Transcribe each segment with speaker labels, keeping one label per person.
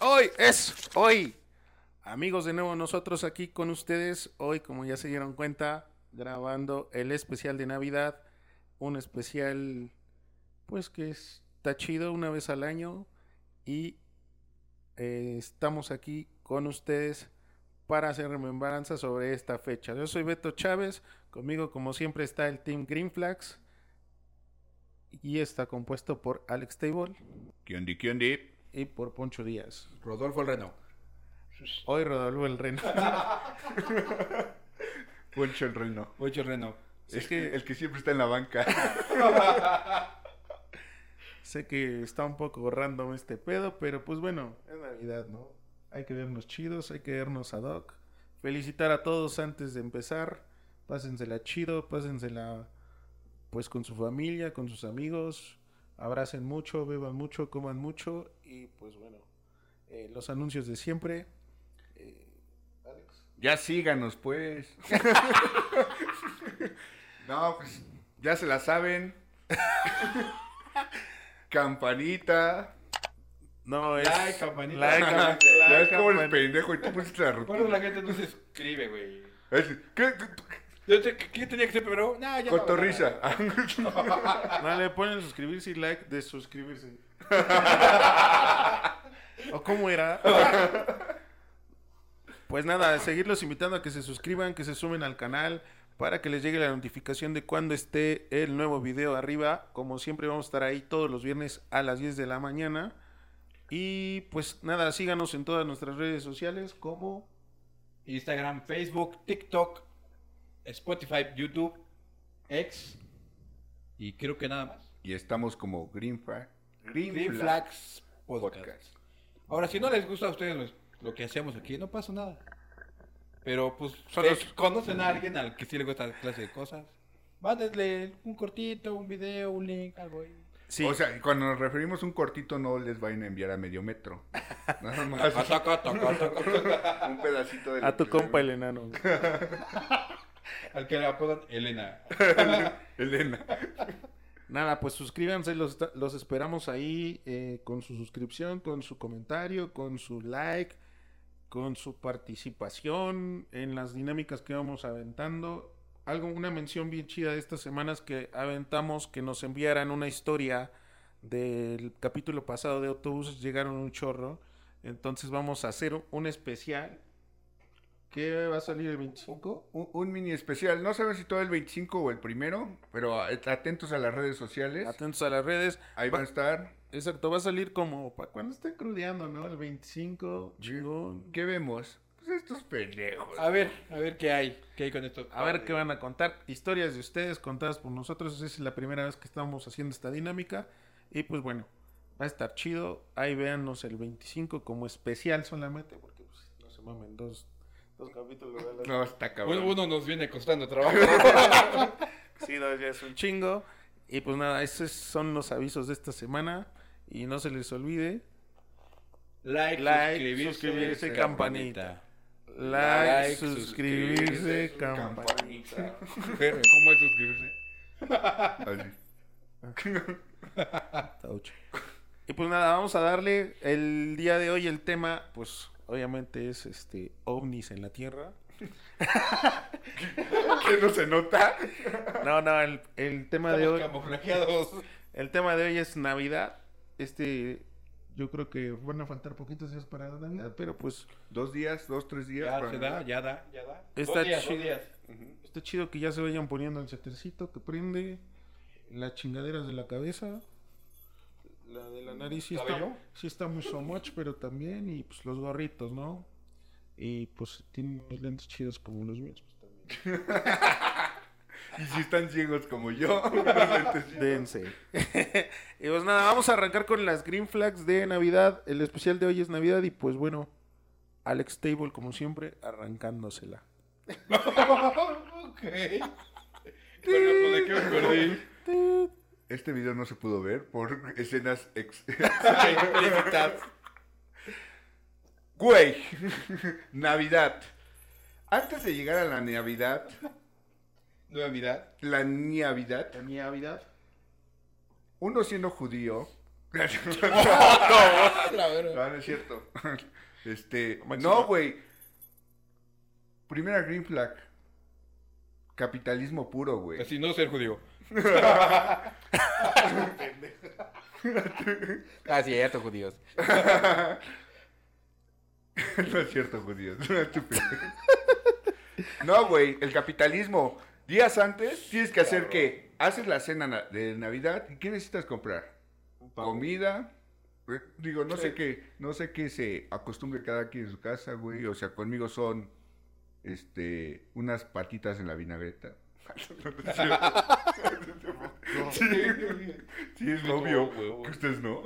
Speaker 1: hoy es hoy. Amigos, de nuevo nosotros aquí con ustedes. Hoy, como ya se dieron cuenta, grabando el especial de Navidad. Un especial, pues que está chido una vez al año. Y eh, estamos aquí con ustedes para hacer remembranza sobre esta fecha. Yo soy Beto Chávez. Conmigo, como siempre, está el Team Green Flags. Y está compuesto por Alex Table
Speaker 2: Kiondi, kiondi.
Speaker 1: y por Poncho Díaz.
Speaker 2: Rodolfo el Reno.
Speaker 1: Hoy Rodolfo el Reno.
Speaker 2: Poncho el Reno.
Speaker 3: Ocho Reno.
Speaker 2: Es que el que siempre está en la banca.
Speaker 1: Sé que está un poco random este pedo, pero pues bueno, es Navidad, ¿no? Hay que vernos chidos, hay que vernos ad hoc. Felicitar a todos antes de empezar. Pásensela chido, pásensela pues con su familia, con sus amigos. Abracen mucho, beban mucho, coman mucho. Y pues bueno, eh, los anuncios de siempre. Eh, Alex.
Speaker 2: Ya síganos, pues. no, pues ya se la saben. Campanita.
Speaker 1: No, es...
Speaker 3: Like, campanita.
Speaker 1: Like, cam-
Speaker 2: ya es
Speaker 1: like,
Speaker 2: como el
Speaker 1: campan-
Speaker 2: pendejo y tú pusiste la
Speaker 3: Por eso
Speaker 2: rutina.
Speaker 3: la gente no se suscribe, güey.
Speaker 2: Es- ¿Qué? ¿Qué-
Speaker 3: Yo te- ¿Qué tenía que ser primero? No, ya no.
Speaker 2: Cotorrisa.
Speaker 1: No, le ponen suscribirse y like de suscribirse. ¿O cómo era? Pues nada, seguirlos invitando a que se suscriban, que se sumen al canal para que les llegue la notificación de cuando esté el nuevo video arriba. Como siempre vamos a estar ahí todos los viernes a las 10 de la mañana. Y pues nada, síganos en todas nuestras redes sociales como...
Speaker 3: Instagram, Facebook, TikTok, Spotify, YouTube, X y creo que nada más.
Speaker 2: y estamos como Green Flag.
Speaker 3: Green Flags Podcast. Ahora, si no les gusta a ustedes pues, lo que hacemos aquí, no pasa nada. Pero pues,
Speaker 2: Solo-
Speaker 3: si conocen a alguien al que sí le gusta esta clase de cosas, mándenle un cortito, un video, un link, algo ahí.
Speaker 1: Sí,
Speaker 2: O sea, cuando nos referimos a un cortito, no les vayan a enviar a medio metro. Nada más.
Speaker 3: Ataca, ataca, ataca, ataca.
Speaker 2: un pedacito de.
Speaker 1: a tu compa el enano.
Speaker 3: Al que le apodan Elena.
Speaker 2: Elena.
Speaker 1: Nada, pues suscríbanse, los, esta- los esperamos ahí eh, con su suscripción, con su comentario, con su like, con su participación en las dinámicas que vamos aventando. Algo, una mención bien chida de estas semanas que aventamos que nos enviaran una historia del capítulo pasado de autobuses, llegaron un chorro. Entonces vamos a hacer un especial que va a salir el 25.
Speaker 2: Un, un mini especial. No sabemos si todo el 25 o el primero, pero at- atentos a las redes sociales.
Speaker 1: Atentos a las redes.
Speaker 2: Ahí van a
Speaker 1: Va-
Speaker 2: estar.
Speaker 1: Exacto, va a salir como para cuando estén crudeando, ¿no? El 25, chingón.
Speaker 2: ¿Qué vemos? Pues estos pendejos.
Speaker 3: A ver, a ver qué hay. ¿Qué hay con esto?
Speaker 1: A ver qué van a contar. Historias de ustedes contadas por nosotros. Es la primera vez que estamos haciendo esta dinámica. Y pues bueno, va a estar chido. Ahí véanos el 25 como especial solamente. Porque pues, no se mamen dos, dos capítulos. de la-
Speaker 2: No, está cabrón.
Speaker 3: Uno, uno nos viene costando trabajo.
Speaker 1: Sí, dos ya es un chingo. Y pues nada, esos son los avisos de esta semana. Y no se les olvide.
Speaker 3: like,
Speaker 1: Like,
Speaker 3: suscribirse,
Speaker 1: suscribirse, campanita. Like,
Speaker 3: Like,
Speaker 1: suscribirse,
Speaker 3: suscribirse,
Speaker 1: campanita.
Speaker 3: ¿Cómo es suscribirse?
Speaker 2: Así.
Speaker 1: Ouch. Y pues nada, vamos a darle el día de hoy el tema, pues obviamente es este ovnis en la Tierra.
Speaker 2: ¿Qué no se nota?
Speaker 1: No, no, el, el tema de
Speaker 3: Estamos
Speaker 1: hoy
Speaker 3: camuflajeados.
Speaker 1: el tema de hoy es Navidad. Este yo creo que van a faltar poquitos días para Navidad, pero pues
Speaker 2: Dos días, dos, tres días.
Speaker 3: Ya
Speaker 2: para-
Speaker 3: se da, ya da, ya da.
Speaker 1: Está
Speaker 3: dos días,
Speaker 1: chido.
Speaker 3: dos días.
Speaker 1: está chido que ya se vayan poniendo el setercito que prende las chingaderas de la cabeza. La de la nariz sí está,
Speaker 3: ¿Cabello?
Speaker 1: sí está muy so much, pero también y pues los gorritos, ¿no? Y pues tienen unos lentes chidos como los míos. pues, también.
Speaker 2: Y si están ciegos como yo. Entonces,
Speaker 1: Dense. y pues nada, vamos a arrancar con las green flags de Navidad. El especial de hoy es Navidad y pues bueno, Alex Table como siempre arrancándosela.
Speaker 3: ok. Bueno, pues de qué me acordé.
Speaker 2: Este video no se pudo ver por escenas ex...
Speaker 3: Explícitas.
Speaker 2: Güey, Navidad. Antes de llegar a la Navidad,
Speaker 3: Nueva mirada.
Speaker 2: la Navidad,
Speaker 1: Navidad?
Speaker 2: uno siendo judío,
Speaker 3: La verga.
Speaker 2: No, no es cierto. Este,
Speaker 1: Máximo.
Speaker 2: no, güey. Primera green flag. Capitalismo puro, güey.
Speaker 3: Así no ser judío.
Speaker 4: Ah, cierto, judíos.
Speaker 2: no es cierto, judío. Es una estupidez. no, güey. El capitalismo. Días antes tienes que hacer que haces la cena na- de Navidad y ¿qué necesitas comprar? Comida. eh, Digo, no sé qué, no sé qué se acostumbre cada quien en su casa, güey. O sea, conmigo son este unas patitas en la vinagreta. No es cierto. Sí, sí, es obvio que ustedes no.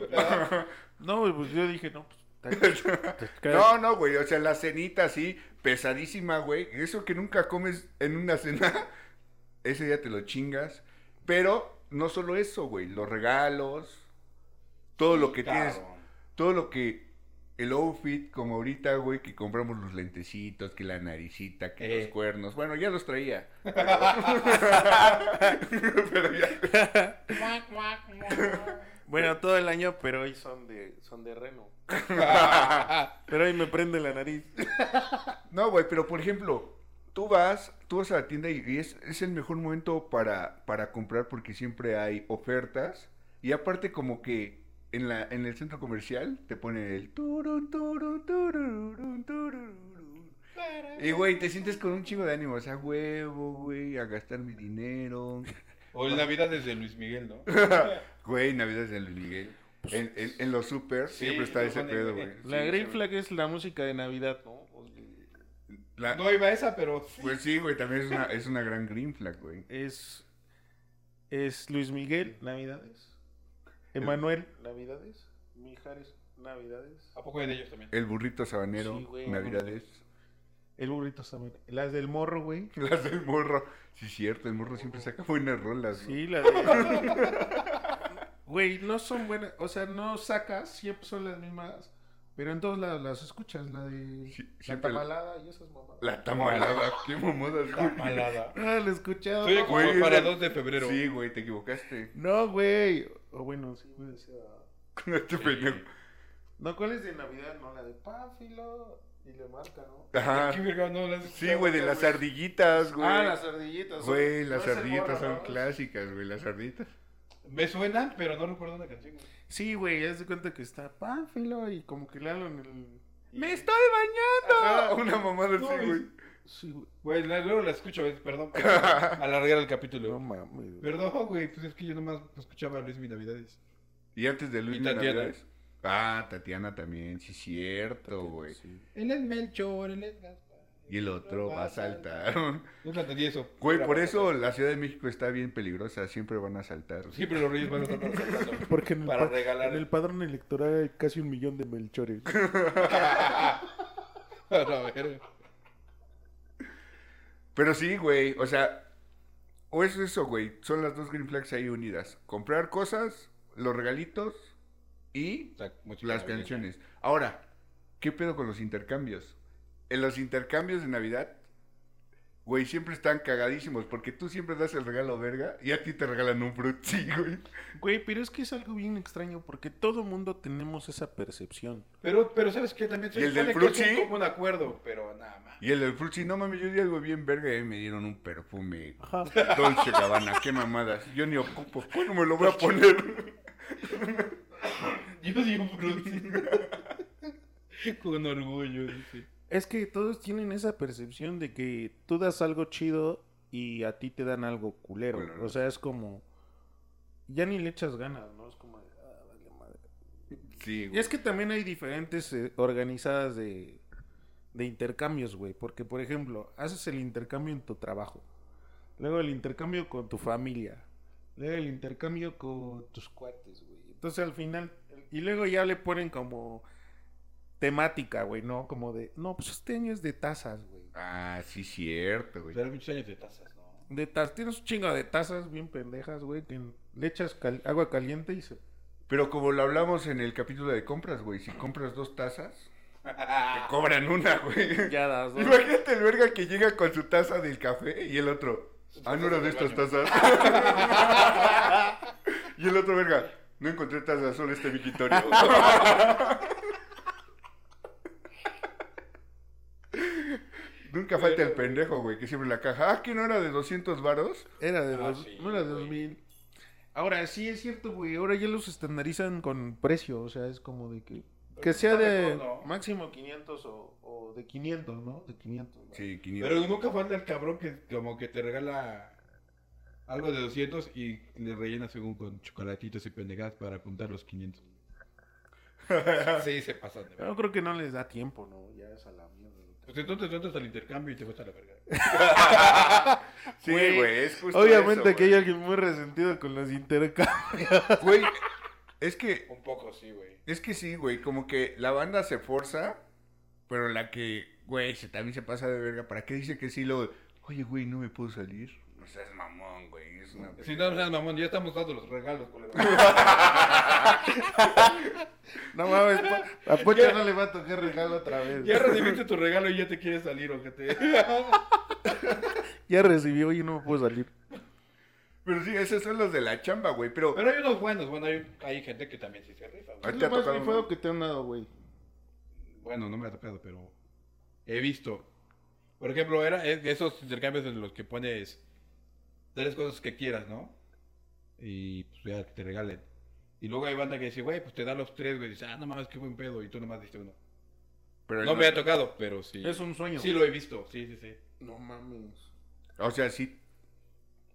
Speaker 1: No, pues yo dije, no, pues. te- te quedas-
Speaker 2: No, no, güey. O sea, la cenita así, pesadísima, güey. Eso que nunca comes en una cena, ese día te lo chingas. Pero no solo eso, güey. Los regalos, todo lo que tienes, todo lo que. El outfit, como ahorita, güey, que compramos los lentecitos, que la naricita, que
Speaker 3: Eh.
Speaker 2: los cuernos. Bueno, ya los traía. Pero ya.
Speaker 1: Bueno, todo el año, pero hoy son de, son de reno. Pero hoy me prende la nariz.
Speaker 2: No, güey, pero por ejemplo, tú vas, tú vas a la tienda y, y es, es el mejor momento para, para comprar porque siempre hay ofertas. Y aparte como que en, la, en el centro comercial te ponen el... turun, turun, tururun, tururun. Y, güey, te sientes con un chingo de ánimo, o sea, huevo, güey, a gastar mi dinero.
Speaker 3: O el Navidad desde Luis Miguel, ¿no?
Speaker 2: Güey, Navidad de Luis Miguel. En, en- en los super
Speaker 3: Sí,
Speaker 2: siempre está
Speaker 3: lo
Speaker 2: ese
Speaker 3: ponen,
Speaker 2: pedo,
Speaker 3: güey.
Speaker 2: güey.
Speaker 1: La
Speaker 2: Sí,
Speaker 1: Green
Speaker 2: sí,
Speaker 1: Flag es la música de Navidad, ¿no? O sea,
Speaker 2: la-
Speaker 3: No iba a esa, pero.
Speaker 2: Pues sí, güey, también es una, es una gran green flag, güey.
Speaker 1: Es, es Luis Miguel, Navidades. Emanuel, Navidades. Mijares, Navidades.
Speaker 3: ¿A poco hay de ellos también?
Speaker 2: El burrito sabanero,
Speaker 1: Sí, güey.
Speaker 2: Navidades.
Speaker 1: El burrito también. Las del morro, güey.
Speaker 2: Las del morro. Sí, cierto, el morro siempre saca buenas rolas. güey.
Speaker 1: Sí, la de... Güey, no son buenas. O sea, no sacas, siempre son las mismas. Pero en todos lados las escuchas. La de
Speaker 2: Sí,
Speaker 1: la
Speaker 2: siempre-
Speaker 1: tamalada y esas mamadas.
Speaker 2: La tamalada. Qué mamadas, güey.
Speaker 3: Malada.
Speaker 1: Ah, la he escuchado.
Speaker 3: Soy como
Speaker 2: Güey,
Speaker 3: para
Speaker 2: esa-
Speaker 3: 2 de febrero.
Speaker 2: Sí, güey, te equivocaste.
Speaker 1: No, güey. O bueno, sí, güey. o sea,
Speaker 2: No te pendejo.
Speaker 1: No, ¿cuál es de Navidad? No, la de Páfilo y le marca, ¿no?
Speaker 3: ¿Qué
Speaker 2: Ajá.
Speaker 3: verga no las
Speaker 2: Sí, güey, de las ardillitas, güey.
Speaker 1: Ah, las ardillitas. son-
Speaker 2: Güey,
Speaker 1: no
Speaker 2: las
Speaker 1: es el
Speaker 2: ardillitas
Speaker 1: morro,
Speaker 2: son
Speaker 1: ¿no?
Speaker 2: clásicas, güey, las ardillitas.
Speaker 3: Me suena, pero no recuerdo una canción. güey.
Speaker 1: Sí, güey, ya se cuenta que está Pánfilo y como que le hablan el.
Speaker 2: ¡Me estoy bañando! una mamada
Speaker 3: No,
Speaker 2: así,
Speaker 3: es-
Speaker 2: güey.
Speaker 1: Sí, güey.
Speaker 3: Güey, la- luego la escucho, güey, perdón por alargar el
Speaker 1: No
Speaker 3: capítulo.
Speaker 1: mames. güey.
Speaker 3: Perdón, güey, pues es que yo nomás escuchaba a Luis Mi Navidades.
Speaker 2: Y antes de Luis
Speaker 3: Y
Speaker 2: de
Speaker 3: Tatiana.
Speaker 2: Navidades. Ah, Tatiana también, sí, cierto, güey.
Speaker 1: Sí.
Speaker 3: Él es Melchor, él es Gaspar.
Speaker 2: Y el otro va a saltar.
Speaker 3: Nunca entendí eso.
Speaker 2: Güey, por eso la Ciudad de México está bien peligrosa, siempre van a saltar.
Speaker 3: Siempre los reyes van a estar para saltar.
Speaker 1: Porque en el,
Speaker 3: Para
Speaker 1: pa-
Speaker 3: regalar.
Speaker 1: en el padrón electoral hay casi un millón de melchores.
Speaker 3: A ver.
Speaker 2: Pero sí, güey, o sea, o es eso, güey, son las dos green flags ahí unidas. Comprar cosas, los regalitos y las canciones. Ahora, ¿qué pedo con los intercambios? En los intercambios de Navidad, güey, siempre están cagadísimos porque tú siempre das el regalo verga y a ti te regalan un frutzi, güey.
Speaker 1: Güey, pero es que es algo bien extraño porque todo mundo tenemos esa percepción.
Speaker 3: Pero, pero sabes que también
Speaker 2: ¿Y el del
Speaker 3: supone que es
Speaker 2: Fruitsy?
Speaker 3: un- como un acuerdo, pero nada más.
Speaker 2: Y el del frutzi, no mames, yo di algo bien verga y me dieron un perfume
Speaker 1: Ajá.
Speaker 2: Dolce Gabbana, qué mamadas. Yo ni ocupo. ¿Cuándo me lo voy a poner?
Speaker 3: Yo digo Fruitsy. Con orgullo, dice.
Speaker 1: Es que todos tienen esa percepción de que tú das algo chido y a ti te dan algo culero.
Speaker 2: Culero.
Speaker 1: O sea, es como. Ya ni le echas ganas, ¿no? Es como. de, "Ah, vale madre".
Speaker 2: Sí,
Speaker 1: Y es que también hay diferentes eh, organizadas de, de intercambios, güey. Porque, por ejemplo, haces el intercambio en tu trabajo. Luego el intercambio con tu familia. Luego el intercambio con tus cuates, güey. Entonces al final. Y luego ya le ponen como temática, güey, ¿no? Como de. No, pues este año es de tazas, güey.
Speaker 2: Ah, sí, cierto, güey.
Speaker 3: Pero muchos años de tazas, ¿no?
Speaker 1: De tazas. Tienes un chingo de tazas bien pendejas, güey. Que le echas cal- agua caliente y se.
Speaker 2: Pero como lo hablamos en el capítulo de compras, güey, si compras dos tazas, te cobran una, güey.
Speaker 1: Ya das, dos.
Speaker 2: Imagínate el verga que llega con su taza del café y el otro. Ah, no era de estas tazas. y el otro verga. No encontré taza azul en este Victorio. Nunca falta el pendejo, güey, que siempre la caja. Ah, que no era de 200 varos.
Speaker 1: Era de
Speaker 3: Ah,
Speaker 1: dos,
Speaker 3: sí,
Speaker 1: no era de
Speaker 3: güey.
Speaker 1: 2000. Ahora sí es cierto, güey. Ahora ya los estandarizan con precio. O sea, es como de que. Que sea
Speaker 3: está
Speaker 1: de
Speaker 3: mejor, ¿no?
Speaker 1: máximo 500 o, o de 500, ¿no? De 500. güey.
Speaker 2: Sí, 500.
Speaker 3: Pero nunca falta el cabrón que como que te regala algo de 200 y le rellena según con chocolatitos y pendejadas para apuntar los 500. Sí, se pasan de verga.
Speaker 1: Yo creo que no les da tiempo, ¿no? Ya es a la mierda.
Speaker 3: Pues entonces no entras al intercambio y te cuesta la verga.
Speaker 2: sí,
Speaker 1: Güey,
Speaker 2: güey, es justo
Speaker 1: Obviamente
Speaker 2: eso,
Speaker 1: que
Speaker 2: güey.
Speaker 1: hay alguien muy resentido con los intercambios.
Speaker 2: Güey, es que,
Speaker 3: Un poco sí, güey.
Speaker 2: es que sí, güey, como que la banda se forza, pero la que, güey, se, también se pasa de verga. ¿Para qué dice que sí lo... Oye, güey, no me puedo salir? No seas mamón, güey, es una...
Speaker 3: Si no, seas mamón, ya estamos dando los regalos, culero.
Speaker 1: No mames, pa- a Pocho no le va a tocar regalo otra vez. Ya,
Speaker 3: Ya recibiste tu regalo y ya te quieres salir, ojete.
Speaker 1: recibió y no me puedo salir.
Speaker 2: Pero sí, esos son los de la chamba, güey, pero...
Speaker 3: Pero hay unos buenos, bueno, hay, hay gente que también sí se rifa, güey.
Speaker 2: ¿A
Speaker 1: Es
Speaker 2: ti te
Speaker 1: lo
Speaker 2: ha
Speaker 1: más
Speaker 2: tocado
Speaker 1: rifado
Speaker 2: uno?
Speaker 1: que te han dado, güey.
Speaker 3: Bueno, no me ha tocado, pero he visto. Por ejemplo, era es de esos intercambios en los que pones tres cosas que quieras, ¿no? Y pues ya que te regalen. Y luego hay banda que dice, güey, pues te da los tres, güey. Y dice, ah, no mames, qué buen pedo. Y tú nomás diste uno.
Speaker 2: pero
Speaker 3: No me ha tocado, pero sí.
Speaker 1: Es un sueño.
Speaker 3: Sí lo he visto, sí, sí, sí.
Speaker 1: No mames.
Speaker 2: O sea, sí.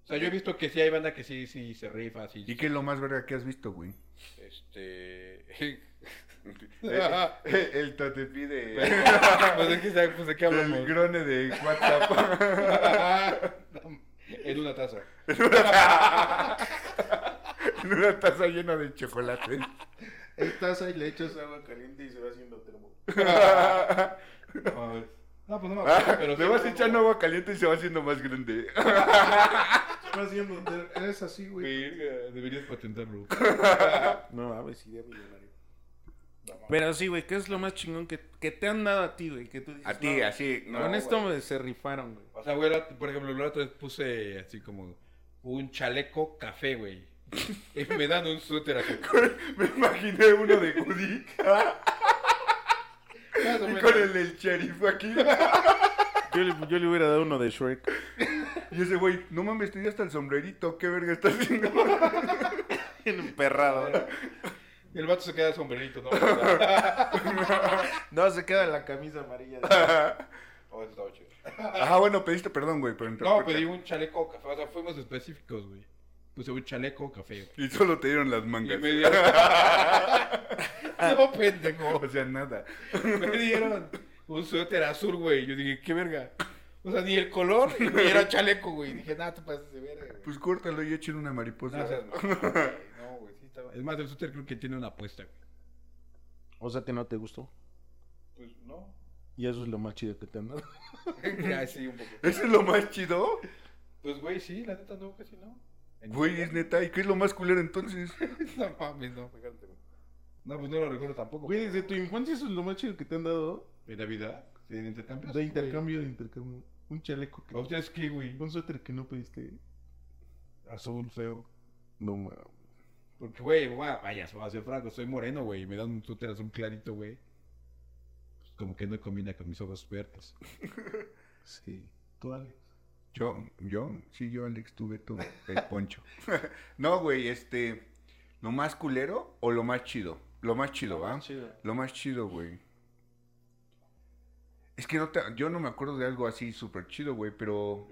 Speaker 3: O sea, yo he visto que sí hay banda que sí, sí se rifa, sí.
Speaker 2: ¿Y qué es lo más verga que has visto, güey?
Speaker 3: Este.
Speaker 2: el, el tatepí de...
Speaker 3: pues es que, ¿sabes? pues, de qué
Speaker 2: El
Speaker 3: hablamos.
Speaker 2: grone de WhatsApp.
Speaker 3: en una taza.
Speaker 2: en una taza llena de chocolate.
Speaker 1: Estás ahí, le echas agua caliente y se va haciendo termo.
Speaker 3: No, pues no me acuerdo,
Speaker 2: Ah,
Speaker 3: pero
Speaker 2: le
Speaker 3: sí
Speaker 2: vas
Speaker 3: fue
Speaker 2: echando
Speaker 3: como-
Speaker 2: agua caliente y se va haciendo más grande.
Speaker 1: Se va haciendo termo. Eres así, güey.
Speaker 3: Verga, deberías patentarlo.
Speaker 1: No mames, idea millonaria. Pero sí, güey, ¿qué es lo más chingón que, que te han dado a ti, güey? Que tú dices, no, güey,
Speaker 2: así.
Speaker 1: con esto me se rifaron, güey.
Speaker 3: O sea, güey, la- por ejemplo, la otra vez puse así como un chaleco café, güey. y me dan un suéter así.
Speaker 2: Me imaginé uno de Woody
Speaker 3: Más o
Speaker 2: y
Speaker 3: menos.
Speaker 2: con el del sheriff aquí.
Speaker 1: Yo le, yo le hubiera dado uno de Shrek.
Speaker 2: Y ese güey, no mames, tenía hasta el sombrerito. ¿Qué verga estás haciendo?
Speaker 1: Emperrado.
Speaker 3: Y el vato se queda sombrerito, ¿no?
Speaker 1: No, se queda la camisa amarilla.
Speaker 3: Oh, eso estaba chido.
Speaker 2: Ah, bueno, pediste perdón, güey. Pero
Speaker 3: No, pedí un chaleco café. O sea, fuimos específicos, güey. Puse un chaleco café, güey.
Speaker 2: Y solo te dieron las
Speaker 3: Y
Speaker 2: mangas.
Speaker 3: me dieron. no, pendejo.
Speaker 2: O sea, nada.
Speaker 3: Me dieron un suéter azul, güey. Yo dije, qué verga. O sea, ni el color, ni era chaleco, güey. Dije, nada, te pasas de verga, güey.
Speaker 2: Pues córtalo y echen una mariposa.
Speaker 3: No seas mamón, güey. No, güey, sí estaba- Es más, el suéter creo que tiene una apuesta, güey.
Speaker 1: O sea, que no te gustó.
Speaker 3: Pues no.
Speaker 1: Y eso es lo más chido que te han dado.
Speaker 3: Ya, sí, un poco.
Speaker 2: ¿Eso es lo más chido?
Speaker 3: Pues, güey, sí, la neta no, casi no.
Speaker 2: Güey, es neta. ¿Y qué es lo más culero entonces?
Speaker 3: No mames, no, fíjate, güey. No, pues no lo recuerdo tampoco.
Speaker 1: Güey, desde tu infancia eso es lo más chido que te han dado.
Speaker 3: ¿De Navidad? ¿Sí, ¿De intercambio?
Speaker 1: De intercambio, de intercambio. Un chaleco que.
Speaker 3: ¿A ustedes qué, güey?
Speaker 1: Un suéter que no pediste.
Speaker 3: Azul feo.
Speaker 1: No mames.
Speaker 3: Porque, güey, gua- vaya, voy a ser franco, soy moreno, güey. y Me dan un suéter azul clarito, güey. Pues, como que no combina con mis ojos verdes.
Speaker 1: Sí. Tú, Alex.
Speaker 2: Yo, yo, sí, yo, Alex, tuve todo el poncho. no, güey, este, ¿lo más culero o lo más chido? Lo más chido, ¿va? Lo más chido, güey. Es que no te- yo no me acuerdo de algo así súper chido, güey, pero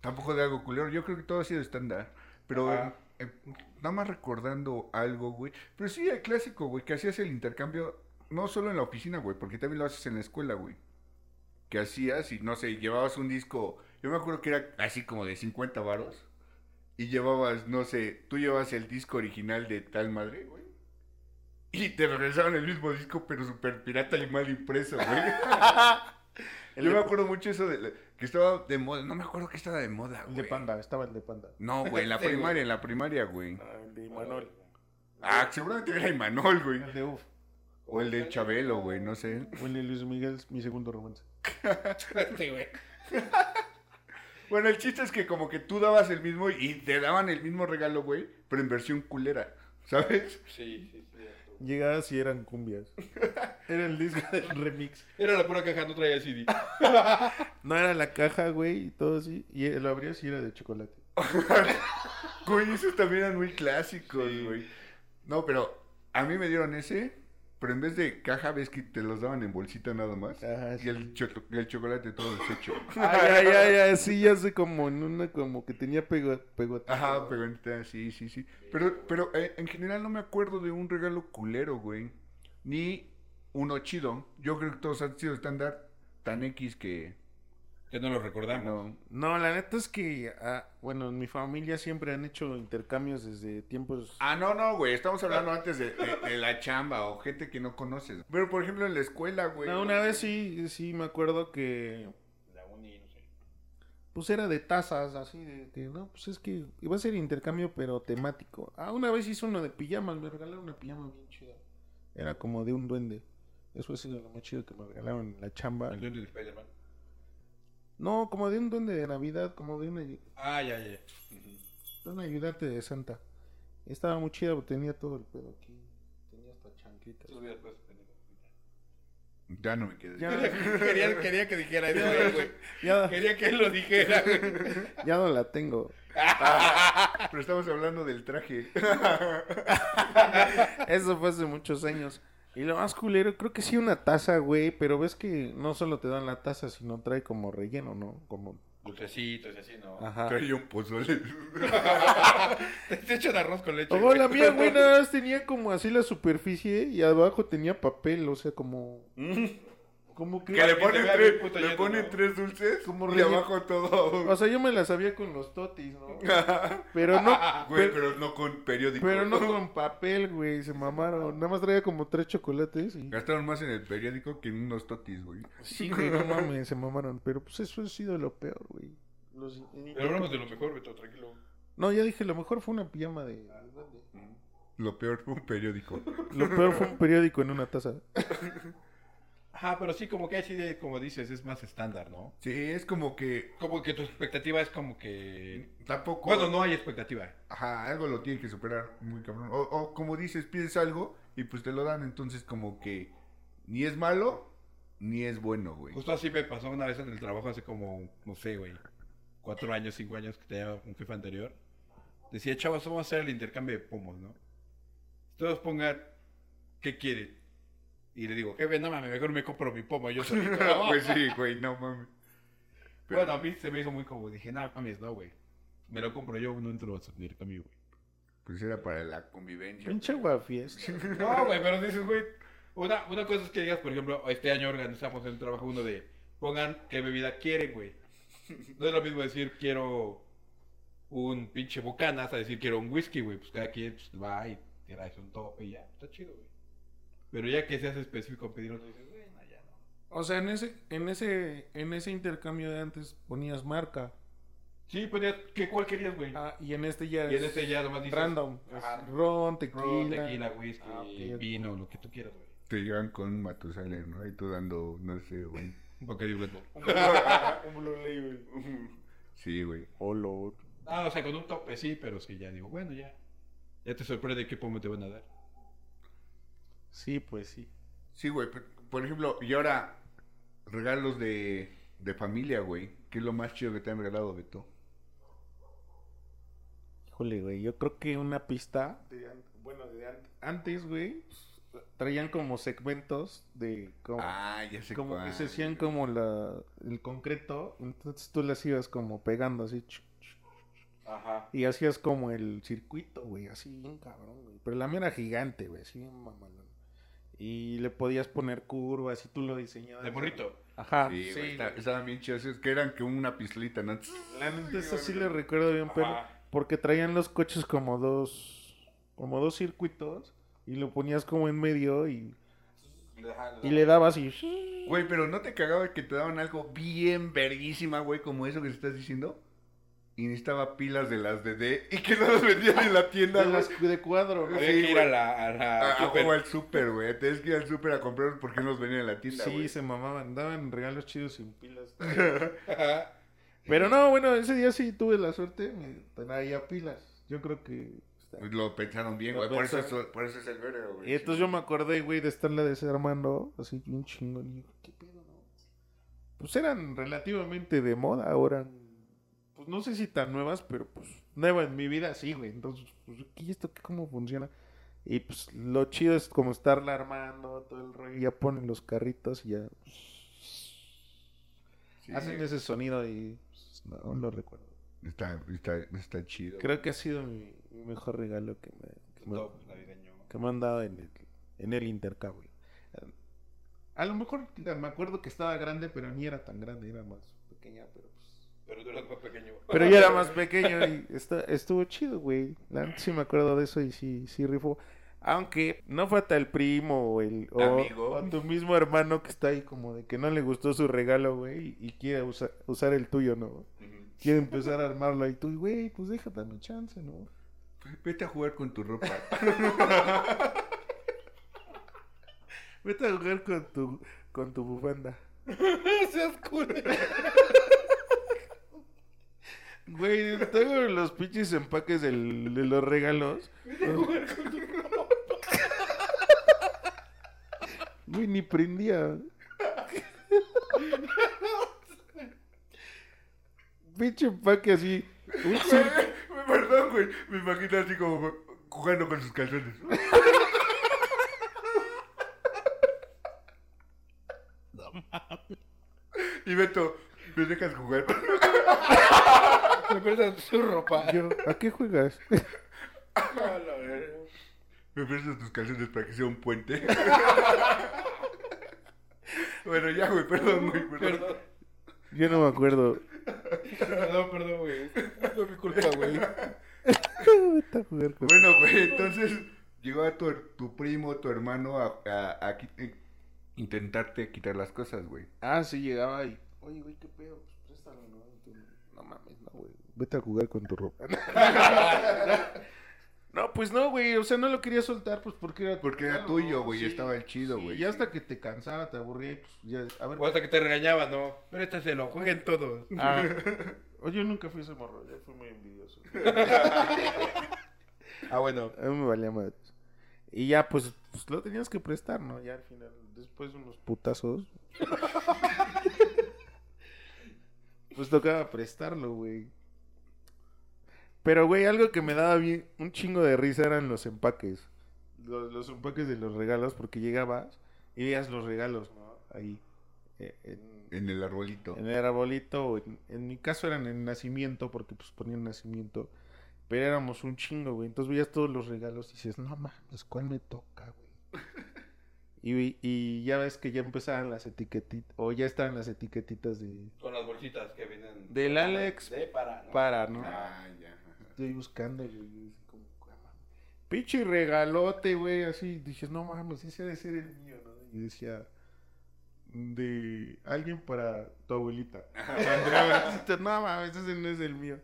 Speaker 2: tampoco de algo culero. Yo creo que todo ha sido estándar. Pero
Speaker 3: Ajá.
Speaker 2: eh, eh, nada más recordando algo, güey. Pero sí, el clásico, güey, que hacías el intercambio no solo en la oficina, güey, porque también lo haces en la escuela, güey. Que hacías y no sé, llevabas un disco. Yo me acuerdo que era así como de 50 varos. Y llevabas, no sé, tú llevabas el disco original de tal madre, güey. Y te regresaban el mismo disco, pero súper pirata y mal impreso, güey. Yo me acuerdo mucho eso de la- que estaba de moda. No me acuerdo que estaba de moda,
Speaker 1: El
Speaker 2: güey.
Speaker 1: de panda, estaba el de panda.
Speaker 2: No, güey, en la
Speaker 3: Sí, güey.
Speaker 2: primaria, en la primaria, güey.
Speaker 1: el de
Speaker 2: Ah, seguramente era Imanol, güey.
Speaker 1: El de Uf.
Speaker 2: O el de Chabelo, güey, no sé.
Speaker 1: O el de Luis Miguel, es mi segundo romance.
Speaker 3: Espérate, güey.
Speaker 2: Bueno, el chiste es que como que tú dabas el mismo y te daban el mismo regalo, güey, pero en versión culera. ¿Sabes?
Speaker 3: Sí, sí, sí.
Speaker 1: Llegabas y eran cumbias. Era el disco del remix.
Speaker 3: Era la pura caja, no traía el CD.
Speaker 1: No era la caja, güey, y todo así. Y lo abrías y era de chocolate.
Speaker 2: Güey, esos también eran muy clásicos,
Speaker 3: Sí.
Speaker 2: güey. No, pero a mí me dieron ese, pero en vez de caja, ves que te los daban en bolsita nada más.
Speaker 3: Ah,
Speaker 1: Ajá,
Speaker 2: y el, choco- el chocolate todo deshecho.
Speaker 1: Ay, ay, ay, ay, sí, ya sé como en una como que tenía pego, pegote.
Speaker 2: Ajá, pegonita, sí, sí, sí. Pero, pero eh, en general no me acuerdo de un regalo culero, güey. Ni uno chido. Yo creo que todos han sido estándar tan X que...
Speaker 3: Que no lo recordamos.
Speaker 2: No.
Speaker 1: No, la neta es que, ah, bueno, en mi familia siempre han hecho intercambios desde tiempos...
Speaker 2: Ah, no, no, güey. Estamos hablando antes de, de- de la chamba o gente que no conoces. Pero, por ejemplo, en la escuela, güey.
Speaker 1: No, una vez sí, sí me acuerdo que
Speaker 3: La uni, no sé.
Speaker 1: pues era de tazas, así de, de, no, pues es que iba a ser intercambio pero temático. Ah, una vez hice uno de pijamas, me regalaron una pijama bien chida. Era como de un duende. Eso ha sido lo más chido que me regalaron en la chamba.
Speaker 3: El duende de Spider-Man.
Speaker 1: No, como de un duende de Navidad, como de una, de
Speaker 3: Ah, ya, ya.
Speaker 1: un ayudante de Santa. Estaba muy chida, porque tenía todo el pedo aquí. Tenía hasta chanquitas.
Speaker 3: Estos días, pues, pendejo.
Speaker 2: Ya no me quedé.
Speaker 1: Ya,
Speaker 3: Quería, quería que dijera eso, güey.
Speaker 1: ya,
Speaker 3: Quería que él lo dijera, güey.
Speaker 1: ya no la tengo.
Speaker 2: Pero estamos hablando del traje. Ah.
Speaker 1: Eso fue hace muchos años. Y lo más culero, creo que sí una taza, güey, pero ves que no solo te dan la taza, sino trae como relleno, ¿no? Como...
Speaker 3: Dulcecitos y así, ¿no?
Speaker 1: Ajá.
Speaker 2: Traía un pozole.
Speaker 3: Te echan arroz con leche.
Speaker 1: Oh,
Speaker 3: güey.
Speaker 1: la mía, güey, nada más tenía como así la superficie y abajo tenía papel, o sea, como... Como que...
Speaker 2: Mm. que le
Speaker 3: se
Speaker 2: ponen
Speaker 3: vea bien
Speaker 2: tres,
Speaker 3: puto
Speaker 2: le
Speaker 3: lleno,
Speaker 2: ponen
Speaker 3: ¿no?
Speaker 2: tres dulces
Speaker 1: Como
Speaker 2: y
Speaker 1: relleno.
Speaker 2: abajo todo.
Speaker 1: O sea, yo me la sabía con los totis, ¿no? Pero no...
Speaker 2: Güey,
Speaker 1: pero-
Speaker 2: pero no con periódico.
Speaker 1: Pero no con papel, güey, se mamaron. Nada más traía como tres chocolates y...
Speaker 2: Gastaron más en el periódico que en unos totis, güey.
Speaker 1: Sí, güey, no mames, se mamaron. Pero pues eso ha sido lo peor, güey. Los-
Speaker 3: Pero hablamos de lo mejor, Beto, tranquilo.
Speaker 1: No, ya dije, lo mejor fue una pijama de...
Speaker 2: Lo peor fue un periódico.
Speaker 1: Lo peor fue un periódico en una taza.
Speaker 3: Ajá, pero sí, como que así de, como dices, es más estándar, ¿no?
Speaker 2: Sí, es como que eh,
Speaker 3: Como que tu expectativa es como que...
Speaker 2: tampoco.
Speaker 3: Bueno, no hay expectativa.
Speaker 2: Ajá, algo lo tiene que superar, muy cabrón. O, o como dices, pides algo y pues te lo dan, entonces como que ni es malo ni es bueno, güey.
Speaker 3: Justo así me pasó una vez en el trabajo hace como, no sé, güey, cuatro años, cinco años que tenía un jefe anterior. Decía, chavos, vamos a hacer el intercambio de pomos, ¿no? Todos pongan, ¿qué quieren? Y le digo, jefe, no mames, mejor me compro mi pomo yo solito. ¿no?".
Speaker 2: pues sí, güey, no mames. Pero-
Speaker 3: Bueno, a mí se me hizo muy como, dije, no mames, no, güey. Me lo compro yo, no entro a su intercambio, güey.
Speaker 2: Pues era para la convivencia.
Speaker 1: Pinche guafiesta.
Speaker 3: No, güey, pero dices, güey, una, una cosa es que digas, por ejemplo, este año organizamos en el trabajo uno de, pongan qué bebida quieren, güey. No es lo mismo decir quiero un pinche bucanas a decir quiero un whisky, güey. Pues cada quien pues, va y traes un tope y ya. Está chido, güey. Pero ya que seas específico en pedir uno, dices, bueno, ya no.
Speaker 1: O sea, en ese, en ese, en ese intercambio de antes ponías marca.
Speaker 3: Sí, ponías, ¿qué, ¿cuál querías, güey?
Speaker 1: Ah, y en este ya
Speaker 3: y
Speaker 1: es
Speaker 3: en este ya nomás dices.
Speaker 1: random.
Speaker 3: Ajá.
Speaker 1: Es ron, tequila.
Speaker 3: Ron, tequila, whisky,
Speaker 1: Ah, ok.
Speaker 3: vino, lo que tú quieras, güey.
Speaker 2: Te llevan con un Matusalén, ¿no? Y tú dando, no sé, güey.
Speaker 3: Un bocadillo de Red Bull.
Speaker 2: Sí, güey.
Speaker 1: Olor.
Speaker 3: Ah, o sea, con un tope sí, pero sí, ya digo, bueno, ya. Ya te sorprende qué pomo te van a dar.
Speaker 1: Sí, pues sí.
Speaker 2: Sí, güey. pero, Por ejemplo, y ahora, regalos de, de familia, güey. ¿Qué es lo más chido que te han regalado, Beto?
Speaker 1: Híjole, güey, yo creo que una pista... de an- bueno, de an- antes, güey, traían como segmentos de... Como,
Speaker 2: Ah, ya sé
Speaker 1: como que
Speaker 2: cuál,
Speaker 1: se hacían
Speaker 2: güey.
Speaker 1: como la, el concreto. Entonces tú las ibas como pegando así... chu, chu,
Speaker 3: Ajá.
Speaker 1: Y hacías como el circuito, güey, así bien cabrón, güey. Pero la mía era gigante, güey, así bien mamalón. Y le podías poner curvas y tú lo diseñabas.
Speaker 3: De morrito.
Speaker 1: Ajá.
Speaker 2: Sí, güey, esta-
Speaker 1: güey.
Speaker 2: estaban bien chidos. Es que eran que una pistolita, ¿no?
Speaker 1: La neta, esa sí le recuerdo bien, pero... Porque traían los coches como dos... Como dos circuitos. Y lo ponías como en medio y... Y le dabas y...
Speaker 2: Güey, pero ¿no te cagaba que te daban algo bien verguísima, güey, como eso que estás diciendo? Y necesitaba pilas de las DD y que no las vendían en la tienda,
Speaker 1: De,
Speaker 2: güey.
Speaker 1: las- de cuadro, güey.
Speaker 3: Había
Speaker 2: Sí,
Speaker 3: que ir a
Speaker 2: güey.
Speaker 3: la. A la
Speaker 2: Ah,
Speaker 3: súper.
Speaker 2: o al súper, güey. Tienes que ir al súper a comprar porque no los vendían en la tienda,
Speaker 1: Sí,
Speaker 2: güey.
Speaker 1: se mamaban. Daban regalos chidos sin pilas.
Speaker 3: Ajá.
Speaker 1: Pero no, bueno, ese día sí tuve la suerte, me traía pilas. Yo creo que está.
Speaker 2: Pues, Lo pensaron bien,
Speaker 1: Lo
Speaker 2: güey. Por eso,
Speaker 1: pensaron.
Speaker 2: es- por eso es el verga, güey.
Speaker 1: Y entonces yo me acordé, güey, de estarla desarmando así bien chingón. Y digo, ¿qué pedo, no? Pues eran relativamente de moda ahora. Pues no sé si tan nuevas, pero pues nueva en mi vida sí, güey. Entonces, pues, ¿y esto qué- cómo funciona? Y pues lo chido es como estarla armando, todo el rollo. Ya ponen los carritos y ya pues,
Speaker 2: Sí,
Speaker 1: hacen ese sonido y pues, no lo recuerdo.
Speaker 2: está, está, está chido.
Speaker 1: Creo que ha sido mi, mi mejor regalo que me, que me-
Speaker 3: Top navideño.
Speaker 1: que me han dado en el, en el intercambio. A lo mejor me acuerdo que estaba grande, pero ni era tan grande, era más pequeña, pero pues...
Speaker 3: Pero tú eras más pequeño.
Speaker 1: Pero yo era más pequeño y esta- estuvo chido, güey. La neta sí me acuerdo de eso y sí, sí rifó. Aunque no fue hasta el primo o el o,
Speaker 2: Amigo.
Speaker 1: o tu mismo hermano que está ahí como de que no le gustó su regalo, güey, y quiere usa- usar el tuyo, ¿no?
Speaker 3: Ujú.
Speaker 1: Quiere empezar a armarlo ahí tú, güey, pues déjate mi chance, ¿no?
Speaker 2: Vete a jugar con tu ropa.
Speaker 1: Vete a jugar con tu, con tu bufanda.
Speaker 3: Seas culero.
Speaker 1: Güey, tengo los pinches empaques del- de los regalos. Güey, ni prendía. Pinche empaque así. Un zip-
Speaker 2: Güey, Perdón, güey. Me imagino así como jugando con sus calzones. Y Beto, ¿me dejas jugar?
Speaker 3: Me prestas su ropa.
Speaker 1: Yo, ¿a qué juegas?
Speaker 3: A la verga.
Speaker 2: ¿Me prestas tus calzones para que sea un puente? Bueno, ya, güey, perdón, güey, perdón.
Speaker 3: Perdón.
Speaker 1: Yo no me acuerdo.
Speaker 3: Perdón, perdón, güey. Fue mi culpa, güey.
Speaker 1: Vete a jugar con-
Speaker 2: Bueno, güey, entonces llegó a tu, tu primo, tu hermano a, a- a qui- eh, intentarte quitar las cosas, güey.
Speaker 1: Ah, sí, llegaba y. Oye, güey, qué pedo. Pues préstalo, ¿no? Y tú, No mames, no, güey. Vete a jugar con tu ropa. no, pues no, güey. O sea, no lo quería soltar, pues porque era.
Speaker 2: Porque era
Speaker 1: Claro,
Speaker 2: tuyo,
Speaker 1: no,
Speaker 2: güey,
Speaker 1: sí.
Speaker 2: estaba el chido,
Speaker 1: Sí,
Speaker 2: güey.
Speaker 1: Y hasta que te cansaba, te aburría, y, pues ya. A ver.
Speaker 3: O hasta que te regañaba, ¿no? Préstaselo, jueguen todos.
Speaker 1: Ah. Oye, yo nunca fui ese morro, yo fui muy envidioso.
Speaker 3: Ah, bueno.
Speaker 1: A mí me valía madres. Y ya, pues, pues lo tenías que prestar, ¿no? Ya al final, después de unos putazos. pues tocaba prestarlo, güey. Pero, güey, algo que me daba bien, un chingo de risa eran los empaques. Los, los empaques de los regalos, porque llegabas y veías los regalos, ¿no? Ahí. eh, en-
Speaker 2: En el arbolito.
Speaker 1: en el arbolito, o en, en mi caso eran en nacimiento, porque pues ponían nacimiento. Pero éramos un chingo, güey. Entonces veías todos los regalos y dices, no mames, ¿cuál me toca, güey? Y, y ya ves que ya empezaban las etiquetitas, o ya estaban las etiquetitas de...
Speaker 3: Con las bolsitas que vienen.
Speaker 1: Del Alex
Speaker 3: De para, ¿no?
Speaker 1: Para, ¿no?
Speaker 2: Ah, ya.
Speaker 1: Estoy buscando, güey. así como, "Ah, mames". Pinche regalote, güey, así. Dices, no mames, ese ha de ser el mío, ¿no? Y decía, de alguien para tu abuelita. Andrea Brasil, no mames, ese no es el mío.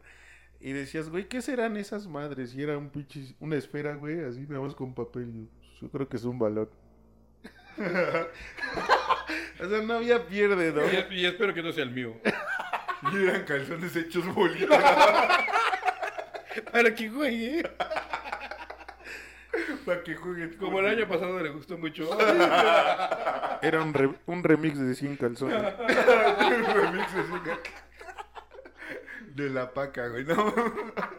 Speaker 1: Y decías, güey, ¿qué serán esas madres? Y era un pinche, una esfera, güey, así nada más con papel. Yo, yo creo que es un balón. o sea, no había pierde, ¿no?
Speaker 3: Y, es- y espero que no sea el mío.
Speaker 2: Y eran calzones hechos bolitas
Speaker 3: Para que juegue.
Speaker 2: para que jueguen.
Speaker 3: Como el año pasado le gustó mucho.
Speaker 1: Era un, re- un remix de 100 calzones.
Speaker 2: Remixes, venga. De la paca, güey, no.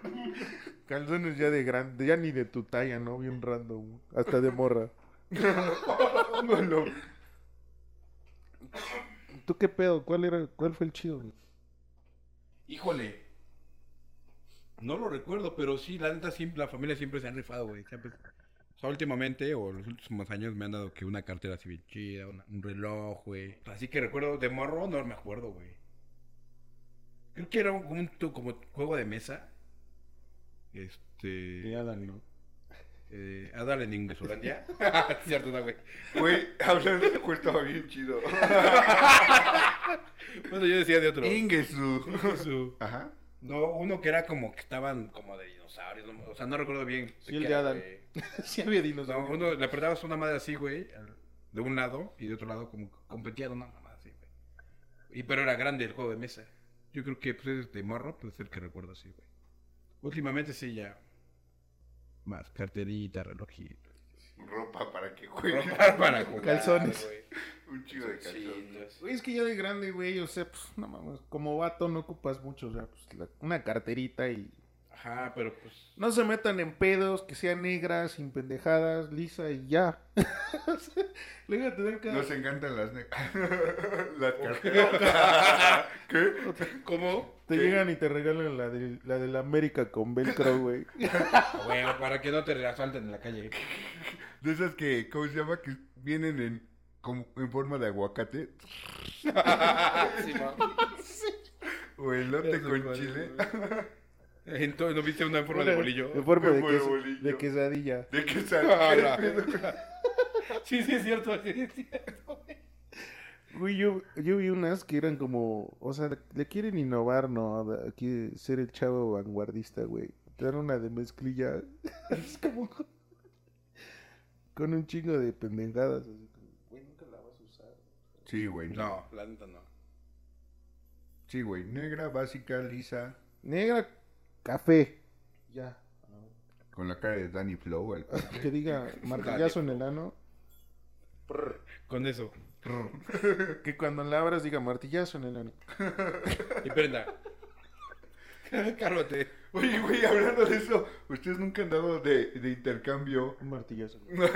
Speaker 1: Calzones ya de grande, ya ni de tu talla, ¿no? Bien random, hasta de morra.
Speaker 2: No, no.
Speaker 1: ¿Tú qué pedo? ¿Cuál era, cuál fue el chido? güey?
Speaker 3: Híjole. No lo recuerdo, pero sí, la neta, siempre, la familia siempre se han rifado, güey. Siempre. O sea, últimamente, o los últimos años, me han dado que una cartera así bien chida, una- un reloj, güey. Así que recuerdo, de morro no me acuerdo, güey. Creo que era un, como un tu- como juego de mesa. Este. Eh, Adal en Inglaterra. Cierto, no, güey.
Speaker 2: Güey, hablando de juego estaba bien chido.
Speaker 3: Bueno, yo decía de otro.
Speaker 2: Ingesu.
Speaker 3: Su-
Speaker 2: Ajá.
Speaker 3: No, uno que era como que estaban como de dinosaurios. no- o sea, no recuerdo bien.
Speaker 1: Sí,
Speaker 3: de
Speaker 1: el
Speaker 3: qué
Speaker 1: de
Speaker 3: era,
Speaker 1: Adal.
Speaker 3: güey.
Speaker 1: sí había
Speaker 3: O sea, uno le apretabas una madre así, güey, al- de un lado y de otro lado como que competían una mamada así, güey. Y pero era grande el juego de mesa. Yo creo que pues es de morro, pues es el que recuerdo así, güey. Últimamente sí ya. Más carterita, relojito.
Speaker 2: Ropa para que juegue.
Speaker 3: para jugar,
Speaker 1: Calzones.
Speaker 4: güey.
Speaker 2: Un chico de calzón.
Speaker 4: Chitos.
Speaker 1: Ah, Güey, es que ya de grande, güey, o sea, pues, no mames, como vato no ocupas mucho, o sea, pues, la- una carterita y...
Speaker 3: Ajá, pero pues.
Speaker 1: No se metan en pedos, que sea negra, sin pendejadas, lisa y ya. O sea, Le voy a tener que...
Speaker 2: Nos encantan las ne- las carteras. ¿Qué?
Speaker 3: ¿Cómo?
Speaker 1: Te llegan y te regalan la de la, de la América con velcro, güey.
Speaker 3: Bueno, para que no te asalten en la calle.
Speaker 2: De esas que, ¿cómo se llama? Que vienen en, como en forma de aguacate
Speaker 4: Sí, ma.
Speaker 2: o elote con chile.
Speaker 3: Entonces, ¿no viste una en forma de bolillo?
Speaker 1: En forma de,
Speaker 2: Como de
Speaker 1: ques-
Speaker 2: bolillo.
Speaker 1: de quesadilla.
Speaker 2: ¿De qué
Speaker 3: Ah,
Speaker 2: sale?
Speaker 3: la- Sí, sí, es cierto. sí, es cierto.
Speaker 1: Güey, yo, yo vi unas que eran como, o sea, le quieren innovar, ¿no? De- Aquí ser el chavo vanguardista, güey. Te dan una de mezclilla. Es como... Con un chingo de pendejadas. así como, Güey, nunca la vas a usar.
Speaker 2: Sí, güey.
Speaker 3: No, la neta no.
Speaker 2: Sí, güey. Negra, básica, lisa,
Speaker 1: Negra, café. Ya.
Speaker 2: con la cara de Danny Flow. al-
Speaker 1: Que diga martillazo en el ano.
Speaker 3: Con eso.
Speaker 1: Que cuando la abras diga martillazo en el ano.
Speaker 3: Y prenda. Cálmate.
Speaker 2: Oye, güey, hablando de eso, ustedes nunca han dado de, de intercambio.
Speaker 1: Un martillazo. güey.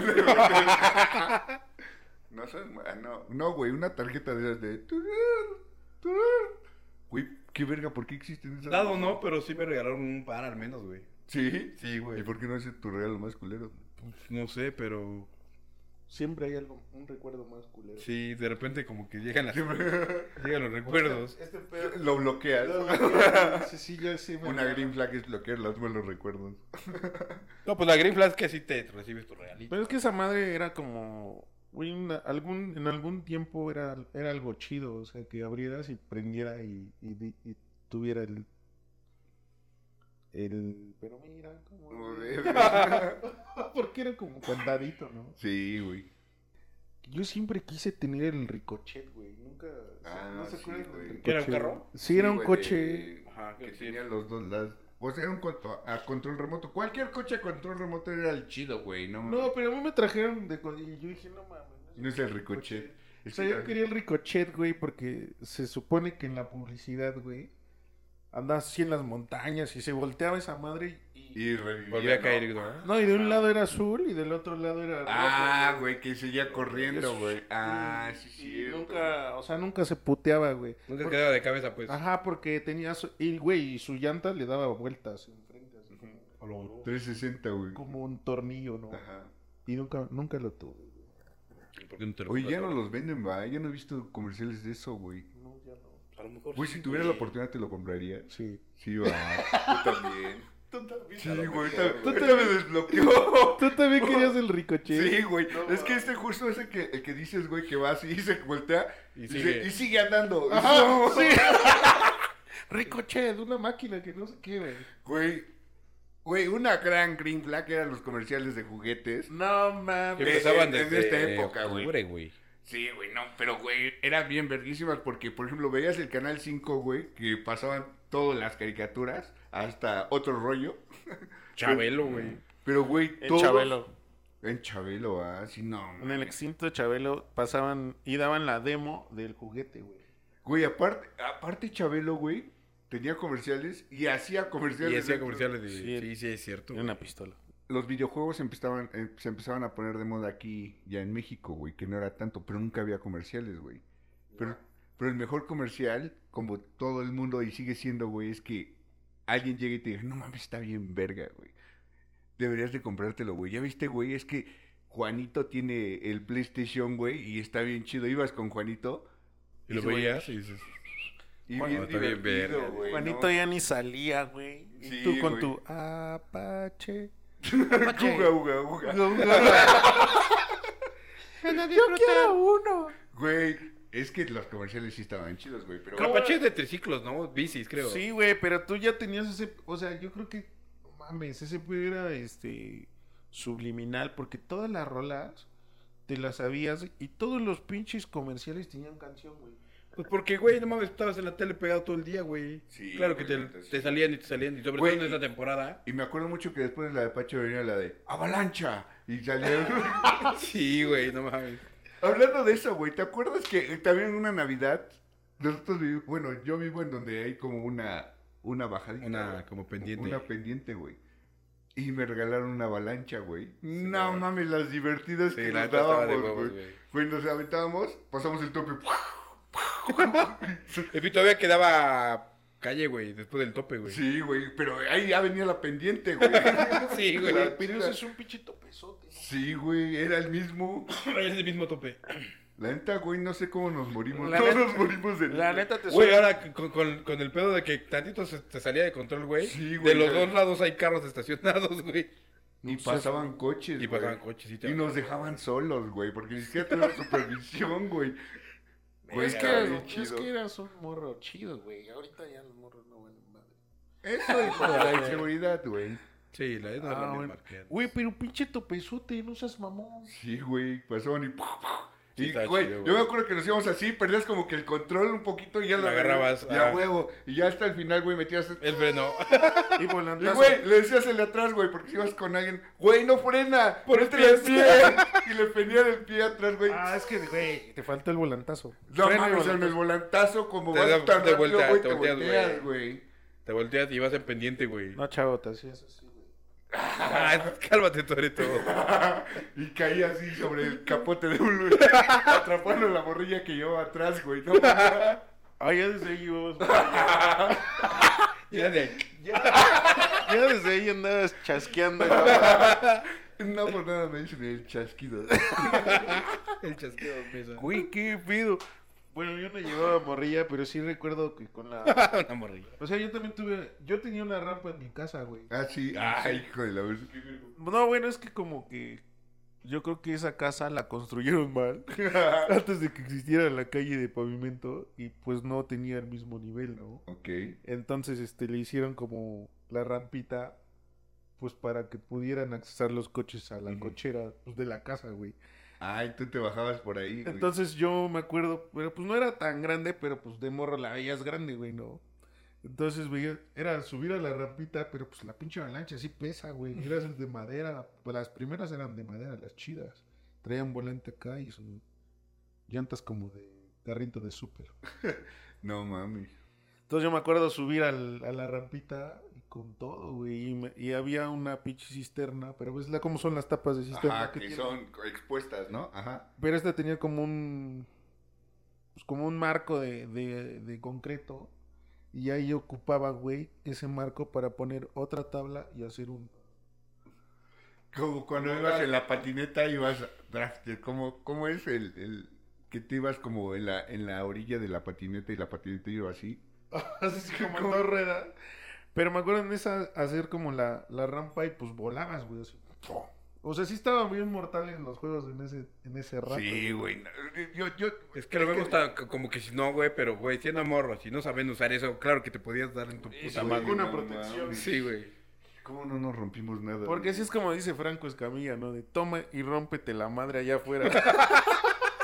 Speaker 2: No son, ah, no, no, güey, una tarjeta de esas de. turur, turur. Güey, qué verga, ¿por qué existen esas?
Speaker 3: Dado no, pero sí me regalaron un par al menos, güey.
Speaker 2: ¿Sí?
Speaker 3: Sí,
Speaker 2: ¿Y por qué no haces tu regalo más culero?
Speaker 3: No sé, pero.
Speaker 1: Siempre hay algo, un recuerdo más culero.
Speaker 3: Sí, de repente como que llegan las. llegan los recuerdos.
Speaker 1: Este pedo.
Speaker 2: Lo bloqueas.
Speaker 1: Sí, sí, ya sí me-
Speaker 2: Una green flag es bloquear los buenos recuerdos.
Speaker 3: No, pues la Green Flash que así te recibes tu regalito.
Speaker 1: Pero es que esa madre era como. Güey, una- algún, en algún tiempo era, era algo chido. O sea, que abrieras y prendiera y, y di- y tuviera el. El. Pero mira, como. Porque era como candadito, ¿no?
Speaker 2: Sí, güey.
Speaker 1: Yo siempre quise tener el ricochet, güey. Nunca. o sea,
Speaker 2: Ah,
Speaker 1: ¿No se
Speaker 2: sí,
Speaker 1: acuerdan
Speaker 2: güey.
Speaker 1: del
Speaker 3: ¿Qué era, un
Speaker 1: ricochet?
Speaker 3: carro?
Speaker 1: Sí, era un
Speaker 2: güey,
Speaker 1: coche.
Speaker 2: de-
Speaker 3: Ajá,
Speaker 2: que
Speaker 3: que sí.
Speaker 2: tenía los dos las. O sea, era un conto- a control remoto. Cualquier coche a control remoto era el chido, güey. No,
Speaker 1: No, pero a mí me trajeron de. co- Y yo dije, no mames.
Speaker 2: No es el ricochet.
Speaker 1: O sea, yo quería el ricochet, güey, porque se supone que en la publicidad, güey, andas así en las montañas y se volteaba esa madre y...
Speaker 2: Y revivía,
Speaker 3: Volví a
Speaker 2: ¿no?
Speaker 3: caer, ¿no?
Speaker 1: No, y "Ah". de un lado era azul y del otro lado era... rojo,
Speaker 2: Ah, güey, que seguía corriendo, güey. Ah, sí,
Speaker 1: Y
Speaker 2: sí.
Speaker 1: nunca, o sea, nunca se puteaba, güey.
Speaker 3: Nunca te quedaba de cabeza, pues.
Speaker 1: Ajá, porque tenía... su- Y, güey, y su llanta le daba vueltas enfrente, así como,
Speaker 2: 360, güey.
Speaker 1: como un tornillo, ¿no?
Speaker 2: Ajá.
Speaker 1: Y nunca, nunca lo tuve. güey.
Speaker 3: ¿Por qué no te lo
Speaker 2: Oye, ya
Speaker 3: compras
Speaker 2: no
Speaker 3: ahora?
Speaker 2: los venden, va. Ya no he visto comerciales de eso, güey.
Speaker 1: No, ya no.
Speaker 4: A lo mejor
Speaker 2: Güey,
Speaker 4: sí,
Speaker 2: si tuviera la
Speaker 4: güey.
Speaker 2: oportunidad, te lo compraría.
Speaker 1: Sí.
Speaker 2: Sí, va. Yo también. Sí, güey. ta-
Speaker 1: güey.
Speaker 2: Tú te me desbloqueó.
Speaker 1: Tú también querías el ricochet.
Speaker 2: Sí, güey. es que este justo ese que, el que dices, güey, que va así y se voltea
Speaker 3: Y
Speaker 2: y
Speaker 3: sigue.
Speaker 2: sigue, y sigue andando.
Speaker 1: Ajá,
Speaker 2: No,
Speaker 1: sí. Ricochet, una máquina que no sé qué, güey.
Speaker 2: Güey, güey, una gran green flag eran los comerciales de juguetes.
Speaker 1: No
Speaker 3: Que
Speaker 1: mames.
Speaker 3: empezaban
Speaker 2: en- en
Speaker 3: desde
Speaker 2: esta época, güey.
Speaker 3: octubre, güey.
Speaker 2: Sí, güey, no, pero güey, eran bien verguísimas porque, por ejemplo, veías el Canal 5, güey, que pasaban todas las caricaturas hasta otro rollo.
Speaker 3: Chabelo, güey.
Speaker 2: Pero, güey,
Speaker 1: En
Speaker 2: todos-
Speaker 1: Chabelo.
Speaker 2: En Chabelo, ah, sí, no.
Speaker 1: En el extinto Chabelo pasaban y daban la demo del juguete, güey.
Speaker 2: Güey, aparte, aparte Chabelo, güey, tenía comerciales y hacía comerciales.
Speaker 3: Y hacía
Speaker 2: dentro-
Speaker 3: comerciales de...
Speaker 1: Sí.
Speaker 3: Sí, sí, es cierto.
Speaker 1: Y una pistola.
Speaker 2: los videojuegos empezaban, em- se empezaban a poner de moda aquí, ya en México, güey, que no era tanto, pero nunca había comerciales, güey. Pero, pero el mejor comercial, como todo el mundo y sigue siendo, güey, es que alguien llegue y te diga, no mames, está bien verga, güey. Deberías de comprártelo, güey. Ya viste, güey, es que Juanito tiene el PlayStation, güey, y está bien chido. Ibas con Juanito
Speaker 3: Y lo
Speaker 2: Ese güey-
Speaker 3: veías y dices...
Speaker 2: y
Speaker 3: Juanito está bien
Speaker 2: divertido,
Speaker 3: verga,
Speaker 2: güey,
Speaker 1: Juanito
Speaker 2: ¿no?
Speaker 1: ya ni salía, güey. Y
Speaker 2: Sí,
Speaker 1: tú con
Speaker 2: güey.
Speaker 1: tu apache.
Speaker 2: Uga, uga, uga.
Speaker 1: Yo quiero uno.
Speaker 2: Güey, es que los comerciales sí estaban chidos, güey, pero...
Speaker 3: Apache es de triciclos, ¿no? Bicis, creo.
Speaker 1: Sí, güey, pero tú ya tenías ese, o sea, yo creo que, no mames, ese pedo era, este, subliminal, porque todas las rolas te las sabías y todos los pinches comerciales tenían canción, güey.
Speaker 3: Pues porque, güey, no mames, estabas en la tele pegado todo el día, güey.
Speaker 2: Sí,
Speaker 3: claro que
Speaker 2: güey,
Speaker 3: te,
Speaker 2: neta, sí.
Speaker 3: te salían y te salían. Y sobre
Speaker 2: Güey,
Speaker 3: todo en
Speaker 2: y-
Speaker 3: esta temporada.
Speaker 2: Y me acuerdo mucho que después de la de Pacho venía la de Avalancha. Y salieron.
Speaker 3: Sí, güey, no mames.
Speaker 2: Hablando de eso, güey, ¿te acuerdas que también en una Navidad, nosotros vivimos, bueno, yo vivo en donde hay como una, una bajadita.
Speaker 3: Una
Speaker 2: güey.
Speaker 3: como pendiente.
Speaker 2: Una pendiente, güey. Y me regalaron una avalancha, güey. no mames, las divertidas
Speaker 3: Sí,
Speaker 2: que
Speaker 3: la
Speaker 2: nos
Speaker 3: neta estaba de
Speaker 2: dábamos,
Speaker 3: huevos,
Speaker 2: güey.
Speaker 3: güey.
Speaker 2: Güey, nos aventábamos, pasamos el tope.
Speaker 3: El pito todavía quedaba calle, güey, después del tope, güey.
Speaker 2: Sí, güey, pero ahí ya venía la pendiente, güey.
Speaker 3: Sí, güey.
Speaker 2: La
Speaker 4: Pero
Speaker 2: puta.
Speaker 4: ese es un pichito pesote.
Speaker 2: Sí, güey, era el mismo.
Speaker 3: Es el mismo tope.
Speaker 2: La neta, güey, no sé cómo nos morimos.
Speaker 1: La
Speaker 2: no
Speaker 1: neta-
Speaker 2: nos morimos de
Speaker 1: La neta te
Speaker 3: Güey,
Speaker 1: suena.
Speaker 3: ahora con, con- con el pedo de que tantito se te salía de control, güey.
Speaker 2: Sí, güey.
Speaker 3: de los dos lados hay carros estacionados, güey.
Speaker 2: Y
Speaker 1: pues,
Speaker 2: pasaban coches,
Speaker 3: Y
Speaker 2: güey.
Speaker 3: pasaban coches y te-
Speaker 2: Y nos dejaban solos, güey, porque ni siquiera tuvimos supervisión, güey. Güey,
Speaker 1: es, que
Speaker 2: estaba
Speaker 1: eras,
Speaker 2: bien
Speaker 1: es
Speaker 2: chido.
Speaker 1: que eras un morro chido, güey. Ahorita ya los morros no valen madre.
Speaker 2: Eso, hijo de la inseguridad, güey.
Speaker 3: Sí, la neta
Speaker 1: Ah,
Speaker 3: la
Speaker 1: bueno.
Speaker 3: marqué.
Speaker 1: Güey, pero pinche topezote, no seas mamón.
Speaker 2: Sí, güey, pasaban y...
Speaker 3: Sí,
Speaker 2: Y,
Speaker 3: estaba
Speaker 2: güey,
Speaker 3: chido,
Speaker 2: yo
Speaker 3: güey.
Speaker 2: me acuerdo que nos íbamos así, perdías como que el control un poquito y ya
Speaker 3: Lo
Speaker 2: lo
Speaker 3: agarrabas,
Speaker 2: Ya,
Speaker 3: ah.
Speaker 2: huevo. Y ya hasta el final, güey, metías...
Speaker 3: El freno.
Speaker 1: Y
Speaker 2: Y,
Speaker 1: volantazo.
Speaker 2: güey, le decías el de atrás, güey, porque si ibas con alguien, güey, no frena,
Speaker 3: Por
Speaker 2: ponete el pie.
Speaker 3: pies.
Speaker 2: Y le ponía el pie atrás, güey.
Speaker 1: Ah, es que, güey, te faltó el volantazo.
Speaker 2: No
Speaker 1: Frena y
Speaker 2: mames, en el
Speaker 1: volantazo.
Speaker 2: volantazo, como
Speaker 3: Te
Speaker 2: vas
Speaker 3: da-
Speaker 2: tan
Speaker 3: te
Speaker 2: rápido,
Speaker 3: vuelta-
Speaker 2: güey,
Speaker 3: te
Speaker 2: te
Speaker 3: volteas,
Speaker 2: volteas, güey.
Speaker 3: Te volteas y vas en pendiente, güey.
Speaker 1: No, chavo, te hacías así, güey.
Speaker 3: Ah, cálmate, Toreto.
Speaker 2: Y caí así sobre el capote de un lugar, atrapando la morrilla que llevaba atrás, güey. No, mames.
Speaker 1: Ah, ya desde ahí íbamos.
Speaker 3: Mira de-
Speaker 1: ya desde ahí andabas chasqueando.
Speaker 2: no por nada me dicen el chasquido.
Speaker 3: El chasqueo empieza.
Speaker 1: Güey, qué pido. Bueno, yo no llevaba morrilla, pero sí recuerdo que con la...
Speaker 3: Una morrilla.
Speaker 1: O sea, yo también tuve... Yo tenía una rampa en mi casa, güey.
Speaker 2: Ah, sí. Ay, hijo de la vez.
Speaker 1: No, bueno, es que como que... Yo creo que esa casa la construyeron mal. Antes de que existiera la calle de pavimento. Y pues no tenía el mismo nivel, ¿no?
Speaker 2: ok.
Speaker 1: Entonces, este, le hicieron como la rampita, pues para que pudieran accesar los coches a la cochera pues, de la casa, güey.
Speaker 2: Ay, tú te bajabas por ahí, güey.
Speaker 1: Entonces yo me acuerdo, pero pues no era tan grande, pero pues de morro la veías grande, güey, ¿no? Entonces, güey, era subir a la rampita, pero pues la pinche avalancha sí pesa, güey. Eran de madera, pues, las primeras eran de madera, las chidas. Traían volante acá y son llantas como de carrito de súper.
Speaker 2: No mames.
Speaker 1: Entonces yo me acuerdo subir al- a la rampita y con todo, güey. Y, me- y había una pinche cisterna, pero ves la, cómo son las tapas de cisterna.
Speaker 2: Ajá,
Speaker 1: que
Speaker 2: que
Speaker 1: tiene?
Speaker 2: son expuestas, ¿no? Ajá.
Speaker 1: Pero esta tenía como un. Pues como un marco de, de- de concreto. Y ahí ocupaba, güey, ese marco para poner otra tabla y hacer un.
Speaker 2: Como cuando ibas en la patineta ibas drafter, como cómo es el, el que te ibas como en la en la orilla de la patineta y la patineta iba así?
Speaker 1: Así como en dos ruedas. Pero me acuerdo en esa hacer como la, la rampa y pues volabas, güey. así. O sea, sí estaban bien mortales los juegos en ese, en ese rato.
Speaker 2: Sí, güey. no, Yo, yo,
Speaker 3: Es que lo vemos tan- como que si no, güey, pero, güey, siendo morro, si no saben usar eso, claro que te podías dar en tu puta
Speaker 2: este, güey,
Speaker 3: madre.
Speaker 1: ninguna
Speaker 2: no
Speaker 1: protección.
Speaker 2: mames.
Speaker 3: Sí, güey.
Speaker 2: ¿Cómo no nos rompimos nada?
Speaker 1: Porque
Speaker 2: güey?
Speaker 1: así es como dice Franco Escamilla, ¿no? De toma y rómpete la madre allá afuera.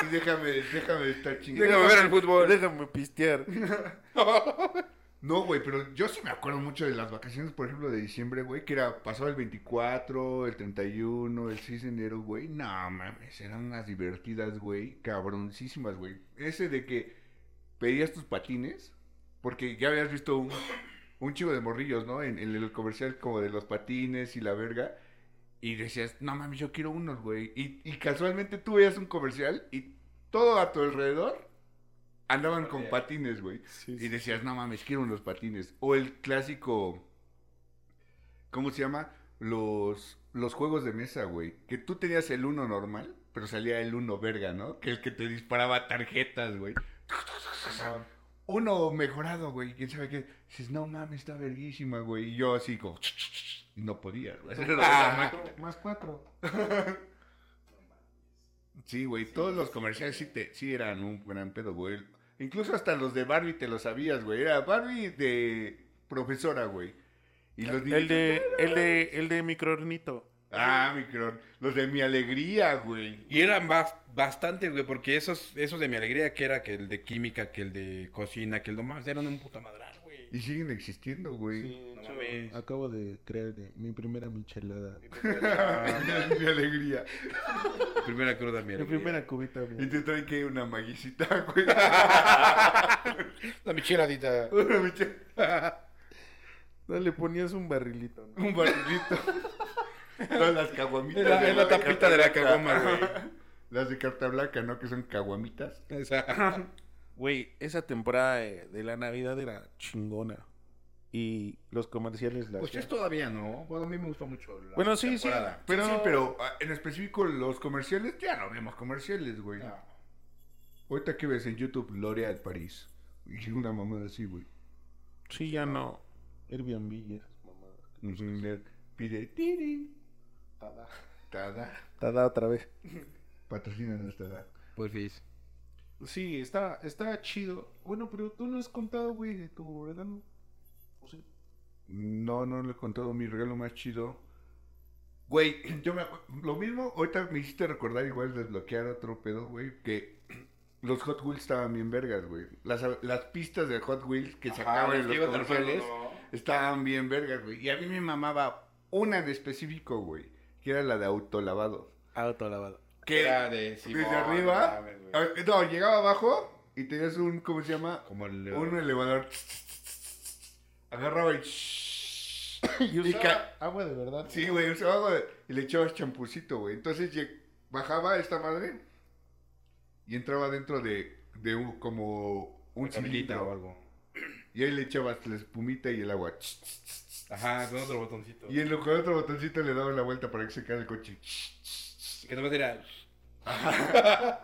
Speaker 2: Y déjame, déjame estar chingando.
Speaker 3: Déjame ver el fútbol.
Speaker 1: Déjame pistear.
Speaker 2: No, güey, pero yo sí me acuerdo mucho de las vacaciones, por ejemplo, de diciembre, güey, que era, pasaba el 24, el 31, el 6 de enero, güey. No, mames, eran unas divertidas, güey, cabroncísimas, güey. Ese de que pedías tus patines, porque ya habías visto un, un chivo de morrillos, ¿no? En, en el comercial como de los patines y la verga. Y decías, no mames, yo quiero unos, güey. Y, y casualmente tú veías un comercial y todo a tu alrededor andaban con patines, güey. Y decías, no mames, quiero unos patines. O el clásico, ¿cómo se llama? Los, los juegos de mesa, güey. Que tú tenías el uno normal, pero salía el uno verga, ¿no? Que el que te disparaba tarjetas, güey. Uno mejorado, güey. ¿Quién sabe qué? Dices, no mames, está verguísima, güey. Y yo así como... Y no podía, güey.
Speaker 1: Más cuatro.
Speaker 2: Sí, güey, todos los comerciales sí, te, sí eran un gran pedo, güey. Incluso hasta los de Barbie te lo sabías, güey. Era Barbie de profesora, güey. Y los niños-
Speaker 1: El de, el de, el de microornito.
Speaker 2: Ah, mi cron. Los de mi alegría, güey.
Speaker 3: Y eran bas- bastantes, güey, porque esos, esos de mi alegría, que era que el de química, que el de cocina, que el de más, eran un puta madral, güey.
Speaker 2: Y siguen existiendo, güey.
Speaker 3: No mames.
Speaker 5: Acabo de crear mi primera michelada.
Speaker 2: mi alegría.
Speaker 3: Primera cruda, mi
Speaker 5: Mi
Speaker 3: alegría.
Speaker 5: primera cubita, mi
Speaker 2: Y te traen que una maguisita, güey.
Speaker 3: La micheladita.
Speaker 2: Una miche-
Speaker 5: No, le ponías un barrilito, ¿no?
Speaker 2: Un barrilito. Todas las caguamitas.
Speaker 3: Es la,
Speaker 2: de
Speaker 3: es la
Speaker 2: Carta
Speaker 3: tapita de la
Speaker 2: Blanca.
Speaker 3: cagoma, güey.
Speaker 2: Las de carta blanca, ¿no? Que son caguamitas.
Speaker 3: Esa-
Speaker 1: Güey, esa temporada de, de la Navidad era chingona. Y los comerciales
Speaker 5: Pues
Speaker 1: la hacían.
Speaker 3: Ustedes Pues todavía no. Bueno, a mí me gusta mucho. la
Speaker 1: Bueno, sí, sí.
Speaker 3: temporada.
Speaker 2: Pero sí, pero ah, en específico los comerciales, ya no vemos comerciales, güey. Ahorita que ves en YouTube L'Oreal París. Y una mamada así, güey.
Speaker 1: Sí, ya no.
Speaker 5: Airbnb y esas mamadas.
Speaker 2: Le Pide tirin. Tada. Tada.
Speaker 1: Tada otra vez.
Speaker 2: Patrocina nuestra edad.
Speaker 3: Pues fíjate.
Speaker 5: Sí, está, está chido. Bueno, pero tú no has contado, güey, de tu regalo. O sea,
Speaker 2: No, no le he contado mi regalo más chido. Güey, yo me acu- lo mismo, ahorita me hiciste recordar igual desbloquear otro pedo, güey, que los Hot Wheels estaban bien vergas, güey. Las, las pistas de Hot Wheels que sacaban en los comerciales estaban bien vergas, güey. Y a mí me mamaba una en específico, güey, que era la de autolavado.
Speaker 1: Auto lavado.
Speaker 2: Que
Speaker 3: Era de Simón,
Speaker 2: desde arriba,
Speaker 3: mames, güey.
Speaker 2: a- no, llegaba abajo y tenías un, ¿cómo se llama?
Speaker 3: Como el.
Speaker 2: Un elevador. Agarraba y...
Speaker 5: y
Speaker 2: y
Speaker 5: usaba
Speaker 2: ca-
Speaker 5: agua de verdad.
Speaker 2: Sí, güey, usaba agua de- y le echabas champucito, güey. Entonces lleg- bajaba esta madre y entraba dentro de, de un, como un
Speaker 3: Un cilindro o
Speaker 2: cilindro.
Speaker 3: algo.
Speaker 2: Y ahí le echabas la espumita y el agua.
Speaker 3: Ajá, con otro botoncito.
Speaker 2: Y en lo con otro botoncito le dabas la vuelta para que se quede el coche.
Speaker 3: Que nomás era.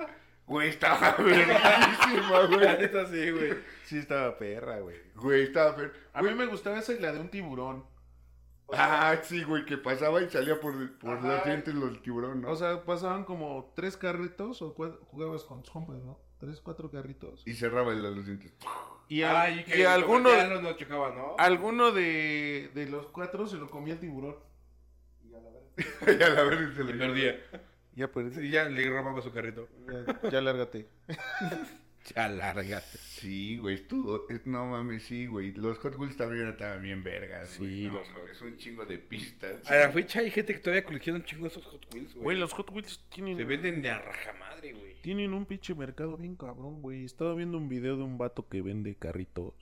Speaker 2: Güey, estaba verguísima, güey.
Speaker 3: Neta, sí, güey.
Speaker 5: Sí, estaba perra, güey.
Speaker 2: Güey, estaba ver...
Speaker 5: A mí me gustaba esa y la de un tiburón.
Speaker 2: Ah, sí, güey, que pasaba y salía por, por
Speaker 5: Ajá.
Speaker 2: los dientes los tiburón, ¿no?
Speaker 5: O sea, pasaban como tres carritos o cua- jugabas con tus compas, ¿no? Tres, cuatro carritos. Ah,
Speaker 2: Y cerraba el- los dientes.
Speaker 1: Y, al-
Speaker 3: Ay,
Speaker 1: y alguno,
Speaker 3: Ya no, no chocaba, ¿no?
Speaker 1: alguno de...
Speaker 5: De, de los cuatro se lo comía el tiburón. Y a la verga.
Speaker 2: y a la vez se
Speaker 3: Le
Speaker 2: le
Speaker 3: perdía.
Speaker 1: Ya perdí.
Speaker 3: Y ya le robaba su carrito.
Speaker 5: pues, Ya, ya lárgate.
Speaker 3: Ya largaste.
Speaker 2: Sí, güey, estuvo. es- No mames, sí, güey. Los Hot Wheels también estaban bien vergas. güey.
Speaker 1: Sí,
Speaker 2: No
Speaker 1: los Ah,
Speaker 2: mames, un chingo de pistas.
Speaker 3: A la fecha hay gente que todavía colecciona un chingo de esos Hot Wheels, güey.
Speaker 1: Güey, los Hot Wheels
Speaker 3: Se
Speaker 1: tienen,
Speaker 3: venden de a rajamadre, güey.
Speaker 1: tienen un pinche mercado bien cabrón, güey. Estaba viendo un video de un vato que vende carritos.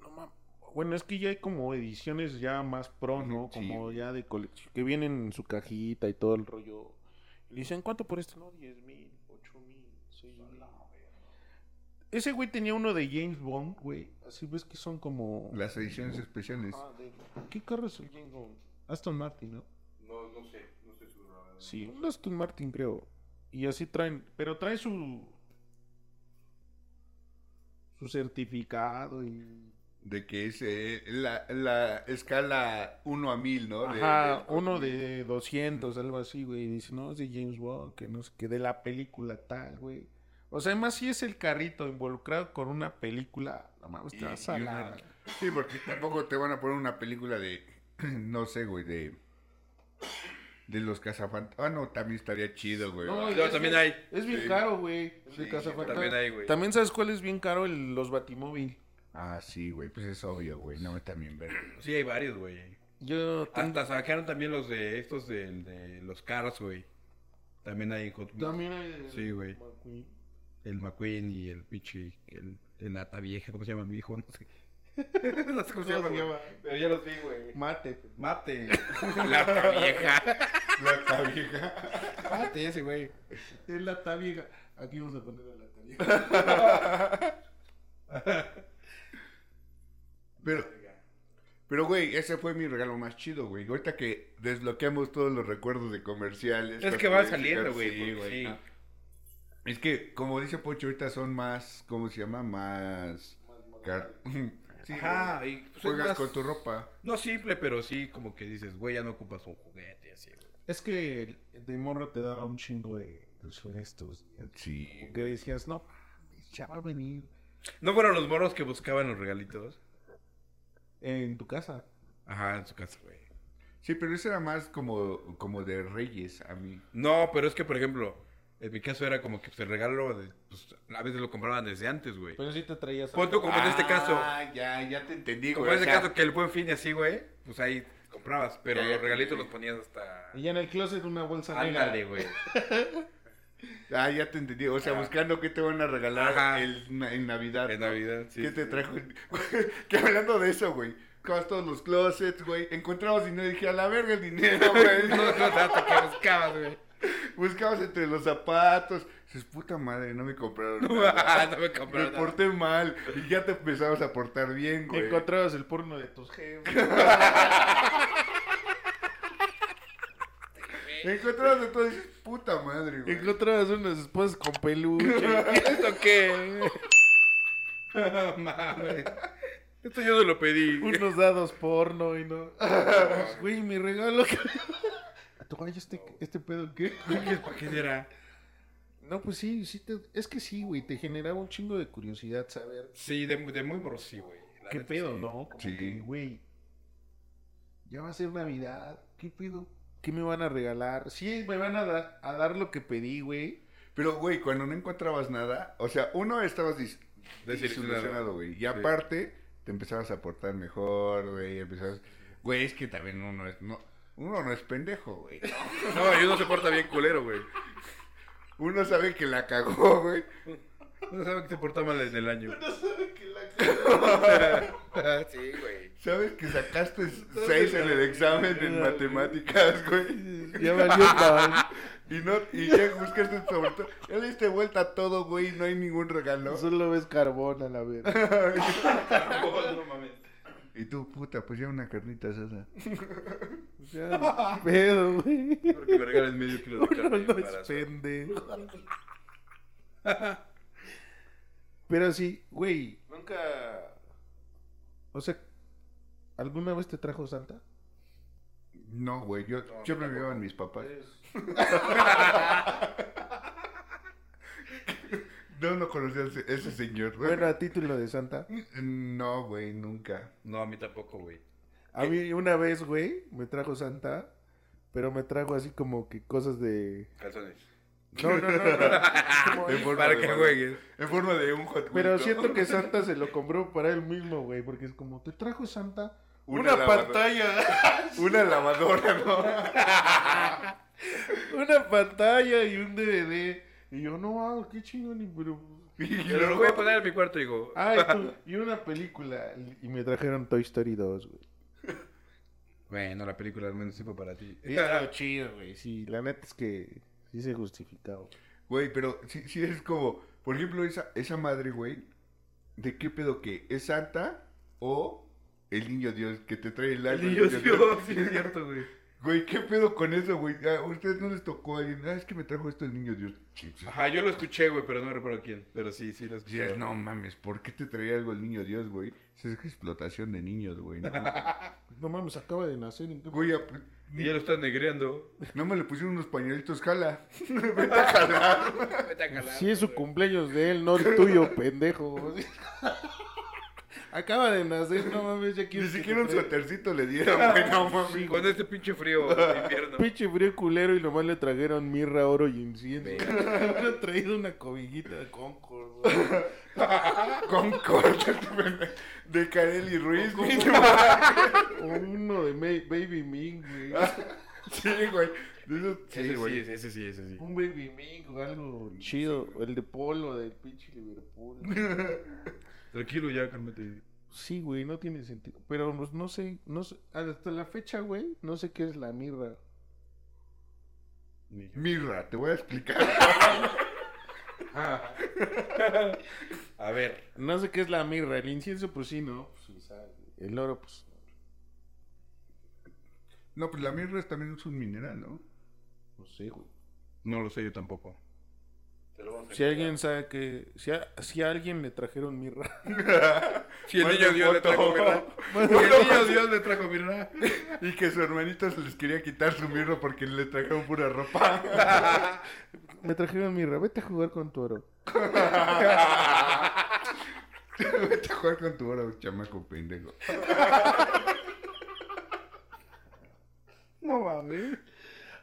Speaker 1: No mames. Bueno, es que ya hay como ediciones ya más pro, ¿no?
Speaker 2: Sí,
Speaker 1: Como
Speaker 2: güey.
Speaker 1: ya de colección. Que vienen en su cajita y todo el rollo. Y le dicen, ¿cuánto por este? No, 10 mil, 8 mil, 6 mil. Ese güey tenía uno de James Bond, güey. Así ves que son como...
Speaker 2: Las ediciones especiales.
Speaker 1: Ah, de-
Speaker 5: ¿Qué carro es el James Bond? Aston Martin, ¿no?
Speaker 3: No, no sé, no estoy seguro.
Speaker 1: Sí, un Aston Martin creo. Y así traen, pero trae su
Speaker 5: Su certificado y...
Speaker 2: De que es eh, la, la escala 1 a 1000, ¿no? De-
Speaker 1: ajá,
Speaker 2: de-
Speaker 1: uno de 200, algo así, güey, y dice, "No, es de James Bond, que no sé qué de la película tal, güey." O sea, además si es el carrito involucrado con una película, no mames,
Speaker 2: y-
Speaker 1: te vas a
Speaker 2: y
Speaker 1: la-
Speaker 2: una- Sí, porque tampoco te van a poner una película de. No sé, güey, de. De los cazafantas. Ah, no, también estaría chido, güey.
Speaker 5: No,
Speaker 3: No, también hay.
Speaker 5: Es bien
Speaker 2: Sí.
Speaker 5: caro, güey. el de
Speaker 2: Sí,
Speaker 5: Cazafantasmas.
Speaker 3: También hay, güey.
Speaker 1: También sabes cuál es bien caro el, los Batimóvil.
Speaker 2: Ah, sí, güey, pues es obvio, güey. No, también verga.
Speaker 3: Sí, hay varios, güey.
Speaker 1: Yo
Speaker 2: Ah.
Speaker 1: tengo-
Speaker 3: Hasta sacaron también los de estos de, de los carros, güey. También hay en Hot Wheels.
Speaker 5: También hay... el-
Speaker 3: Sí, güey. El McQueen y el pinche. El, el nata vieja, ¿cómo se llama mi viejo? No sé. no sé cómo se llama, güey. Pero ya los vi, güey.
Speaker 5: Mate.
Speaker 1: pues.
Speaker 3: Mate. Lata vieja.
Speaker 2: La vieja.
Speaker 3: Mate ese, güey.
Speaker 5: Es la tabiega. Aquí vamos a poner a la tabiega.
Speaker 2: Pero, pero güey, ese fue mi regalo más chido, güey. Ahorita que desbloqueamos todos los recuerdos de comerciales.
Speaker 3: Es que
Speaker 2: para poder
Speaker 3: va saliendo,
Speaker 2: explicar,
Speaker 3: güey.
Speaker 2: sí,
Speaker 3: porque
Speaker 2: güey.
Speaker 3: sí.
Speaker 2: Ah. Es que, como dice Pocho, ahorita son más, ¿cómo se llama? Más... car- Sí,
Speaker 3: Ajá,
Speaker 2: güey.
Speaker 3: y pues, es
Speaker 2: Juegas
Speaker 3: más-
Speaker 2: con tu ropa.
Speaker 3: No simple, pero sí como que dices, güey, ya no ocupas un juguete así, güey.
Speaker 5: Es que de morro te daba un chingo de los estos.
Speaker 2: Sí.
Speaker 5: Que decías, no, mames, ya va a venir
Speaker 3: ¿No fueron los moros que buscaban los regalitos?
Speaker 5: en tu casa.
Speaker 3: Ajá, en su casa, güey.
Speaker 2: Sí, pero eso era más como, como de reyes a mí.
Speaker 3: No, pero es que, por ejemplo, en mi caso era como que pues, el regalo, de- pues, a veces lo compraban desde antes, güey.
Speaker 2: Pues,
Speaker 1: Pero sí te traías.
Speaker 3: Pon tú como en este caso,
Speaker 2: Ah, ya, ya te entendí,
Speaker 3: como
Speaker 2: güey.
Speaker 3: en
Speaker 2: o
Speaker 3: este
Speaker 2: sea,
Speaker 3: caso que el buen fin y así, güey, pues ahí comprabas, pero
Speaker 2: Ya, ya
Speaker 3: los regalitos
Speaker 2: entendí.
Speaker 3: los ponías hasta...
Speaker 1: Y en el closet una bolsa
Speaker 3: Ándale,
Speaker 1: negra.
Speaker 3: güey.
Speaker 2: Ah, ya te entendí. O sea, buscando qué te van a regalar
Speaker 3: Ajá.
Speaker 2: el, na- en Navidad.
Speaker 3: En Navidad, sí.
Speaker 2: ¿Qué te trajo? que hablando de eso, güey. Acabas todos los closets, güey. Encontramos dinero y dije, a la verga el dinero, güey.
Speaker 3: No, no, hasta que buscabas, güey.
Speaker 2: Buscabas entre los zapatos. Dices, puta madre, no me compraron nada.
Speaker 3: Ah, no me
Speaker 2: Me
Speaker 3: compraron. nada.
Speaker 2: porté mal. Y ya te empezabas a portar bien, güey.
Speaker 1: Encontrabas el porno de tus jefes.
Speaker 2: Encontrabas de todo y dices, puta madre, güey.
Speaker 1: Encontrabas unas esposas con peluche.
Speaker 3: ¿Esto qué? No mames. Esto yo no lo pedí.
Speaker 1: unos dados porno y no. Güey, mi regalo.
Speaker 5: Ah,
Speaker 1: ¿Tú güey, este, este pedo qué?
Speaker 3: ¿Para qué será?
Speaker 1: No, pues sí, sí te- es que sí, güey, te generaba un chingo de curiosidad saber
Speaker 3: Sí, de, de muy morro, sí, güey. La
Speaker 1: qué
Speaker 3: neta,
Speaker 1: pedo,
Speaker 3: sí.
Speaker 1: ¿no? Como
Speaker 2: Sí.
Speaker 1: que, güey, ya va a ser Navidad, ¿qué pedo? ¿Qué me van a regalar? Sí, me van a dar, a dar lo que pedí, güey.
Speaker 2: Pero, güey, cuando no encontrabas nada, o sea, uno estabas dis-
Speaker 3: Desilusionado.
Speaker 2: desilusionado, güey. Y
Speaker 3: Sí.
Speaker 2: aparte, te empezabas a portar mejor, güey. Empezabas. Güey, es que también uno es. No, uno no es pendejo, güey.
Speaker 3: No, y uno se porta bien culero, güey.
Speaker 2: Uno sabe que la cagó, güey.
Speaker 3: Uno sabe que se porta mal en el año.
Speaker 6: Sí, güey.
Speaker 2: Sabes que sacaste seis en el examen en matemáticas, güey.
Speaker 1: Ya valió, cabrón.
Speaker 2: Y no, y ya buscaste sobre todo. Ya le diste vuelta a todo, güey. No hay ningún regalo.
Speaker 1: Solo ves carbón a la vez.
Speaker 3: No mames.
Speaker 2: Y tú, puta, pues ya una carnita asada.
Speaker 1: Ya, pedo, güey.
Speaker 3: Porque me regales medio kilo de
Speaker 1: Uno
Speaker 3: carne
Speaker 1: no
Speaker 3: para
Speaker 1: es
Speaker 3: su-
Speaker 1: pendejo. Pero sí, güey,
Speaker 7: Nunca.
Speaker 1: o sea, ¿alguna vez te trajo Santa?
Speaker 2: No, güey. Yo siempre me iban mis papás. No, no conocía a ese, ese señor. güey.
Speaker 1: Bueno, a título de Santa.
Speaker 2: No, güey, nunca.
Speaker 3: No, a mí tampoco, güey.
Speaker 1: A mí una vez, güey, me trajo Santa, pero me trajo así como que cosas de...
Speaker 3: Calzones.
Speaker 1: No, no, no, no.
Speaker 2: Ah,
Speaker 1: Como-
Speaker 2: En forma
Speaker 3: Para
Speaker 2: de
Speaker 3: que
Speaker 2: balón.
Speaker 3: juegues.
Speaker 2: En forma de un hot
Speaker 1: Pero
Speaker 2: Wheels, ¿no?
Speaker 1: siento que Santa se lo compró para él mismo, güey, porque es como, te trajo Santa
Speaker 2: Una, lavadora- Una lavadora, ¿no?
Speaker 1: una pantalla y un DVD. Y yo, no, wow, qué chingón, y pero...
Speaker 2: Y
Speaker 3: Pero lo
Speaker 2: luego-
Speaker 3: voy a poner en mi cuarto, digo. "Ah,
Speaker 1: Ay, tú, y una película. Y me trajeron Toy Story 2, güey.
Speaker 3: Bueno, la película al menos sí fue para ti.
Speaker 1: Y estaba chido, güey. Sí, la neta es que sí se justificaba.
Speaker 2: Güey, pero si, si es como, por ejemplo, esa, esa madre, güey, ¿de qué pedo que? ¿Es Santa o el niño Dios que te trae el alma?
Speaker 3: El niño Dios, sí es cierto, güey.
Speaker 2: Güey, ¿qué pedo con eso, güey? A ustedes no les tocó a alguien. Ah, es que me trajo esto el niño Dios.
Speaker 3: Ajá, yo lo escuché, güey, pero no me recuerdo quién. Pero sí, sí lo escuché.
Speaker 2: Dices, no mames, ¿por qué te traía algo el niño Dios, güey? Esa es explotación de niños, güey. No,
Speaker 1: No mames, acaba de nacer. ¿en qué-
Speaker 2: güey, ap-
Speaker 3: Y ya lo estás negreando.
Speaker 2: no me le pusieron unos pañuelitos, jala. Vete a jalar.
Speaker 6: Vete a jalar.
Speaker 1: Sí, es su cumpleaños de él, no el tuyo, pendejo. acaba de nacer, no mames, ya
Speaker 2: Ni
Speaker 1: quieres que
Speaker 2: siquiera un
Speaker 1: te traiga-
Speaker 2: suétercito le dieron, güey. No mames.
Speaker 3: Con este pinche frío de invierno.
Speaker 1: Pinche frío culero y nomás le trajeron mirra, oro y incienso. Le han traído una cobijita de Concord, güey.
Speaker 2: Con cortes de Kareli Ruiz, güey.
Speaker 1: O uno de Ma- Baby Ming, güey.
Speaker 2: Sí, güey. De esos-
Speaker 3: Ese
Speaker 2: Sí, güey.
Speaker 3: ese ese sí, ese sí.
Speaker 1: Un Baby Ming o algo chido. El de Polo, del pinche Liverpool.
Speaker 3: Tranquilo ya, cálmate.
Speaker 1: Sí, güey, no tiene sentido. Pero pues, no sé, no sé- hasta la fecha, güey, no sé qué es la mirra.
Speaker 3: Ni yo.
Speaker 2: Mirra, te voy a explicar.
Speaker 3: A ver.
Speaker 1: No sé qué es la mirra. El incienso, pues sí, ¿no? Pues, sí, sabe. El oro, pues.
Speaker 2: No, pues la mirra es también es un mineral, ¿no?
Speaker 1: No sé, güey.
Speaker 3: No lo sé yo tampoco.
Speaker 1: Si alguien sabe que. Si a, si a alguien le trajeron mirra.
Speaker 3: Si el
Speaker 2: Mande
Speaker 3: niño Dios le
Speaker 2: foto.
Speaker 3: trajo mirra. Si el niño Dios le trajo mirra.
Speaker 2: Y que su hermanito se les quería quitar su mirra porque le trajeron pura ropa.
Speaker 1: Me trajeron mirra. Vete a jugar con tu oro.
Speaker 2: Vete a jugar con tu oro, chamaco pendejo.
Speaker 5: No mames.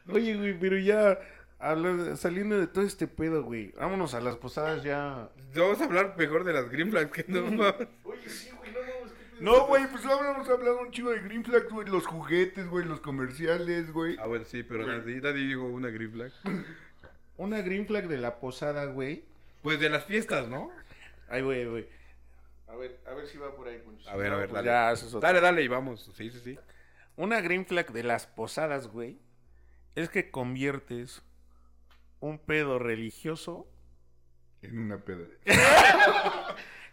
Speaker 5: Oye, güey, pero ya habla- saliendo de todo este pedo, güey. Vámonos a las posadas ya.
Speaker 4: Vamos a hablar mejor de las Green Flags que no mames.
Speaker 5: Oye, sí, güey, no mames.
Speaker 2: No, güey, pues ahora vamos a hablar un chico de Green Flags, güey, los juguetes, güey, los comerciales, güey.
Speaker 4: Ah, bueno, sí, pero nadie, dijo una Green Flag.
Speaker 5: Una green flag de la posada, güey.
Speaker 3: Pues de las fiestas, ¿no?
Speaker 5: Ay, güey, güey. A ver, a ver si va por ahí, Punch.
Speaker 3: A ver, a ver,
Speaker 1: Pues
Speaker 3: dale.
Speaker 1: ya, eso es otra.
Speaker 3: Dale, dale, y vamos. Sí, sí, sí.
Speaker 1: Una green flag de las posadas, güey, es que conviertes un pedo religioso.
Speaker 2: En una peda.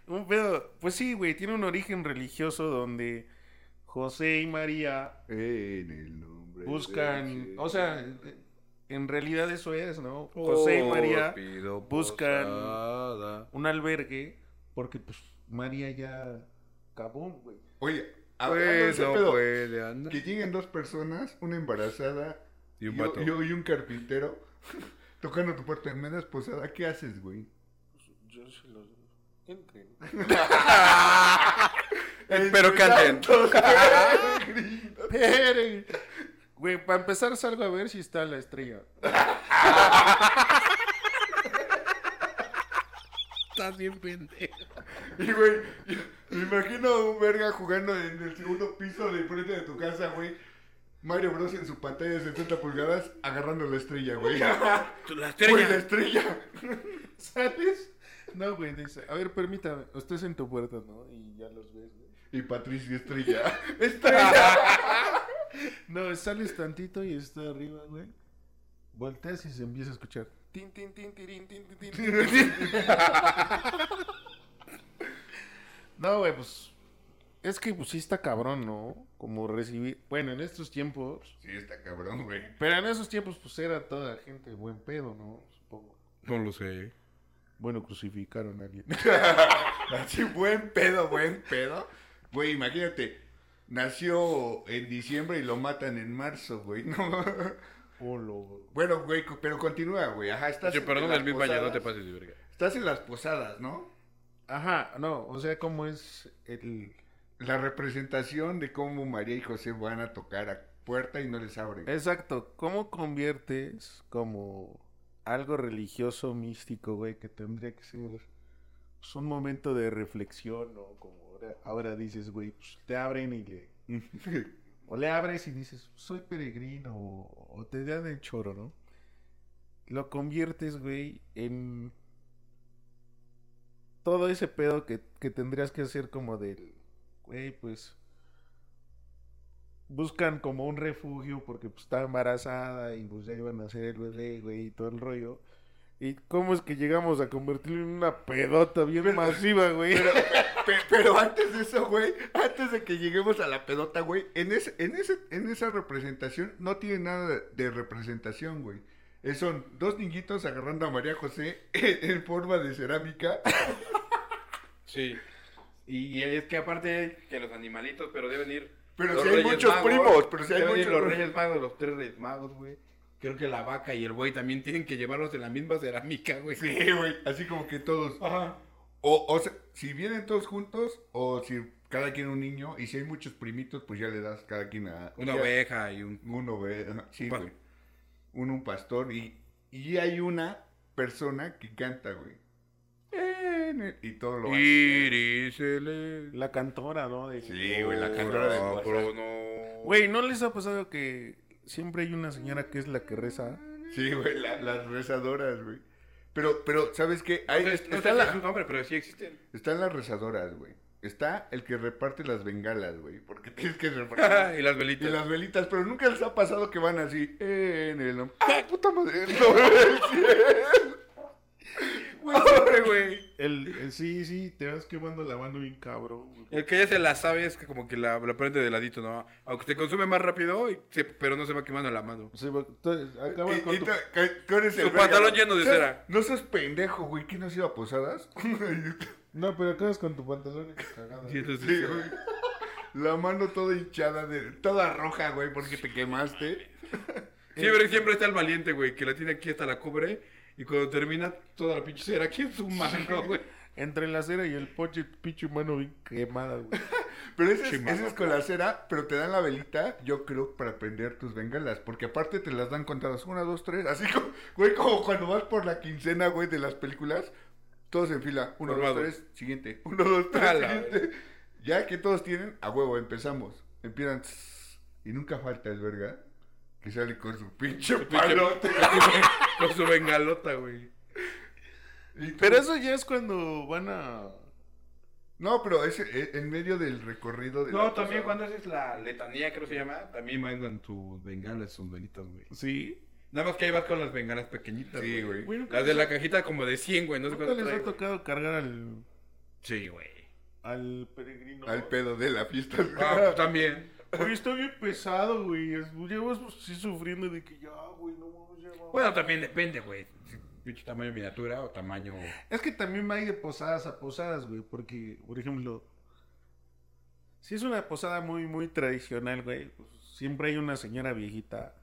Speaker 1: Un pedo, pues sí, güey, tiene un origen religioso donde José y María
Speaker 2: En el nombre.
Speaker 1: buscan,
Speaker 2: de-
Speaker 1: o sea, en realidad eso es, ¿no? José
Speaker 3: Oh,
Speaker 1: y María buscan un albergue
Speaker 5: Porque, pues, María ya acabó, güey.
Speaker 2: Oye, a ver,
Speaker 4: Pues no
Speaker 2: pedo.
Speaker 4: puede andar.
Speaker 2: Que lleguen dos personas, una embarazada
Speaker 4: Y un
Speaker 2: yo-
Speaker 4: vato.
Speaker 2: yo y un carpintero tocando tu puerta en media posada. ¿Qué haces, güey?
Speaker 5: Pues, Yo se los... Entren.
Speaker 4: Pero canten.
Speaker 1: Pere. Güey, para empezar salgo a ver si está la estrella.
Speaker 3: Estás bien pendejo.
Speaker 2: Y, güey, yo- me imagino a un verga jugando en el segundo piso de frente de tu casa, güey. Mario Bros. en su pantalla de 70 pulgadas agarrando la estrella, güey.
Speaker 3: La
Speaker 2: Güey, la
Speaker 3: estrella.
Speaker 2: estrella.
Speaker 1: ¿Sales? No, güey, dice, a ver, permítame, estás en tu puerta, ¿no? Y ya los ves, güey.
Speaker 2: Y Patricia Estrella. ¡Estrella!
Speaker 1: No, sales tantito y está arriba, güey. Volteas y se empieza a escuchar. Tin, tin, tin, tirín, tin, tin, tin, tin, tin. No, güey, pues. Es que, pues sí está cabrón, ¿no? Como recibir. Bueno, en estos tiempos.
Speaker 2: Sí, está cabrón, güey.
Speaker 1: Pero en esos tiempos, pues era toda gente buen pedo, ¿no? Supongo.
Speaker 3: No lo sé.
Speaker 1: Bueno, crucificaron a alguien.
Speaker 2: Así, buen pedo, buen pedo. Güey, imagínate. Nació en diciembre y lo matan en marzo, güey. No.
Speaker 1: Olo.
Speaker 2: Bueno, güey, co- pero continúa, güey. Ajá, estás
Speaker 3: Yo, perdón,
Speaker 2: las
Speaker 3: el mi baño, no te
Speaker 2: posadas.
Speaker 3: pases de verga.
Speaker 2: Estás en las posadas, ¿no?
Speaker 1: Ajá, no, o sea, ¿cómo es el.
Speaker 2: La representación de cómo María y José van a tocar a puerta y no les abren.
Speaker 1: Exacto, ¿cómo conviertes como algo religioso, místico, güey, que tendría que ser pues, un momento de reflexión, ¿no? Como ahora, ahora dices, güey, pues te abren y le...
Speaker 3: Eh.
Speaker 1: o le abres y dices, soy peregrino, o, o te dan el choro, ¿no? Lo conviertes, güey, en todo ese pedo que, que tendrías que hacer como del, güey, pues buscan como un refugio porque pues, está embarazada y pues ya iban a hacer el bebé, güey, y todo el rollo. ¿Y cómo es que llegamos a convertirlo en una pedota bien masiva, güey?
Speaker 2: Pe- pero antes de eso, güey, antes de que lleguemos a la pelota, güey, en, ese, en, ese, en esa representación no tiene nada de, de representación, güey. Eh, son dos niñitos agarrando a María José en, en forma de cerámica.
Speaker 3: Sí. Y es que aparte que los animalitos, pero deben ir.
Speaker 2: Pero
Speaker 3: los
Speaker 2: si hay
Speaker 3: Reyes
Speaker 2: muchos
Speaker 3: Magos,
Speaker 2: primos, pero si hay
Speaker 3: deben ir
Speaker 2: muchos-
Speaker 3: los Reyes Magos, los tres Reyes Magos, güey. Creo que la vaca y el güey también tienen que llevarlos en la misma cerámica, güey.
Speaker 2: Sí, güey, así como que todos.
Speaker 3: Ajá.
Speaker 2: O, o sea, si vienen todos juntos o si cada quien un niño y si hay muchos primitos, pues ya le das cada quien a...
Speaker 3: Una
Speaker 2: ya-
Speaker 3: oveja y un.
Speaker 2: Uno ve, ajá, sí,
Speaker 3: Pa-
Speaker 2: güey. Uno un pastor y, y hay una persona que canta, güey. En el- Y todo lo va.
Speaker 3: Irisele.
Speaker 1: La cantora, ¿no? De-
Speaker 2: Sí, güey, la cantora de
Speaker 3: No,
Speaker 2: cosas.
Speaker 3: no.
Speaker 1: Güey, ¿no les ha pasado que siempre hay una señora que es la que reza?
Speaker 2: Sí, güey, la- las rezadoras, güey. Pero, pero, ¿sabes qué? Hay-
Speaker 3: No sé- no sé
Speaker 2: están,
Speaker 3: si
Speaker 2: la-
Speaker 3: es un nombre, pero sí existen.
Speaker 2: están las rezadoras, güey. Está el que reparte las bengalas, güey. Porque tienes que repartir.
Speaker 3: y las
Speaker 2: Y
Speaker 3: velitas.
Speaker 2: las velitas, pero nunca les ha pasado que van así. En el nombre. ¡Ah, puta madre! ¡No, el cielo! Pobre, güey!
Speaker 1: El, el- sí, sí, te vas quemando la mano bien cabrón. güey.
Speaker 3: El que ya se la sabe es que como que la, la prende de ladito, ¿no? Aunque se consume más rápido, y se- pero no se va quemando la mano.
Speaker 1: Se va- entonces, acaba
Speaker 2: Y-
Speaker 1: con
Speaker 2: y
Speaker 1: tu-
Speaker 2: tú- que- que eres el
Speaker 3: Su
Speaker 2: verga,
Speaker 3: pantalón
Speaker 2: ¿no?
Speaker 3: lleno de
Speaker 2: ¿Sabes?
Speaker 3: cera.
Speaker 2: No seas pendejo, güey. ¿Quién has ido a posadas?
Speaker 1: No, pero acabas con tu pantalón cagado.
Speaker 3: Y entonces-
Speaker 2: Sí, güey. La mano toda hinchada, de, toda roja, güey, porque te quemaste.
Speaker 3: siempre, siempre está el valiente, güey, que la tiene aquí hasta la cubre. Y cuando termina toda la pinche cera aquí en su mano, güey.
Speaker 1: Entre la cera y el poche, pinche humano bien quemada, güey.
Speaker 2: Pero ese es, ese es con la cera, pero te dan la velita, yo creo, para prender tus bengalas. Porque aparte te las dan contadas. Una, dos, tres. Así como, güey, como cuando vas por la quincena, güey, de las películas. Todos en fila. Uno, dos,
Speaker 4: Formado.
Speaker 2: tres. Siguiente. Uno, dos, tres.
Speaker 4: A la
Speaker 2: siguiente. Ya que todos tienen, a huevo, empezamos. Empiezan. tss, Y nunca falta el verga. Que sale con su pinche palote.
Speaker 4: Con su bengalota, güey.
Speaker 2: Y tú-
Speaker 1: Pero eso ya es cuando van a.
Speaker 2: No, pero es eh, en medio del recorrido. De
Speaker 3: No,
Speaker 2: la
Speaker 3: también
Speaker 2: posada.
Speaker 3: cuando haces la letanía, creo que se llama, también mandan tus bengalas, sus velitas, güey.
Speaker 1: Sí.
Speaker 3: Nada más que ahí vas con las bengalas pequeñitas.
Speaker 2: Sí, güey.
Speaker 1: Bueno,
Speaker 4: Las de la cajita como de 100, güey. No sé
Speaker 1: ¿Nunca les
Speaker 4: cuánto trae,
Speaker 1: ha
Speaker 4: güey.
Speaker 1: tocado cargar al,
Speaker 4: Sí, güey.
Speaker 1: al peregrino?
Speaker 2: Al pedo de la fiesta.
Speaker 4: Ah, pues también.
Speaker 1: Oye, estoy bien pesado, güey. Es- Llevo sí, sufriendo de que ya, güey, no mames, ya va.
Speaker 4: Bueno, también depende, güey.
Speaker 3: Pinche tamaño miniatura o tamaño.
Speaker 5: Es que también va a ir de posadas a posadas, güey, porque, por ejemplo,
Speaker 1: Si es una posada muy, muy tradicional, güey, pues, siempre hay una señora viejita,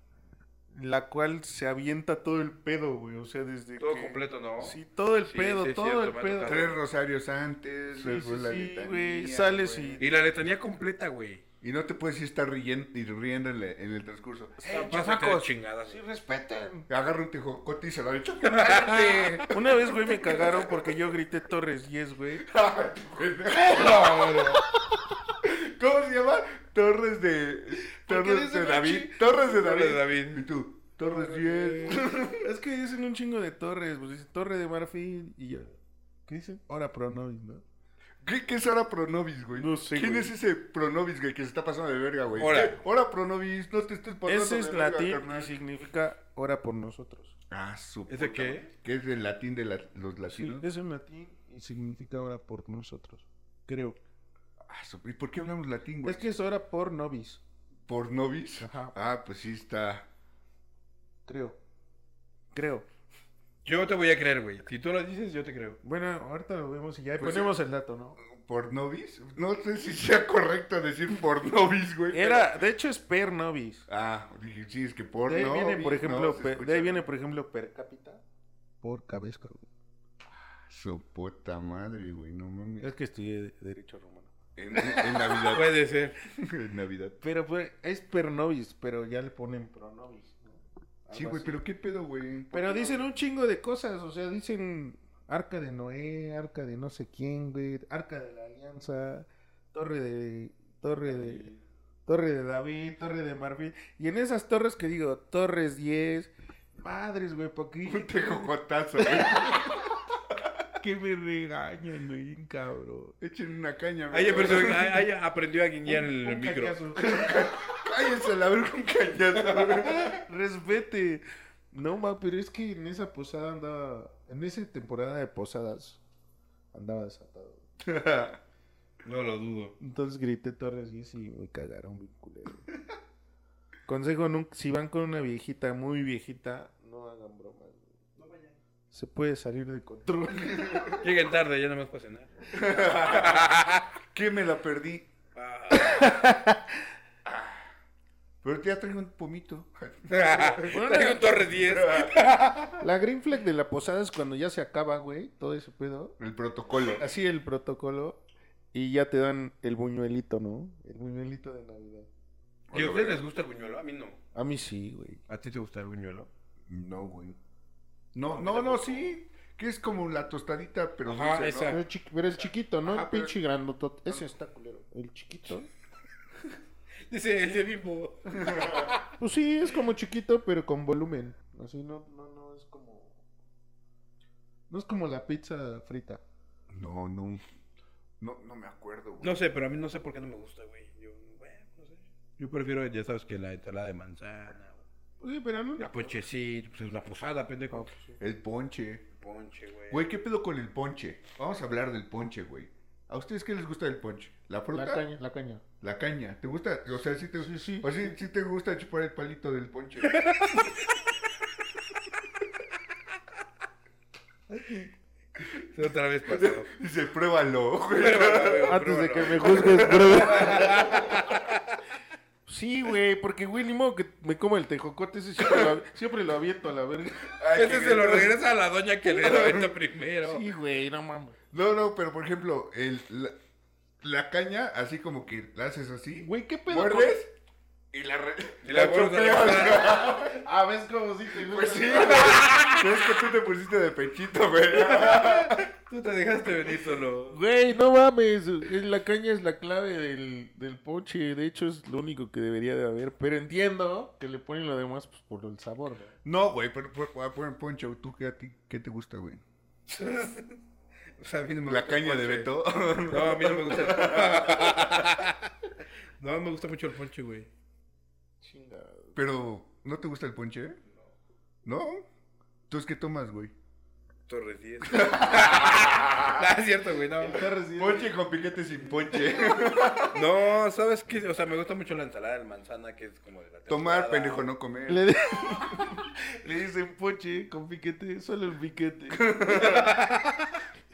Speaker 1: la cual se avienta todo el pedo, güey. O sea, desde
Speaker 4: Todo
Speaker 1: que-
Speaker 4: completo, ¿no?
Speaker 1: Sí, todo el
Speaker 4: Sí,
Speaker 1: pedo,
Speaker 4: sí, es
Speaker 1: todo
Speaker 4: cierto,
Speaker 1: el
Speaker 4: me ha
Speaker 1: pedo.
Speaker 4: tocado.
Speaker 2: Tres rosarios antes,
Speaker 1: Sí,
Speaker 2: después
Speaker 1: sí,
Speaker 2: la
Speaker 1: sí,
Speaker 2: letanía,
Speaker 1: güey, sales y-
Speaker 4: Y la letanía completa, güey.
Speaker 2: Y no te puedes ir estar riendo, y riendo en, la- en el transcurso.
Speaker 4: Pasacos. Chingadas.
Speaker 1: Sí, respetan.
Speaker 2: Agarra un tejocote y se lo echo.
Speaker 1: Una vez, güey, me cagaron porque yo grité Torres 10, güey.
Speaker 2: ¿Cómo se llama? Torres de. Torres de David. Torres de David.
Speaker 4: Torres de David.
Speaker 2: Y tú, Torres 10.
Speaker 1: Es que dicen un chingo de torres, pues dicen Torre de Marfil y yo. ¿Qué dicen? Ahora pronovis, ¿no?
Speaker 2: ¿Qué, qué es ahora Pronovis, güey?
Speaker 1: No sé,
Speaker 2: ¿Quién
Speaker 1: güey.
Speaker 2: es ese Pronovis, güey, que se está pasando de verga, güey?
Speaker 4: Ora.
Speaker 2: ¿Qué? Ora Pronovis, no te estés pasando
Speaker 1: Ese es
Speaker 2: de verga,
Speaker 1: latín y
Speaker 2: carnal.
Speaker 1: significa hora por nosotros.
Speaker 2: Ah, su
Speaker 3: ¿Ese
Speaker 2: puta
Speaker 3: qué?
Speaker 2: madre. ¿Qué es el latín de la- los latinos?
Speaker 1: Es en latín y significa hora por nosotros. Creo.
Speaker 2: Ah, su- ¿Y por qué hablamos latín, güey?
Speaker 1: Es que es hora por novis,
Speaker 2: ¿Por novis?
Speaker 1: Ajá.
Speaker 2: Ah, pues sí está.
Speaker 1: creo. Creo.
Speaker 3: Yo te voy a creer, güey. Si tú lo dices, yo te creo.
Speaker 1: Bueno, ahorita lo vemos y ya
Speaker 2: Pues
Speaker 1: ponemos el dato, ¿no?
Speaker 2: ¿Por novis? No sé si sea correcto decir por novis, güey.
Speaker 1: Era, de hecho es per novis.
Speaker 2: Ah, dije, sí, es que por
Speaker 1: De ahí
Speaker 2: novis.
Speaker 1: viene, por ejemplo,
Speaker 2: no, se
Speaker 1: per-
Speaker 2: escucha.
Speaker 1: de ahí viene, por ejemplo, per cápita. Por cabeza. güey.
Speaker 2: Su puta madre, güey, no mames.
Speaker 1: Es que estudié de- derecho romano.
Speaker 2: En, en Navidad.
Speaker 4: Puede ser.
Speaker 2: en Navidad.
Speaker 1: Pero pues, es per novis, pero ya le ponen pronovis. ¿no?
Speaker 2: Sí,
Speaker 1: Algo
Speaker 2: güey,
Speaker 1: así.
Speaker 2: pero qué pedo, güey.
Speaker 1: Pero dicen un chingo de cosas, o sea, dicen arca de Noé, arca de no sé quién, güey, arca de la alianza, torre de torre de torre de David, torre de Marfil, y en esas torres que digo, torres 10, madres, güey, ¿por
Speaker 2: Un
Speaker 1: qué,
Speaker 2: tejocotazo, güey.
Speaker 1: qué me regañan, güey, bien cabrón?
Speaker 2: Echen una caña,
Speaker 4: Ahí empezó- ahí- ahí aprendió a guiñar el
Speaker 1: Un
Speaker 4: micro.
Speaker 1: cañazo.
Speaker 2: Cállense la verga un cañazo, güey.
Speaker 1: Respete. No, ma, pero es que en esa posada andaba, en esa temporada de posadas andaba desatado.
Speaker 3: No lo dudo.
Speaker 1: Entonces grité Torres 10 y me cagaron bien culero. Consejo, nun- si van con una viejita muy viejita, no hagan bromas. güey. Se puede salir de control.
Speaker 4: Lleguen tarde, ya nada más para cenar.
Speaker 2: ¿Qué me la perdí?
Speaker 3: Ah.
Speaker 2: Pero ya traigo un pomito.
Speaker 4: Traigo un Torres 10.
Speaker 1: La green flag de la posada es cuando ya se acaba, güey, todo ese pedo.
Speaker 2: El protocolo.
Speaker 1: Así el protocolo y ya te dan el buñuelito, ¿no? El buñuelito de Navidad.
Speaker 3: ¿Y a ustedes les gusta el buñuelo? A mí no.
Speaker 1: A mí sí, güey.
Speaker 3: ¿A ti te gusta el buñuelo?
Speaker 2: No, güey. No, no, no, sí. Que es como la tostadita, pero
Speaker 4: Ajá,
Speaker 2: dulce, ¿no?
Speaker 4: esa.
Speaker 1: Pero el, chiqui- pero el chiquito, ¿no?
Speaker 2: Ajá,
Speaker 1: el
Speaker 2: pero-
Speaker 1: pinche grandotot. Ese está culero. El chiquito.
Speaker 4: Dice el de vivo.
Speaker 1: Pues sí, es como chiquito, pero con volumen. Así no, no, no es como. No es como la pizza frita.
Speaker 2: No, no. No, no me acuerdo, güey.
Speaker 4: No sé, pero a mí no sé por qué no me gusta, güey. Yo, bueno, no sé.
Speaker 3: Yo prefiero, ya sabes, que la ensalada de manzana.
Speaker 1: Pues sí, pero no.
Speaker 3: La ponchecita, pues es una posada, pendejo.
Speaker 2: El ponche.
Speaker 4: Pues, Ponche, güey.
Speaker 2: Güey, ¿qué pedo con el ponche? Vamos a hablar del ponche, güey. ¿A ustedes qué les gusta del ponche? ¿La fruta?
Speaker 1: La caña, la caña.
Speaker 2: La caña. ¿Te gusta? O sea, sí te,
Speaker 1: Sí, sí.
Speaker 2: o sí, sí te gusta chupar el palito del ponche.
Speaker 4: Otra vez pasado.
Speaker 2: Dice, pruébalo, güey.
Speaker 1: Antes de que me juzgues, bro. Sí, güey, porque, güey, ni modo que me coma el tejocote. Ese siempre lo, siempre lo aviento a la verga.
Speaker 2: Ay,
Speaker 4: Ese
Speaker 2: qué
Speaker 4: se lo
Speaker 2: gracioso.
Speaker 4: regresa a la doña que le da primero.
Speaker 1: Sí, güey, no mames.
Speaker 2: No, no, pero por ejemplo, el, la- la caña, así como que la haces así,
Speaker 5: Güey, ¿qué pedo? con-
Speaker 2: muerdes y la, re- y
Speaker 3: la
Speaker 2: la
Speaker 3: vuelves a
Speaker 2: chopeas.
Speaker 5: Ah, ves como si te
Speaker 2: Pues sí, güey. es que tú te pusiste de pechito, güey.
Speaker 4: "Ah, Tú te dejaste venir solo.
Speaker 1: Güey, no mames. es- La caña es la clave del, del ponche. De hecho, es lo único que debería de haber. Pero entiendo que le ponen lo demás pues, por el sabor. ¿no?
Speaker 2: No, güey, pero, pero, pero, Poncho, ¿tú qué, a ti, qué te gusta, güey?
Speaker 4: O sea, a mí no me
Speaker 2: La
Speaker 4: gusta el
Speaker 2: caña de
Speaker 4: ponche.
Speaker 2: Beto.
Speaker 4: No, a mí no me gusta el ponche. No, me gusta mucho el ponche, güey.
Speaker 2: Pero, ¿no te gusta el ponche? No. ¿Entonces qué tomas, güey?
Speaker 4: Torres 10. Ah, es cierto, güey, no.
Speaker 2: Ponche con piquete sin ponche.
Speaker 4: No, ¿sabes qué? O sea, me gusta mucho la ensalada de manzana, que es como de la
Speaker 2: Tomar,
Speaker 4: temporada.
Speaker 2: pendejo, no comer.
Speaker 5: Le, le dicen poche con piquete, solo el piquete.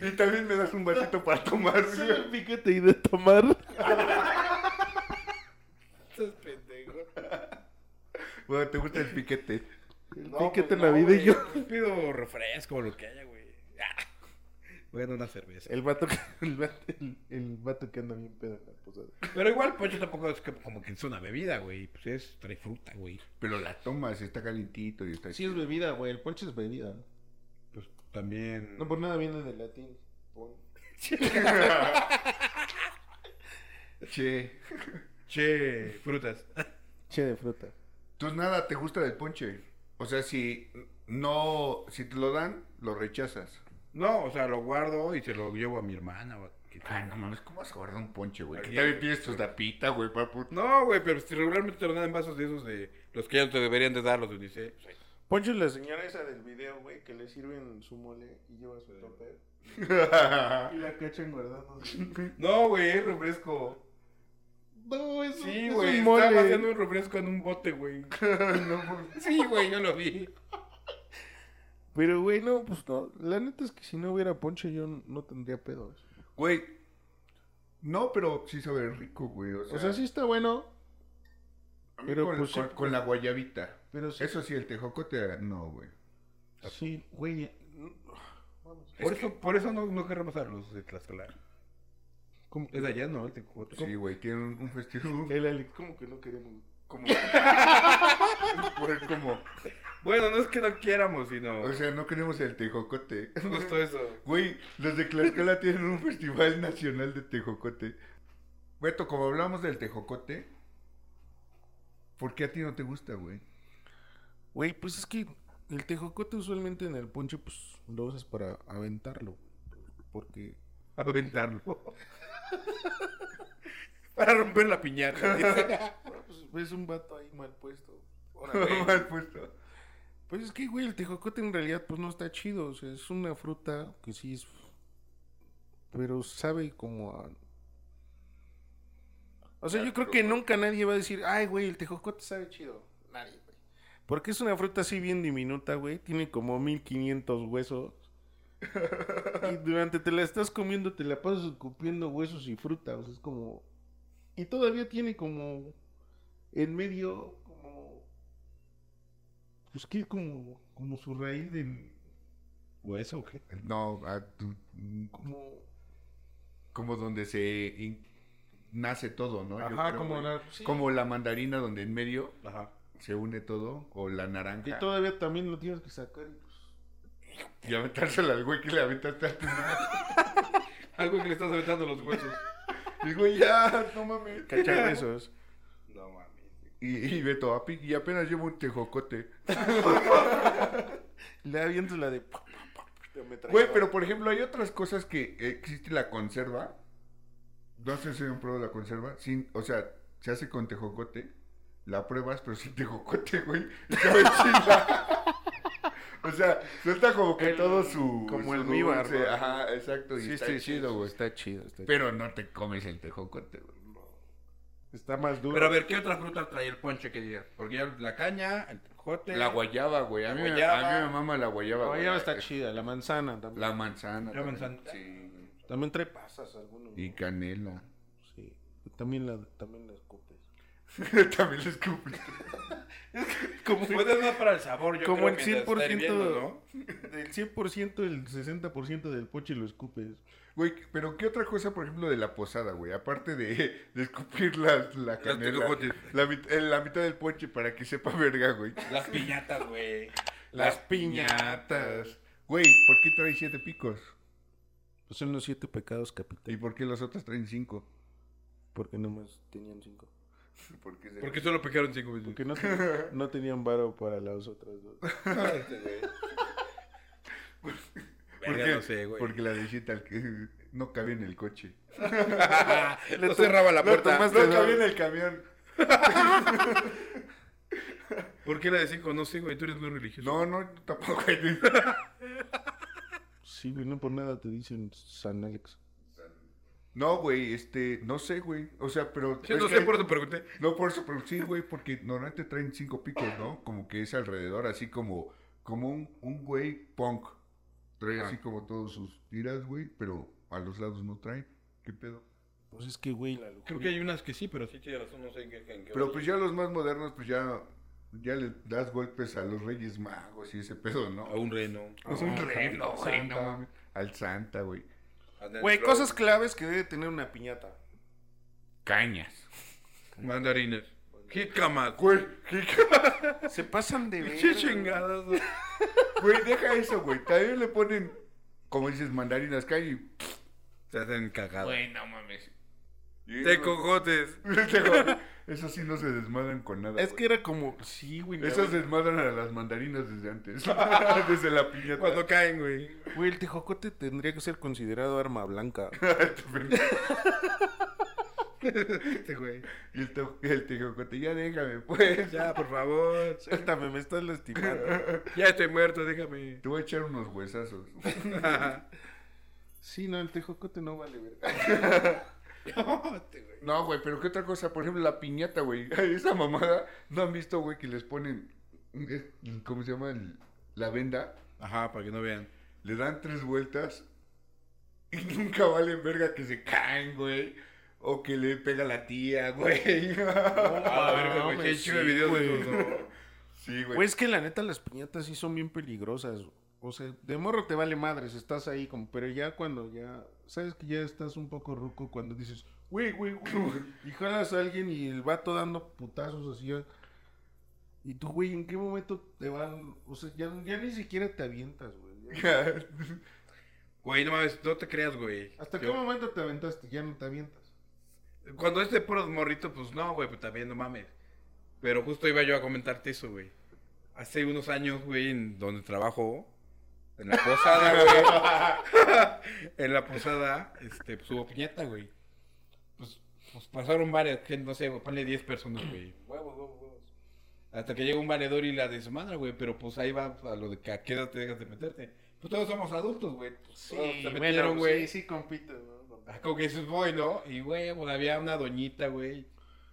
Speaker 2: Y también me das un vasito para tomar,
Speaker 5: Solo
Speaker 2: güey.
Speaker 5: el piquete y de tomar.
Speaker 4: Estás pendejo.
Speaker 2: Bueno, te gusta el piquete.
Speaker 5: El
Speaker 4: No,
Speaker 5: piquete
Speaker 4: pues no,
Speaker 5: navideño.
Speaker 4: güey. Pido refresco, lo que haya, güey. Ah. Bueno, una cerveza.
Speaker 5: El vato, que- el, vato, el, el vato que anda bien pedo en la posada.
Speaker 4: Pero igual, ponche tampoco es que- como que es una bebida, güey. Pues es, trae fruta, güey.
Speaker 2: Pero la tomas, está calientito y está
Speaker 5: Sí, es bebida, güey. El ponche es bebida.
Speaker 3: Pues también.
Speaker 5: No por nada viene del latín. Pon-
Speaker 2: Che.
Speaker 3: Che, frutas.
Speaker 5: Che de fruta.
Speaker 2: Entonces nada, te gusta del ponche. O sea, si no, si te lo dan, lo rechazas.
Speaker 3: No, o sea, lo guardo y se lo llevo a mi hermana. o a-
Speaker 4: Ah,
Speaker 2: Ay, no mames, ¿cómo vas a guardar un ponche, güey?
Speaker 3: Ay,
Speaker 2: Que también pides tus tapita, güey, papu.
Speaker 3: No, güey, pero si regularmente te lo dan en vasos de esos de los que ya no te deberían de dar los de UNICEF. pues, ahí.
Speaker 1: Poncho es la señora esa del video, güey, que le sirven su mole y lleva su topper.
Speaker 5: Y la cachan guardando.
Speaker 3: No, güey, es refresco.
Speaker 5: No, es un,
Speaker 3: Sí,
Speaker 5: es
Speaker 3: güey,
Speaker 5: un
Speaker 3: estaba
Speaker 5: mole.
Speaker 3: haciendo un refresco en un bote, güey. sí, güey, yo lo vi.
Speaker 1: Pero, güey, no, pues no. La neta es que si no hubiera ponche, yo no tendría pedos.
Speaker 2: Güey. No, pero sí sabe rico, güey. O sea,
Speaker 1: O sea, sí está bueno,
Speaker 2: a mí
Speaker 1: pero
Speaker 2: con,
Speaker 1: pues
Speaker 2: con-
Speaker 1: sí.
Speaker 2: con la guayabita.
Speaker 1: pero sí.
Speaker 2: Eso sí, el tejocote, ah, no, güey.
Speaker 1: Sí, güey. eh,
Speaker 3: Por eso, por eso no, no queremos a los de Tlaxcala.
Speaker 1: ¿Cómo?
Speaker 3: Es de allá, ¿no? El Tejocote.
Speaker 2: Sí, güey, tiene un, un festivo.
Speaker 1: El Alex, ¿cómo que no queremos?
Speaker 2: Como, güey, como,
Speaker 3: Bueno, no es que no quiéramos, sino
Speaker 2: o sea, no queremos el tejocote.
Speaker 3: justo eso.
Speaker 2: Güey, los de Tlaxcala tienen un festival nacional de tejocote. Beto, como hablamos del tejocote, ¿por qué a ti no te gusta, güey?
Speaker 1: Güey, pues es que el tejocote usualmente en el ponche, pues lo usas para aventarlo. Porque.
Speaker 3: Aventarlo. Para romper la piñata. dice.
Speaker 1: Pues ves un vato ahí mal puesto.
Speaker 2: Mal puesto.
Speaker 1: Pues es que, güey, el tejocote en realidad, pues no está chido. O sea, es una fruta que sí es. Pero sabe como a. O sea, yo creo que nunca nadie va a decir, ay, güey, el tejocote sabe chido. Nadie, güey. Porque es una fruta así bien diminuta, güey. Tiene como 1500 huesos. Y durante te la estás comiendo, te la pasas escupiendo huesos y fruta. O sea, es como. Y todavía tiene como. En medio, como. Pues que como. Como su raíz de.
Speaker 3: ¿Hueso o qué?
Speaker 2: No, ah, tú, mm,
Speaker 1: Como.
Speaker 2: como donde se in- nace todo, ¿no? Yo creo, güey.
Speaker 1: la. sí.
Speaker 2: Como la mandarina donde en medio
Speaker 3: Ajá.
Speaker 2: se une todo, o la naranja.
Speaker 1: Y todavía también lo tienes que sacar. y, pues,
Speaker 2: Y aventársela al güey que le aventaste antes.
Speaker 3: Algo que le estás aventando los huesos.
Speaker 2: Y güey, ya, no mames.
Speaker 1: Cachar esos.
Speaker 4: No mames.
Speaker 2: Y, y Beto, api- y apenas llevo un tejocote.
Speaker 1: Le avientas la de. Me traigo.
Speaker 2: Güey, pero por ejemplo, hay otras cosas que existe la conserva. No sé si han probado la conserva. Sin, o sea, se hace con tejocote. La pruebas, pero sin tejocote, güey. Y sabe chida. o sea, suelta como que
Speaker 1: El-
Speaker 2: todo su. su
Speaker 1: como el víbar,
Speaker 2: dulce.
Speaker 1: ¿no?
Speaker 2: Ajá, exacto. Y
Speaker 1: Sí,
Speaker 2: está
Speaker 1: sí, sí,
Speaker 2: chido,
Speaker 1: sí,
Speaker 2: güey.
Speaker 1: Está chido. Está,
Speaker 2: Pero no te comes el tejocote, güey.
Speaker 1: está más duro.
Speaker 3: Pero a ver, ¿qué otra fruta trae el ponche que diga? Porque ya la caña, el tejote.
Speaker 2: La guayaba, güey. A mí, me-
Speaker 3: Guayaba.
Speaker 2: a mí me mama la guayaba.
Speaker 1: La
Speaker 2: güey.
Speaker 1: guayaba está chida. La manzana también.
Speaker 2: La manzana.
Speaker 3: La
Speaker 2: también.
Speaker 3: manzana.
Speaker 2: Sí, güey.
Speaker 1: También trae pasas algunos.
Speaker 2: Y canela.
Speaker 1: Sí. También la, también la escupes.
Speaker 2: También les escupí.
Speaker 3: Como puede no para el sabor, yo
Speaker 1: Como
Speaker 3: creo
Speaker 1: el
Speaker 3: mientras está
Speaker 1: 100%
Speaker 3: hirviendo, ¿no?
Speaker 1: Del
Speaker 5: 100%, el 60% del poche lo escupes.
Speaker 2: Güey, pero ¿qué otra cosa, por ejemplo, de la posada, güey? Aparte de, de escupir la, la canela,
Speaker 4: tejocotes.
Speaker 2: la, mit- eh, la mitad del ponche para que sepa verga, güey.
Speaker 3: Las piñatas, güey.
Speaker 1: Las
Speaker 2: piñatas. Güey, ¿por qué trae siete picos?
Speaker 1: Pues son los siete pecados
Speaker 2: ¿Y
Speaker 1: capitales.
Speaker 2: por qué las otras traen cinco?
Speaker 1: Porque nomás tenían cinco.
Speaker 2: Porque
Speaker 3: Porque solo pecaron cinco minutos.
Speaker 1: Porque no, ten- no tenían varo para las otras dos.
Speaker 2: Ah, este,
Speaker 3: Verga, no sé, güey.
Speaker 2: Porque la de siete al que no cabía en el coche.
Speaker 4: No cerraba la puerta.
Speaker 2: No cabía en el camión.
Speaker 4: ¿Por qué la de cinco? No sé, güey, tú eres muy religioso.
Speaker 2: No, no, tampoco. güey.
Speaker 1: Sí, güey, no por nada te dicen San Alex.
Speaker 2: No, güey, este, no sé, güey. O sea, pero.
Speaker 4: Yo
Speaker 2: es
Speaker 4: no
Speaker 2: que-
Speaker 4: sé por eso pregunté.
Speaker 2: No, por eso, pero sí, güey, porque normalmente traen cinco picos, ¿no? Como que es alrededor, así como, como un, un güey punk. Trae así como todos sus tiras, güey, pero a los lados no trae. ¿Qué pedo?
Speaker 1: Pues es que, güey, la
Speaker 3: Creo que hay unas que sí, pero sí tiene razón, no sé en qué. en qué
Speaker 2: Pero pues ya los más modernos, pues ya, ya le das golpes a los reyes magos y ese pedo, pues, ¿no?
Speaker 3: A un reno. Ah.
Speaker 2: Es un reno, güey, no
Speaker 1: Santa.
Speaker 2: mames. Al santa, güey.
Speaker 1: Güey, cosas claves que debe tener una piñata.
Speaker 2: Cañas.
Speaker 4: Mandarines. Jícamas.
Speaker 2: Güey,
Speaker 1: Se pasan de ver.
Speaker 4: Qué chingadas. güey.
Speaker 2: güey, deja eso, güey. También le ponen, como dices, mandarinas cañas y
Speaker 3: Te hacen cagada.
Speaker 4: De cojotes.
Speaker 2: Eso sí no se desmadran con nada.
Speaker 1: Es
Speaker 2: güey.
Speaker 1: que era como, sí, güey. la-
Speaker 2: Esas desmadran a las mandarinas desde antes. desde la piñata.
Speaker 4: Cuando caen, güey.
Speaker 1: Güey, el tejocote tendría que ser considerado arma blanca.
Speaker 4: Este güey.
Speaker 2: Y el, te- el tejocote, ya déjame, pues.
Speaker 4: Ya, por favor.
Speaker 1: Suéltame, me estás lastimando.
Speaker 4: Ya estoy muerto, déjame.
Speaker 2: Te voy a echar unos huesazos.
Speaker 1: Sí, no, el tejocote no vale verga.
Speaker 2: No, güey, pero qué otra cosa. Por ejemplo, la piñata, güey. Esa mamada. ¿No han visto, güey, que les ponen. eh, ¿Cómo se llama? El- La venda.
Speaker 3: Ajá, para que no vean.
Speaker 2: Le dan tres vueltas. Y nunca valen verga que se caen, güey. O que le pega la tía, güey.
Speaker 3: Ah, verga, güey. qué chido de videos de esos, ¿no?
Speaker 2: Sí, güey.
Speaker 1: Güey, es que la neta las piñatas sí son bien peligrosas. O sea, de morro te vale madres, estás ahí como, pero ya cuando ya, sabes que ya estás un poco ruco cuando dices, güey, güey, güey, güey", y jalas a alguien y el vato dando putazos así. ya. Y tú, güey, ¿en qué momento te van? O sea, ya, ya ni siquiera te avientas, güey. Ya-
Speaker 3: Güey, no mames, no te creas, güey.
Speaker 1: ¿Hasta qué
Speaker 3: Yo-
Speaker 1: momento te aventaste? Ya no te avientas.
Speaker 3: Cuando es de puros morrito, pues no, güey, pues también no mames. Pero justo iba yo a comentarte eso, güey. Hace unos años, güey, en donde trabajo, en la posada, güey. en la posada, este, pues hubo piñata, güey. Pues, pues pasaron varias, que no sé, güey, ponle 10 personas, güey. Huevos, huevos, huevos. Hasta que llega un valedor y la desmadra, güey, pero pues ahí va a lo de que a qué edad te dejas de meterte. Pues todos somos adultos, güey. Pues, todos se metieron, güey.
Speaker 1: sí, compito, ¿no?
Speaker 3: Ah, Como que dices, voy, ¿no? Y, güey, pues, había una doñita, güey.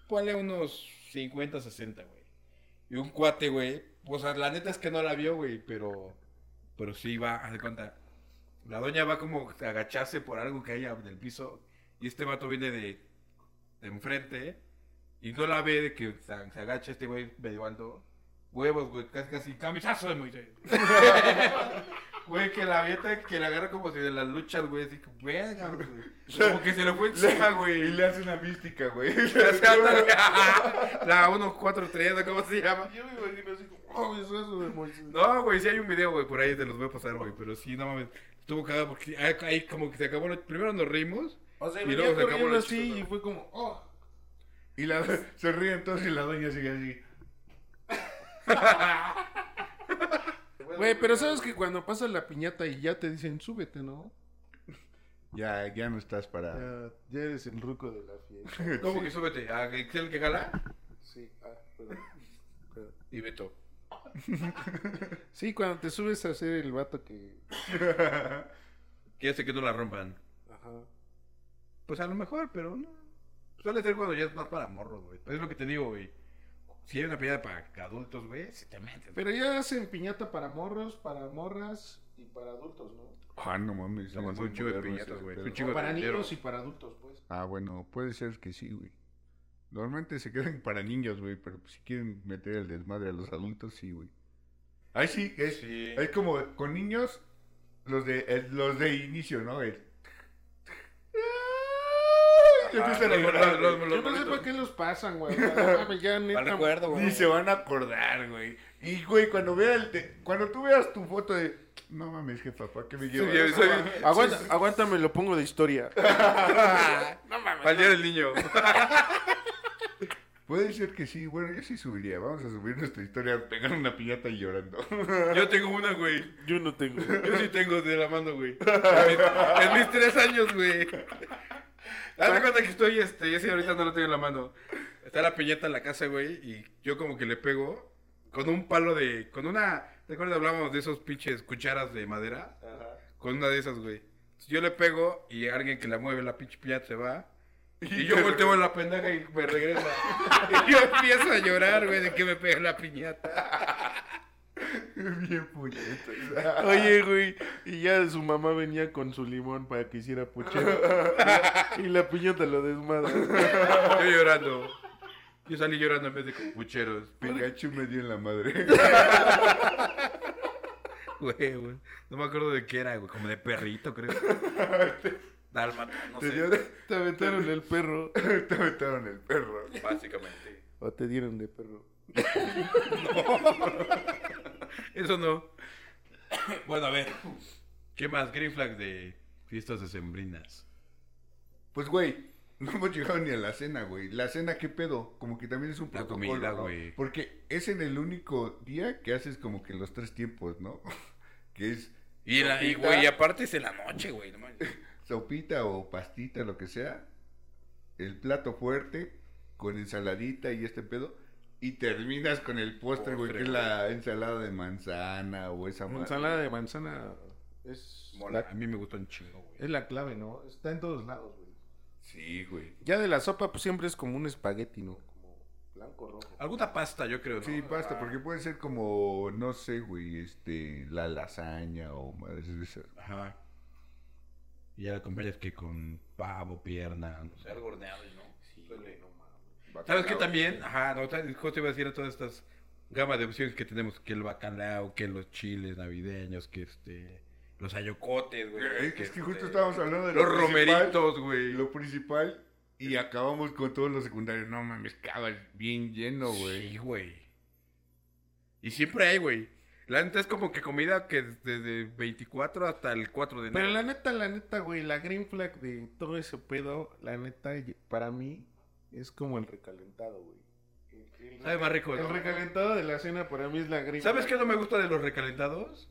Speaker 3: Ponle unos 50, 60, güey. Y un cuate, güey. Pues la neta es que no la vio, güey, pero... Pero sí va, haz de cuenta. La doña va como a agacharse por algo que haya en el piso. Y este vato viene de, de enfrente. Y no la ve de que se, se agacha este güey medio alto. Huevos, güey, casi, casi camisazo de Moisés. Güey, que la avienta, que la agarra como si de las luchas, güey, así que, verga, güey. Como que se lo fue encima, güey.
Speaker 2: Y le hace una mística, güey.
Speaker 3: O sea, ándale. La 143, ¿cómo se llama?
Speaker 1: Yo me imagino así como, oh, eso, eso de Moisés.
Speaker 3: No, güey, sí hay un video, güey, por ahí te los voy a pasar, güey. Pero sí, no mames. Estuvo cagado porque ahí, ahí como que se acabó. lo- Primero nos reímos.
Speaker 1: O sea,
Speaker 3: Y
Speaker 1: venía
Speaker 3: luego se acabó
Speaker 1: corriendo
Speaker 3: la
Speaker 1: así
Speaker 3: chica,
Speaker 1: y fue como, oh.
Speaker 2: Y la, se ríe entonces y la doña sigue así.
Speaker 1: Güey, pero sabes que cuando pasa la piñata y ya te dicen, súbete, ¿no?
Speaker 2: Ya, ya no estás para.
Speaker 1: Ya, ya eres el ruco de la fiesta.
Speaker 3: ¿Cómo que súbete? A Excel que jala
Speaker 1: Sí, ah, perdón. Perdón.
Speaker 3: y Beto.
Speaker 1: Sí, cuando te subes a ser el vato que.
Speaker 3: Que hace que no la rompan.
Speaker 1: Ajá.
Speaker 3: Pues a lo mejor, pero no. Suele ser cuando ya es más para morros, güey. Es lo que te digo, güey. Si hay una pelea para adultos, güey, se te meten.
Speaker 1: Pero ya hacen piñata para morros, para morras y para adultos, ¿no?
Speaker 2: Ah, no mames. es
Speaker 3: Estamos
Speaker 2: muy
Speaker 3: un chivo de
Speaker 2: moderno
Speaker 3: piñatas,
Speaker 2: ese
Speaker 3: güey.
Speaker 2: pedo.
Speaker 3: Un chivo
Speaker 1: O para
Speaker 3: de dinero.
Speaker 1: niños y para adultos, pues.
Speaker 2: Ah, bueno, puede ser que sí, güey. Normalmente se quedan para niños, güey, pero si quieren meter el desmadre a los adultos, sí, güey. Ahí sí, es,
Speaker 3: Sí.
Speaker 2: es como con niños Los de, el- los de inicio, ¿no? El- Te empiezan a
Speaker 4: los-
Speaker 2: llorar,
Speaker 4: Ah, los-
Speaker 2: güey.
Speaker 4: los-
Speaker 5: Yo no sé
Speaker 4: boletos.
Speaker 5: para qué los pasan, güey. No mames, ya
Speaker 3: Mal
Speaker 5: neta.
Speaker 3: recuerdo, güey.
Speaker 2: Ni se van a acordar, güey. Y, güey, cuando vea el te- cuando tú veas tu foto de... No mames, jefa, ¿para qué me llevas?
Speaker 4: yo soy-
Speaker 1: Aguanta- Aguántame, lo pongo de historia.
Speaker 4: Al día del niño.
Speaker 2: Puede ser que sí. Bueno, yo sí subiría. Vamos a subir nuestra historia pegando una piñata y llorando.
Speaker 4: Yo tengo una, güey.
Speaker 1: Yo no tengo.
Speaker 4: Yo sí tengo de la mano, güey. En mis, en mis tres años, güey. Haz de cuenta que estoy, este, yo sí ahorita no lo tengo en la mano. Está la piñata en la casa, güey, y yo como que le pego con un palo de, con una, ¿te acuerdas? Hablábamos de esos pinches cucharas de madera. Con una de esas, güey. Yo le pego y alguien que la mueve la pinche piñata se va. Y yo volteo a la pendeja y me regresa. Y yo empiezo a llorar, güey, de que me pega la piñata.
Speaker 2: Bien puñetas.
Speaker 1: Oye, güey. Y ya su mamá venía con su limón para que hiciera puchero. Y la piñata lo desmadra.
Speaker 4: Yo llorando. Yo salí llorando en vez de con pucheros.
Speaker 2: Pikachu me dio en la madre.
Speaker 4: Güey, güey. No me acuerdo de qué era, güey. Como de perrito, creo. Dálmata, no
Speaker 2: Te,
Speaker 4: sé.
Speaker 2: dio-
Speaker 1: Te aventaron el perro.
Speaker 2: te aventaron el perro.
Speaker 4: Básicamente.
Speaker 1: O te dieron de perro.
Speaker 4: Eso no.
Speaker 3: Bueno, a ver. ¿Qué más? Green flag de fiestas decembrinas.
Speaker 2: Pues, güey, no hemos llegado ni a la cena, güey. La cena, ¿qué pedo? Como que también es un
Speaker 3: La
Speaker 2: protocolo,
Speaker 3: comida,
Speaker 2: ¿no?
Speaker 3: güey.
Speaker 2: Porque es en el único día que haces como que los tres tiempos, ¿no? que es
Speaker 3: Y, la- y, güey, y aparte es en la noche, güey. no manches.
Speaker 2: sopita o pastita, lo que sea, el plato fuerte con ensaladita y este pedo, y terminas con el postre, güey, que es la ensalada de manzana o esa madre.
Speaker 5: Ensalada de manzana es
Speaker 3: Mola,
Speaker 5: la,
Speaker 3: A mí me gustó un chingo, güey.
Speaker 5: es la clave, ¿no? Está en todos lados, güey.
Speaker 2: Sí, güey.
Speaker 1: Ya de la sopa, pues siempre es como un espagueti, ¿no?
Speaker 5: Como blanco, rojo.
Speaker 3: Alguna pasta, yo creo. ¿no?
Speaker 2: Sí, pasta, porque puede ser como, no sé, güey, este, la lasaña o madres de esas.
Speaker 3: Ajá. Y ya la acompañas que con pavo, pierna, no sé, algo horneado, ¿no? ¿Sabes qué también? Ajá, no, tal- justo iba a decir a todas estas gamas de opciones que tenemos, que el bacalao, que los chiles navideños, que este, los ayocotes, güey.
Speaker 2: Eh, Es que justo
Speaker 3: este,
Speaker 2: estábamos hablando de lo
Speaker 4: Los
Speaker 2: principal,
Speaker 4: romeritos, güey.
Speaker 2: Lo principal, y acabamos con todos los secundarios. No mames, cabas bien lleno, güey.
Speaker 4: Sí, güey. Y siempre hay, güey. La neta es como que comida que desde 24 hasta el 4 de enero.
Speaker 5: Pero la neta, la neta, güey, la green flag de todo ese pedo, la neta, y- para mí, es como el recalentado, güey. El- el-
Speaker 3: Sabe más rico,
Speaker 5: El
Speaker 3: ¿no?
Speaker 5: recalentado de la cena para mí es la green
Speaker 4: ¿Sabes
Speaker 5: flag.
Speaker 4: qué no me gusta de los recalentados?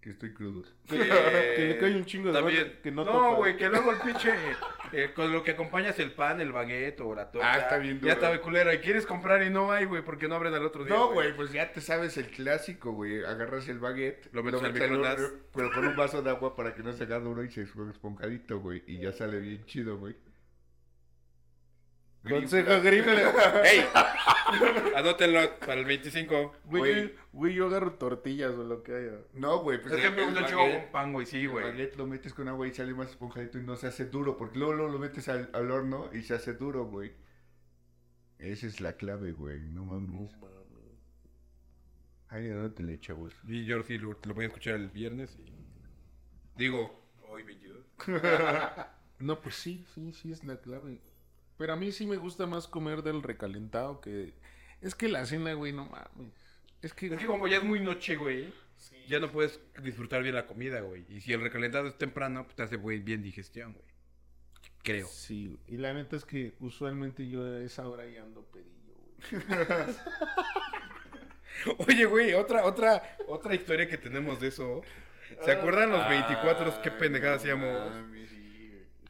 Speaker 2: Que estoy crudo.
Speaker 5: Que, que le cae un chingo de
Speaker 4: También.
Speaker 5: barro
Speaker 4: Que
Speaker 5: que
Speaker 4: no,
Speaker 5: no topa.
Speaker 4: güey, que luego el pinche. eh, con lo que acompañas el pan, el baguette o la torta.
Speaker 2: Ah, está bien duro.
Speaker 4: Ya está de culero. Y quieres comprar y no hay, güey, porque no abren al otro día.
Speaker 2: No, güey, pues ya te sabes el clásico, güey. Agarras el baguette,
Speaker 4: Lo metes al microondas.
Speaker 2: pero con un vaso de agua para que no se haga duro y se esponjadito, güey. Y ya sale bien chido, güey.
Speaker 5: Consejo green flag.
Speaker 4: ¡Ey! Anótenlo para el 25.
Speaker 5: Güey, yo- güey, yo agarro tortillas o lo que haya.
Speaker 2: No, güey, pues
Speaker 4: Es que me
Speaker 2: el
Speaker 4: gusta el chico
Speaker 2: baguette-
Speaker 4: con pan, güey, sí,
Speaker 2: el
Speaker 4: güey.
Speaker 2: baguette lo metes con agua y sale más esponjadito y no se hace duro, porque luego, luego lo metes al, al horno y se hace duro, güey. Esa es la clave, güey, no mames. Ay, anótenle, chavos.
Speaker 3: Y yo sí lo, lo voy a escuchar el viernes. y- Digo, hoy 22.
Speaker 5: No, pues sí, sí, sí es la clave. Pero a mí sí me gusta más comer del recalentado que... Es que la cena, güey, no mames. Es que...
Speaker 3: Es que como ya es muy noche, güey, ya no puedes disfrutar bien la comida, güey. Y si el recalentado es temprano, pues te hace güey, bien digestión, güey. Creo.
Speaker 5: Sí, y la neta es que usualmente yo a esa hora ya ando pedillo, güey.
Speaker 3: Oye, güey, otra, otra, otra historia que tenemos de eso. ¿Se acuerdan los 24? Qué pendejada hacíamos.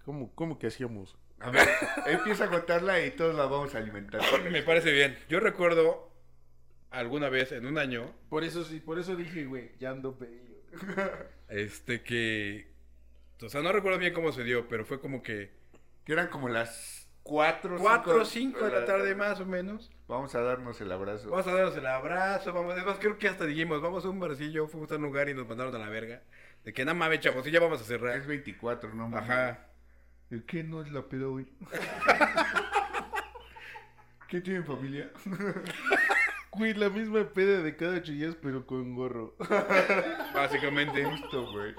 Speaker 1: ¿Cómo, cómo que hacíamos?
Speaker 2: A ver, empieza a contarla y todos la vamos a alimentar.
Speaker 3: Me parece bien. Yo recuerdo alguna vez en un año,
Speaker 5: Por eso sí, por eso dije, güey, ya ando pedillo.
Speaker 3: este que. O sea, no recuerdo bien cómo se dio, pero fue como que.
Speaker 2: Que eran como las 4
Speaker 3: 4 o 5 de la tarde, más o menos.
Speaker 2: Vamos a darnos el abrazo.
Speaker 3: Vamos a darnos el abrazo, vamos. Es más, creo que hasta dijimos, vamos a un barcillo, fuimos a un lugar y nos mandaron a la verga. De que nada mames, chavos, y ya vamos a
Speaker 2: Es
Speaker 3: cerrar.
Speaker 2: 24, no mames.
Speaker 3: Ajá.
Speaker 2: ¿Y ¿Qué no es la pedo hoy? ¿Qué tienen familia?
Speaker 5: Güey, la misma peda de cada chillas, pero con gorro.
Speaker 3: Básicamente.
Speaker 2: Justo, güey.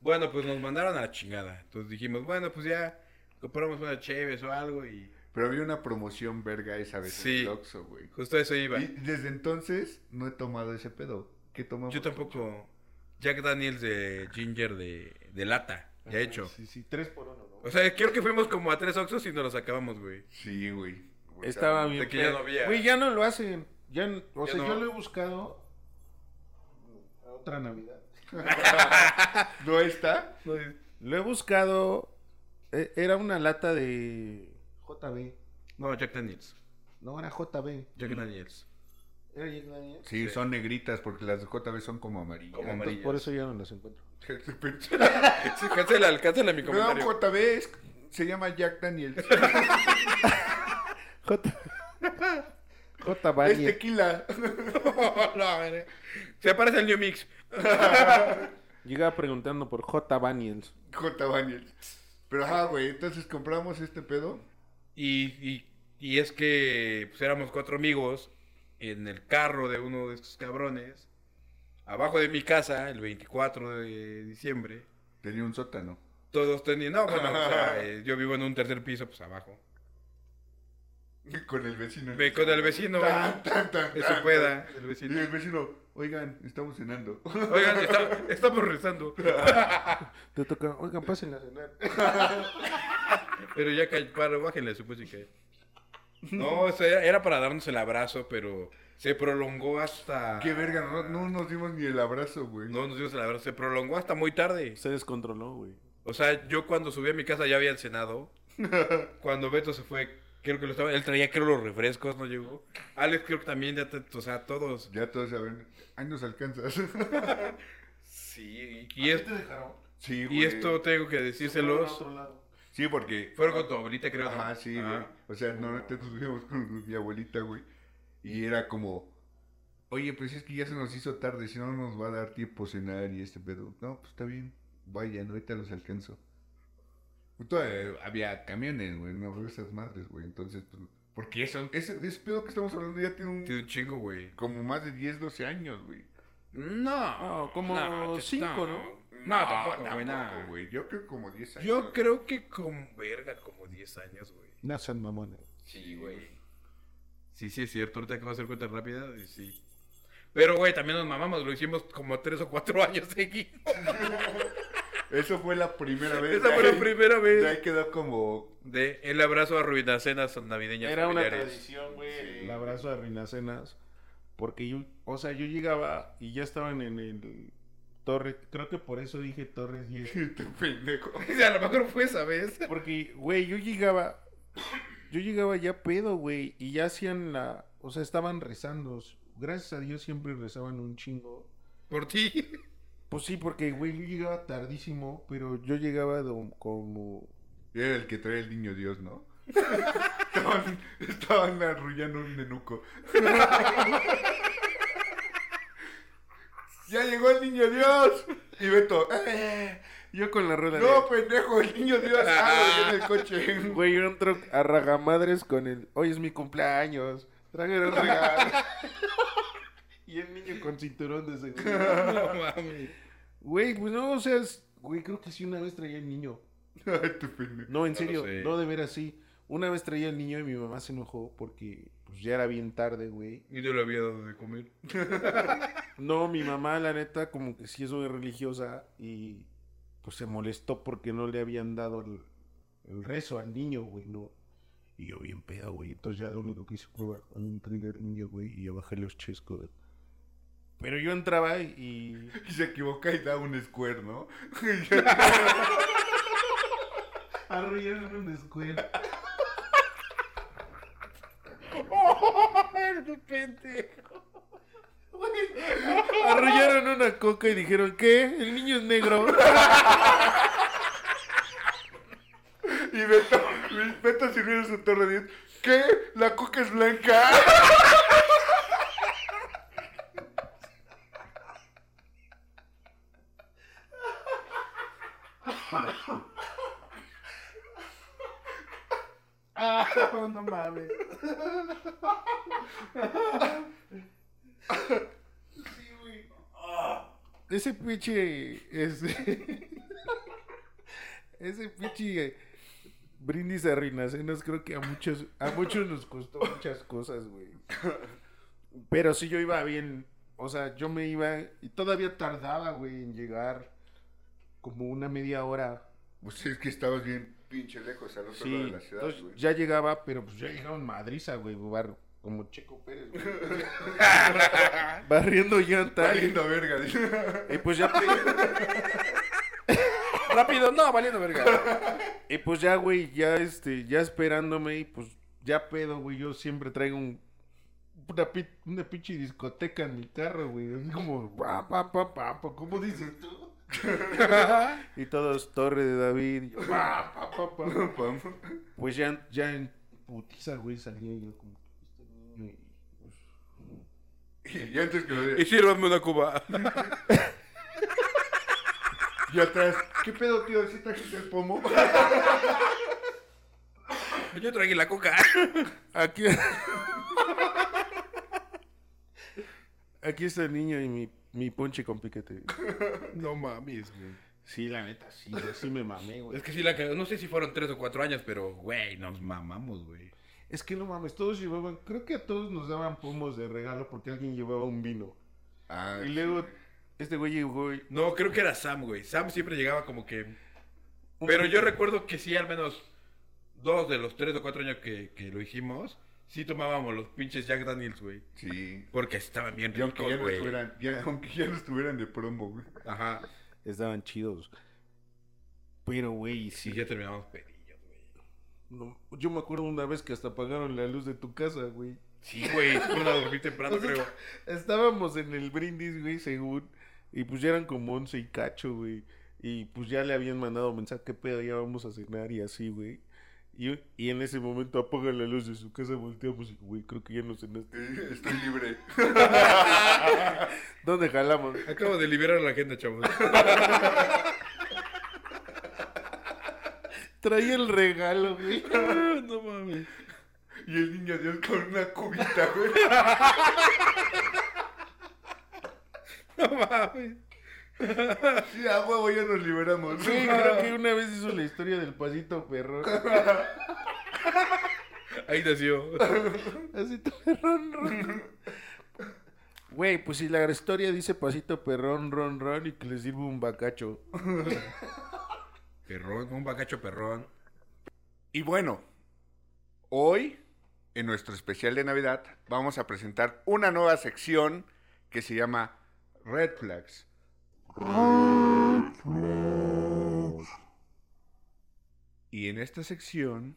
Speaker 3: Bueno, pues nos mandaron a la chingada. Entonces dijimos, bueno, pues ya compramos una Cheves o algo y
Speaker 2: Pero había una promoción verga esa vez en
Speaker 3: Sí.
Speaker 2: el Oxxo, güey.
Speaker 3: justo a eso iba.
Speaker 2: Y desde entonces no he tomado ese pedo. ¿Qué tomamos?
Speaker 3: Yo tampoco. Jack Daniels de Ginger de, de lata, ya hecho.
Speaker 1: Sí, sí, tres por uno, ¿no?
Speaker 3: O sea, creo que fuimos como a tres Oxxos y nos los acabamos, güey.
Speaker 2: Sí, güey. Güey,
Speaker 1: Estaba
Speaker 2: también.
Speaker 1: bien.
Speaker 3: De que ya
Speaker 1: pe-
Speaker 3: no había.
Speaker 1: Güey, ya no lo hacen. Ya, n- o
Speaker 3: Ya
Speaker 1: sea,
Speaker 3: no.
Speaker 1: yo lo he buscado a otra Navidad.
Speaker 2: ¿No está?
Speaker 1: Lo he buscado. e- Era una lata de JB.
Speaker 3: No, Jack Daniels.
Speaker 1: No, era JB.
Speaker 3: Jack Daniels.
Speaker 1: Era Jack Daniels.
Speaker 2: Sí, son negritas porque las de JB son como amarillas. Este
Speaker 3: Como
Speaker 1: Entonces,
Speaker 3: amarillas.
Speaker 1: por eso ya no las encuentro.
Speaker 3: Sí, Cancela, cancela mi
Speaker 2: No,
Speaker 3: comentario.
Speaker 2: JB es- se llama Jack Daniels.
Speaker 1: J. Este J.
Speaker 2: es
Speaker 1: Valle.
Speaker 2: tequila.
Speaker 3: No, güey.
Speaker 2: eh.
Speaker 3: Se aparece el New Mix.
Speaker 1: Llegaba preguntando por J. Daniels.
Speaker 2: J. Daniels. Pero ajá, güey, entonces compramos este pedo.
Speaker 3: Y, y, y es que pues, éramos cuatro amigos en el carro de uno de estos cabrones, abajo de mi casa, el 24 de diciembre.
Speaker 2: Tenía un sótano.
Speaker 3: Todos tenían, no, bueno, o sea, eh, yo vivo en un tercer piso, pues abajo.
Speaker 2: Con el vecino.
Speaker 3: Ve Con el vecino, ¿eh?
Speaker 2: Tan, tan, tan,
Speaker 3: que se
Speaker 2: tan.
Speaker 3: pueda, el
Speaker 2: Y
Speaker 3: vecino.
Speaker 2: el vecino, oigan, estamos cenando.
Speaker 3: Oigan, está- estamos rezando,
Speaker 1: Te toca. Oigan, pasen a cenar.
Speaker 3: pero ya que paro, bájenle su música. No, o sea, era para darnos el abrazo, pero se prolongó hasta...
Speaker 2: Qué verga, no, no nos dimos ni el abrazo, güey.
Speaker 3: No nos dimos el abrazo, se prolongó hasta muy tarde.
Speaker 1: Se descontroló, güey.
Speaker 3: O sea, yo cuando subí a mi casa ya había cenado. cuando Beto se fue, creo que lo estaba. Él traía, creo, los refrescos, no llegó. Alex, creo que también, ya te- o sea, todos.
Speaker 2: Ya todos saben, ay, nos alcanzas.
Speaker 3: Sí, y, es-
Speaker 1: este
Speaker 2: sí,
Speaker 3: y esto tengo que
Speaker 1: A
Speaker 3: decírselos.
Speaker 1: otro lado.
Speaker 2: Sí, porque... Ah,
Speaker 3: Fueron con tu abuelita, creo. ¿no?
Speaker 2: Ajá, sí, güey.
Speaker 3: Ah.
Speaker 2: O sea, normalmente nos subíamos con mi abuelita, güey. Y era como, oye, pues es que ya se nos hizo tarde, si no no nos va a dar tiempo cenar y este pedo. No, pues está bien, vayan, ahorita los alcanzo. Pues todavía había camiones, güey, no había esas madres, güey. Entonces, pues, porque eso, ese, ese pedo que estamos hablando ya tiene un-
Speaker 3: Tiene un chingo, güey.
Speaker 2: como más de 10, 12 años, güey.
Speaker 3: No.
Speaker 1: No, como
Speaker 3: te-
Speaker 1: cinco, ¿no?
Speaker 3: No, tampoco, güey.
Speaker 2: tampoco,
Speaker 3: nada.
Speaker 2: güey. Yo creo que como 10 años.
Speaker 3: Yo creo que con verga, como 10 años, güey.
Speaker 1: No sean mamones.
Speaker 3: Sí, güey. Sí, sí, es cierto. Ahorita acabo de hacer cuenta rápida y sí. Pero, güey, también nos mamamos. Lo hicimos como tres o cuatro años seguidos.
Speaker 2: Eso fue la primera vez.
Speaker 3: Esa fue la
Speaker 2: Ay,
Speaker 3: primera
Speaker 2: De ahí
Speaker 3: vez.
Speaker 2: quedó como.
Speaker 3: De el abrazo a ruinacenas navideñas
Speaker 1: Era una
Speaker 3: familiares.
Speaker 1: tradición, güey. El abrazo de Rinacenas. Porque yo, o sea, yo llegaba y ya estaban en el Torre. Creo que por eso dije Torres 10.
Speaker 2: Este pendejo.
Speaker 3: O sea, a lo mejor fue esa vez.
Speaker 1: Porque, güey, yo llegaba. Yo llegaba ya pedo, güey. Y ya hacían la. O sea, estaban rezando. Gracias a Dios siempre rezaban un chingo.
Speaker 3: Por ti.
Speaker 1: Pues sí, porque, güey, yo llegaba tardísimo. Pero yo llegaba de- como.
Speaker 2: Era el que traía el niño Dios, ¿no? estaban, estaban arrullando un nenuco. ya llegó el niño Dios. Y Beto, ¡eh!
Speaker 1: Yo con la rueda
Speaker 2: No, pendejo, el niño Dios. Ah, en el coche.
Speaker 1: Güey, yo entro a ragamadres con el. Hoy es mi cumpleaños. Trajeron regalos. y el niño con cinturón de seguridad.
Speaker 3: No mames.
Speaker 1: Güey, pues no, o sea, es- güey, creo que sí una vez traía el niño.
Speaker 2: Este pendejo.
Speaker 1: No, en
Speaker 3: No lo
Speaker 1: serio,
Speaker 3: sé.
Speaker 1: no de ver así. Una vez traía el niño y mi mamá se enojó porque pues ya era bien tarde, güey.
Speaker 3: Y yo le había dado de comer.
Speaker 1: No, mi mamá, la neta, como que sí es muy religiosa y pues se molestó porque no le habían dado el, el rezo al niño, güey, ¿no? Y yo bien pedo, güey. Entonces ya lo único que hice fue bajar un trigger niño, güey, y ya bajé los chescos. Pero yo entraba y...
Speaker 2: Y se equivoca y da un square, ¿no?
Speaker 1: Arruinaron una escuela. Arrullaron una coca y dijeron, ¿qué? El niño es negro.
Speaker 2: Y Beto, Beto sirvió su torre de Dios. ¿Qué? La coca es blanca.
Speaker 1: Ah, no mames. ese pinche. Este, ese pinche eh, brindis a rinacenas, creo que a muchos, a muchos nos costó muchas cosas, güey. Pero sí yo iba bien. O sea, yo me iba y todavía tardaba, güey, en llegar como una media hora.
Speaker 2: Pues es que estabas bien pinche lejos al otro lado de
Speaker 1: Sí,
Speaker 2: la ciudad,
Speaker 1: entonces
Speaker 2: güey.
Speaker 1: ya llegaba, pero pues ya llegaba en madriza, güey, barro. Como Checo Pérez, güey. Barriendo llanta.
Speaker 2: Valiendo verga, dice.
Speaker 1: Y pues ya. Rápido, no, valiendo verga. Y pues ya, güey, ya este, ya esperándome y pues ya pedo, güey. Yo siempre traigo un, una, pi- una pinche discoteca en mi carro, güey. Así como, pa, pa, pa, pa, pa, ¿cómo dices tú? y todos, Torre de David. y yo, pa, pa, pa, pa. Pues ya, ya en putiza, güey, salía yo como. "Este niño", y, pues,
Speaker 2: Y ya antes que lo
Speaker 4: Y
Speaker 2: diga,
Speaker 4: sírvame una cuba.
Speaker 2: yo atrás, ¿qué pedo, tío? ¿Sí trajiste el pomo?
Speaker 4: Yo tragué la coca.
Speaker 1: Aquí. Aquí está el niño y mi, mi ponche con piquete.
Speaker 4: No mames, güey.
Speaker 5: Sí, la neta, sí, yo sí me mamé, güey.
Speaker 4: Es que sí la cagó. No sé si fueron tres o cuatro años, pero, güey, nos mamamos, güey.
Speaker 5: Es que no mames, todos llevaban, creo que a todos nos daban pomos de regalo porque alguien llevaba un vino.
Speaker 2: Ah,
Speaker 5: Y luego,
Speaker 1: Este güey llegó y-
Speaker 4: No, creo que era Sam, güey. Sam siempre llegaba como que... Pero yo recuerdo que sí, al menos dos de los tres o cuatro años que, que lo hicimos, sí tomábamos los pinches Jack Daniels, güey.
Speaker 2: sí.
Speaker 4: Porque estaban bien
Speaker 2: Y aunque ya
Speaker 4: ricos,
Speaker 2: no
Speaker 4: güey.
Speaker 2: estuvieran, ya- aunque ya no estuvieran de promo, güey.
Speaker 4: Ajá.
Speaker 5: estaban chidos. Pero, güey,
Speaker 4: Sí,
Speaker 5: sí.
Speaker 4: ya terminamos pedillos, güey.
Speaker 5: no, yo me acuerdo una vez que hasta apagaron la luz de tu casa, güey.
Speaker 4: Sí, güey. Fueron a dormir temprano,
Speaker 5: Pues,
Speaker 4: creo.
Speaker 1: Estábamos en el brindis, güey, según. Y pues ya eran como once y cacho, güey. Y pues ya le habían mandado mensaje, qué pedo, ya vamos a cenar y así, güey. Y, y en ese momento apaga la luz de su casa, volteamos y, güey, creo que ya no cenaste.
Speaker 2: Eh, Estoy libre.
Speaker 1: ¿Dónde jalamos?
Speaker 4: Acabo de liberar la agenda, chavos.
Speaker 1: Traía el regalo, güey.
Speaker 4: no mames.
Speaker 2: Y el niño Dios con una cubita, güey.
Speaker 4: No mames.
Speaker 2: Sí, a huevo ya nos liberamos.
Speaker 1: Sí, creo que una vez hizo la historia del pasito perro.
Speaker 4: Ahí nació.
Speaker 1: Así tu perrón, ron. Güey, pues si la historia dice pasito perrón, ron, ron y que le sirve un bacacho.
Speaker 4: Perrón, un bacacho perrón.
Speaker 2: Y bueno, hoy, en nuestro especial de Navidad, vamos a presentar una nueva sección que se llama Red Flags. Y en esta sección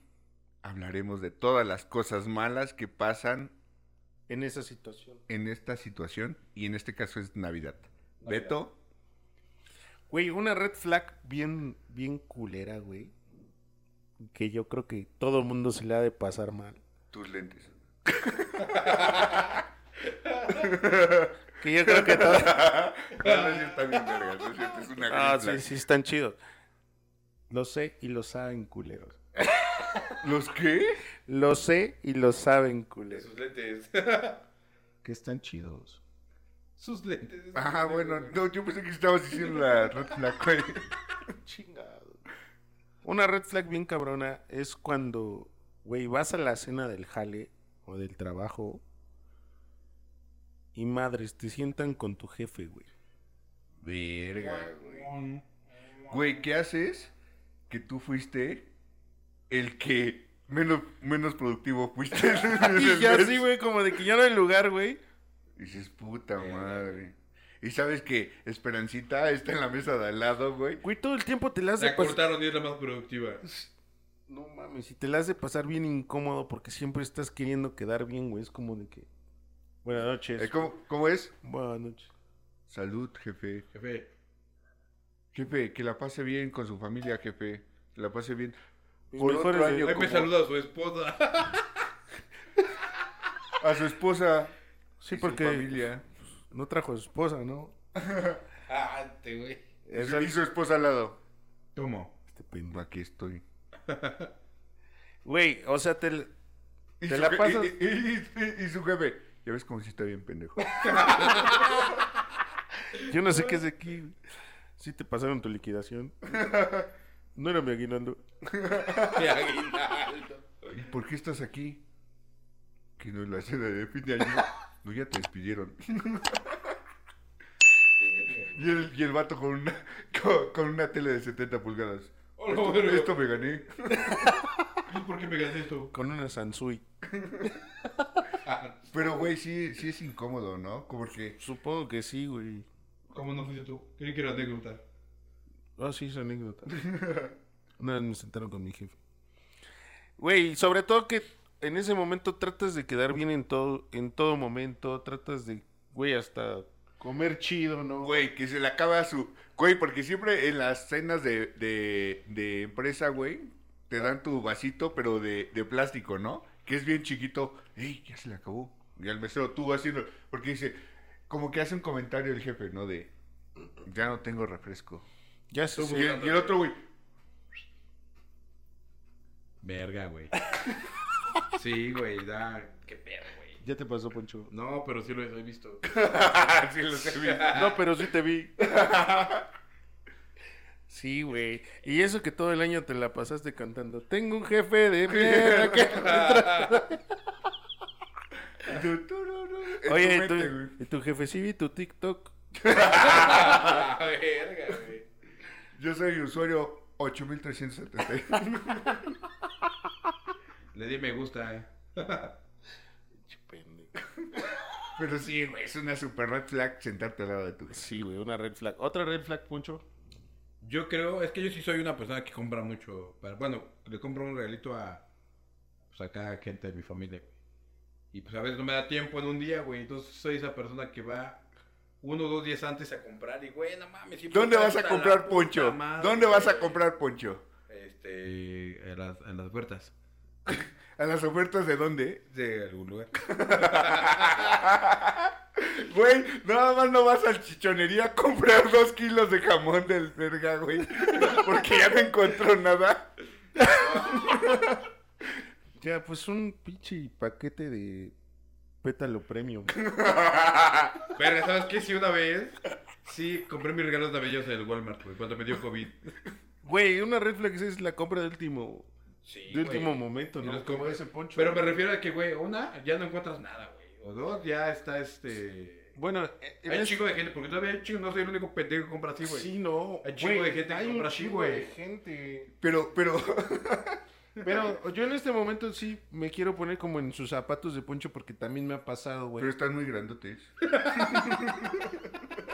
Speaker 2: hablaremos de todas las cosas malas que pasan
Speaker 1: En esa situación.
Speaker 2: en esta situación y en este caso es Navidad. Beto,
Speaker 1: Güey, una red flag bien, bien culera, güey. Que yo creo que todo mundo se le ha de pasar mal.
Speaker 2: tus lentes.
Speaker 1: Que yo creo que todos...
Speaker 2: No, no es cierto, bien, verga, no es cierto, es una
Speaker 1: Ah,
Speaker 2: red
Speaker 1: sí,
Speaker 2: flag.
Speaker 1: sí, están chidos. Lo sé y lo saben culeros.
Speaker 2: ¿Los qué?
Speaker 1: Lo sé y lo saben culeros.
Speaker 4: Sus lentes.
Speaker 5: Que están chidos.
Speaker 4: Sus lentes.
Speaker 2: Ah, bueno, no, yo pensé que estabas diciendo la red flag, güey.
Speaker 1: Chingado. Una red flag bien cabrona es cuando, güey, vas a la cena del jale o del trabajo y madres, te sientan con tu jefe, güey.
Speaker 2: Verga, güey. Güey, ¿qué haces? Que tú fuiste el que menos, menos productivo fuiste.
Speaker 1: Y ya así, güey, como de que ya no hay lugar, güey.
Speaker 2: Dices, puta madre. Y sabes que Esperancita está en la mesa de al lado, güey.
Speaker 1: Güey, todo el tiempo te la hace
Speaker 5: Pues,
Speaker 4: La
Speaker 1: pasar.
Speaker 4: cortaron y es la más productiva.
Speaker 1: No mames, y te la hace pasar bien incómodo porque siempre estás queriendo quedar bien, güey. Es como de que. Buenas noches.
Speaker 2: Eh, ¿Cómo, ¿Cómo es?
Speaker 1: Buenas noches.
Speaker 2: Salud, jefe.
Speaker 4: Jefe,
Speaker 2: Jefe, que la pase bien con su familia, jefe. Que la pase bien.
Speaker 1: Mis
Speaker 2: Por otro
Speaker 1: mejores
Speaker 2: año,
Speaker 4: hoy
Speaker 2: como-
Speaker 4: me saluda a su esposa.
Speaker 2: a su esposa.
Speaker 1: Sí,
Speaker 2: y su
Speaker 1: porque
Speaker 2: familia.
Speaker 1: no trajo a su esposa, ¿no?
Speaker 4: Ah, te güey.
Speaker 2: Y su- y su esposa al lado.
Speaker 4: ¿Cómo?
Speaker 2: Este pendejo, aquí estoy.
Speaker 1: Güey, o sea, te.
Speaker 2: Y
Speaker 1: Te
Speaker 2: su
Speaker 1: la
Speaker 2: je-
Speaker 1: pasas-
Speaker 2: Y, y- y- y su jefe. Ya ves como si está bien pendejo.
Speaker 1: Yo no sé qué es de aquí. Sí te pasaron tu liquidación. No era mi aguinaldo.
Speaker 4: Mi aguinaldo.
Speaker 2: ¿Y por qué estás aquí? Que no es la cena de fin de año. No, ya te despidieron. y, el, y el vato con una, con, con una tele de 70 pulgadas.
Speaker 3: Hola,
Speaker 2: Esto,
Speaker 3: verga.
Speaker 2: esto me gané.
Speaker 3: ¿Por qué me gané esto?
Speaker 1: Con una Sansui.
Speaker 2: Pero, güey, sí, sí es incómodo, ¿no? Como que...
Speaker 1: Supongo que sí, güey.
Speaker 3: ¿Cómo no fuiste tú? Creí que era anécdota.
Speaker 1: Ah, sí, es anécdota. Una vez me sentaron con mi jefe. Güey, sobre todo que en ese momento tratas de quedar bien en todo, en todo momento. Tratas de, güey, hasta comer chido, ¿no?
Speaker 2: Güey, que se le acaba su... Güey, porque siempre en las cenas de, de, de empresa, güey, te dan tu vasito, pero de, de plástico, ¿no? Que es bien chiquito. ¡Ey, ya se le acabó! Y al mesero tú vas haciendo... Porque dice... Como que hace un comentario el jefe, ¿no? De... Ya no tengo refresco.
Speaker 1: Ya se
Speaker 2: Y, el- y el otro, güey...
Speaker 3: Verga, güey. Sí, güey, da. Qué pedo, güey.
Speaker 1: Ya te pasó, Poncho.
Speaker 3: No, pero sí lo he visto.
Speaker 2: ah, sí, lo sé bien.
Speaker 1: No, pero sí te vi. Sí, güey. Y eso que todo el año te la pasaste cantando. Tengo un jefe de mierda que-"
Speaker 2: Tu, tu, ru, ru. En
Speaker 1: Oye,
Speaker 2: tu
Speaker 1: ¿y tu,
Speaker 2: mente, güey.
Speaker 1: y tu jefe sí vi tu TikTok?
Speaker 3: Verga, güey.
Speaker 2: Yo soy usuario 8370.
Speaker 3: Le di me gusta, eh.
Speaker 2: Pero sí, güey, es una super red flag sentarte al lado de tu jefe.
Speaker 1: Sí, güey, una red flag. ¿Otra red flag, Poncho?
Speaker 3: Yo creo, es que yo sí soy una persona que compra mucho. para- bueno, le compro un regalito a. Pues a cada gente de mi familia, güey. Y pues a veces no me da tiempo en un día, güey. Entonces soy esa persona que va uno o dos días antes a comprar y, güey, no mames. siempre
Speaker 2: ¿Dónde
Speaker 3: está
Speaker 2: vas a
Speaker 3: hasta la
Speaker 2: comprar
Speaker 3: puta
Speaker 2: poncho?
Speaker 3: madre,
Speaker 2: ¿Dónde vas a
Speaker 3: güey.
Speaker 2: comprar poncho?
Speaker 3: Este. En las, en las puertas.
Speaker 2: ¿A las ofertas de dónde?
Speaker 3: De algún lugar.
Speaker 2: Güey, nada más no vas al chichonería a comprar dos kilos de jamón del verga, güey. Porque ya no encontró nada.
Speaker 1: Ya, pues un pinche paquete de pétalo premium.
Speaker 3: Verga, ¿sabes qué? Sí, una vez. Sí, compré mis regalos navideños en el Walmart, güey, cuando me dio COVID.
Speaker 1: Güey, una red flag es la compra de último,
Speaker 3: Sí.
Speaker 1: de último momento,
Speaker 3: Y
Speaker 1: ¿no?
Speaker 3: los
Speaker 1: Como
Speaker 3: compras.
Speaker 1: ese Poncho.
Speaker 3: Pero me refiero a que, güey, una, ya no encuentras nada, güey. O dos, ya está este.
Speaker 1: Bueno, eh, en
Speaker 3: Hay un
Speaker 1: ese-
Speaker 3: chico de gente, porque todavía hay chico, no soy el único pendejo que compra así, güey.
Speaker 1: Sí, no.
Speaker 3: Hay chingo
Speaker 1: güey,
Speaker 3: de gente que
Speaker 1: hay un
Speaker 3: compra así,
Speaker 1: chingo de
Speaker 3: güey.
Speaker 1: gente.
Speaker 2: Pero, pero,
Speaker 1: Pero yo en este momento sí me quiero poner como en sus zapatos de Poncho porque también me ha pasado, güey.
Speaker 2: pero están muy grandotes.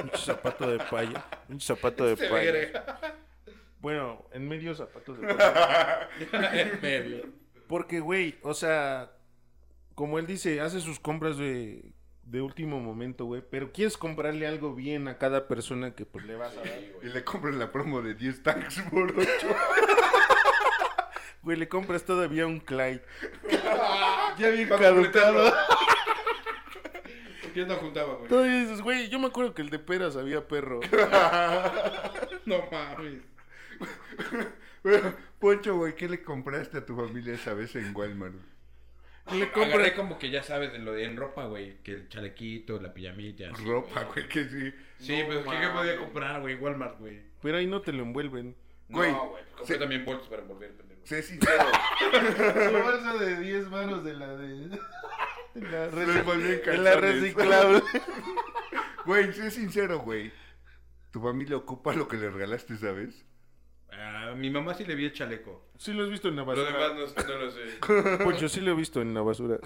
Speaker 1: Un zapato de paya. Un zapato de
Speaker 3: Se
Speaker 1: paya.
Speaker 3: Este verga.
Speaker 1: Este Bueno, en medio zapato de paya.
Speaker 3: En medio.
Speaker 1: Porque, güey, o sea, como él dice, hace sus compras de, de último momento, güey. Pero quieres comprarle algo bien a cada persona que pues le vas a dar.
Speaker 2: Y le compran la promo de 10 tanks por 8.
Speaker 1: Güey, le compras todavía un Clyde.
Speaker 2: Ya bien
Speaker 3: Porque yo no juntaba, güey.
Speaker 1: Todavía dices, güey, yo me acuerdo que el de peras había perro.
Speaker 3: No mames.
Speaker 2: Poncho, güey, ¿qué le compraste a tu familia esa vez en Walmart?
Speaker 1: Le
Speaker 3: Compré
Speaker 1: compras...
Speaker 3: como que ya sabes, en lo de en ropa, güey. Que el chalequito, la pijamita. así,
Speaker 2: Ropa, güey, que sí.
Speaker 3: Sí, pero ¿qué- ¿qué podía comprar, güey? Walmart, güey.
Speaker 1: Pero ahí no te lo envuelven.
Speaker 2: Güey,
Speaker 3: No, güey. Compré
Speaker 2: se-
Speaker 3: también bolsas para envolver, pendejo.
Speaker 2: Sé sincero.
Speaker 1: Su bolsa de 10 manos de la de... la
Speaker 2: Lo envolví en
Speaker 1: en la
Speaker 2: calzones.
Speaker 1: reciclable.
Speaker 2: Güey, sé sincero, güey. Tu familia ocupa lo que le regalaste, ¿sabes?
Speaker 3: A Ah, mi mamá sí le vi el chaleco.
Speaker 1: Sí lo has visto en la
Speaker 3: Lo
Speaker 1: basura.
Speaker 3: demás no, no lo sé.
Speaker 1: Poncho, sí lo he visto en la basura.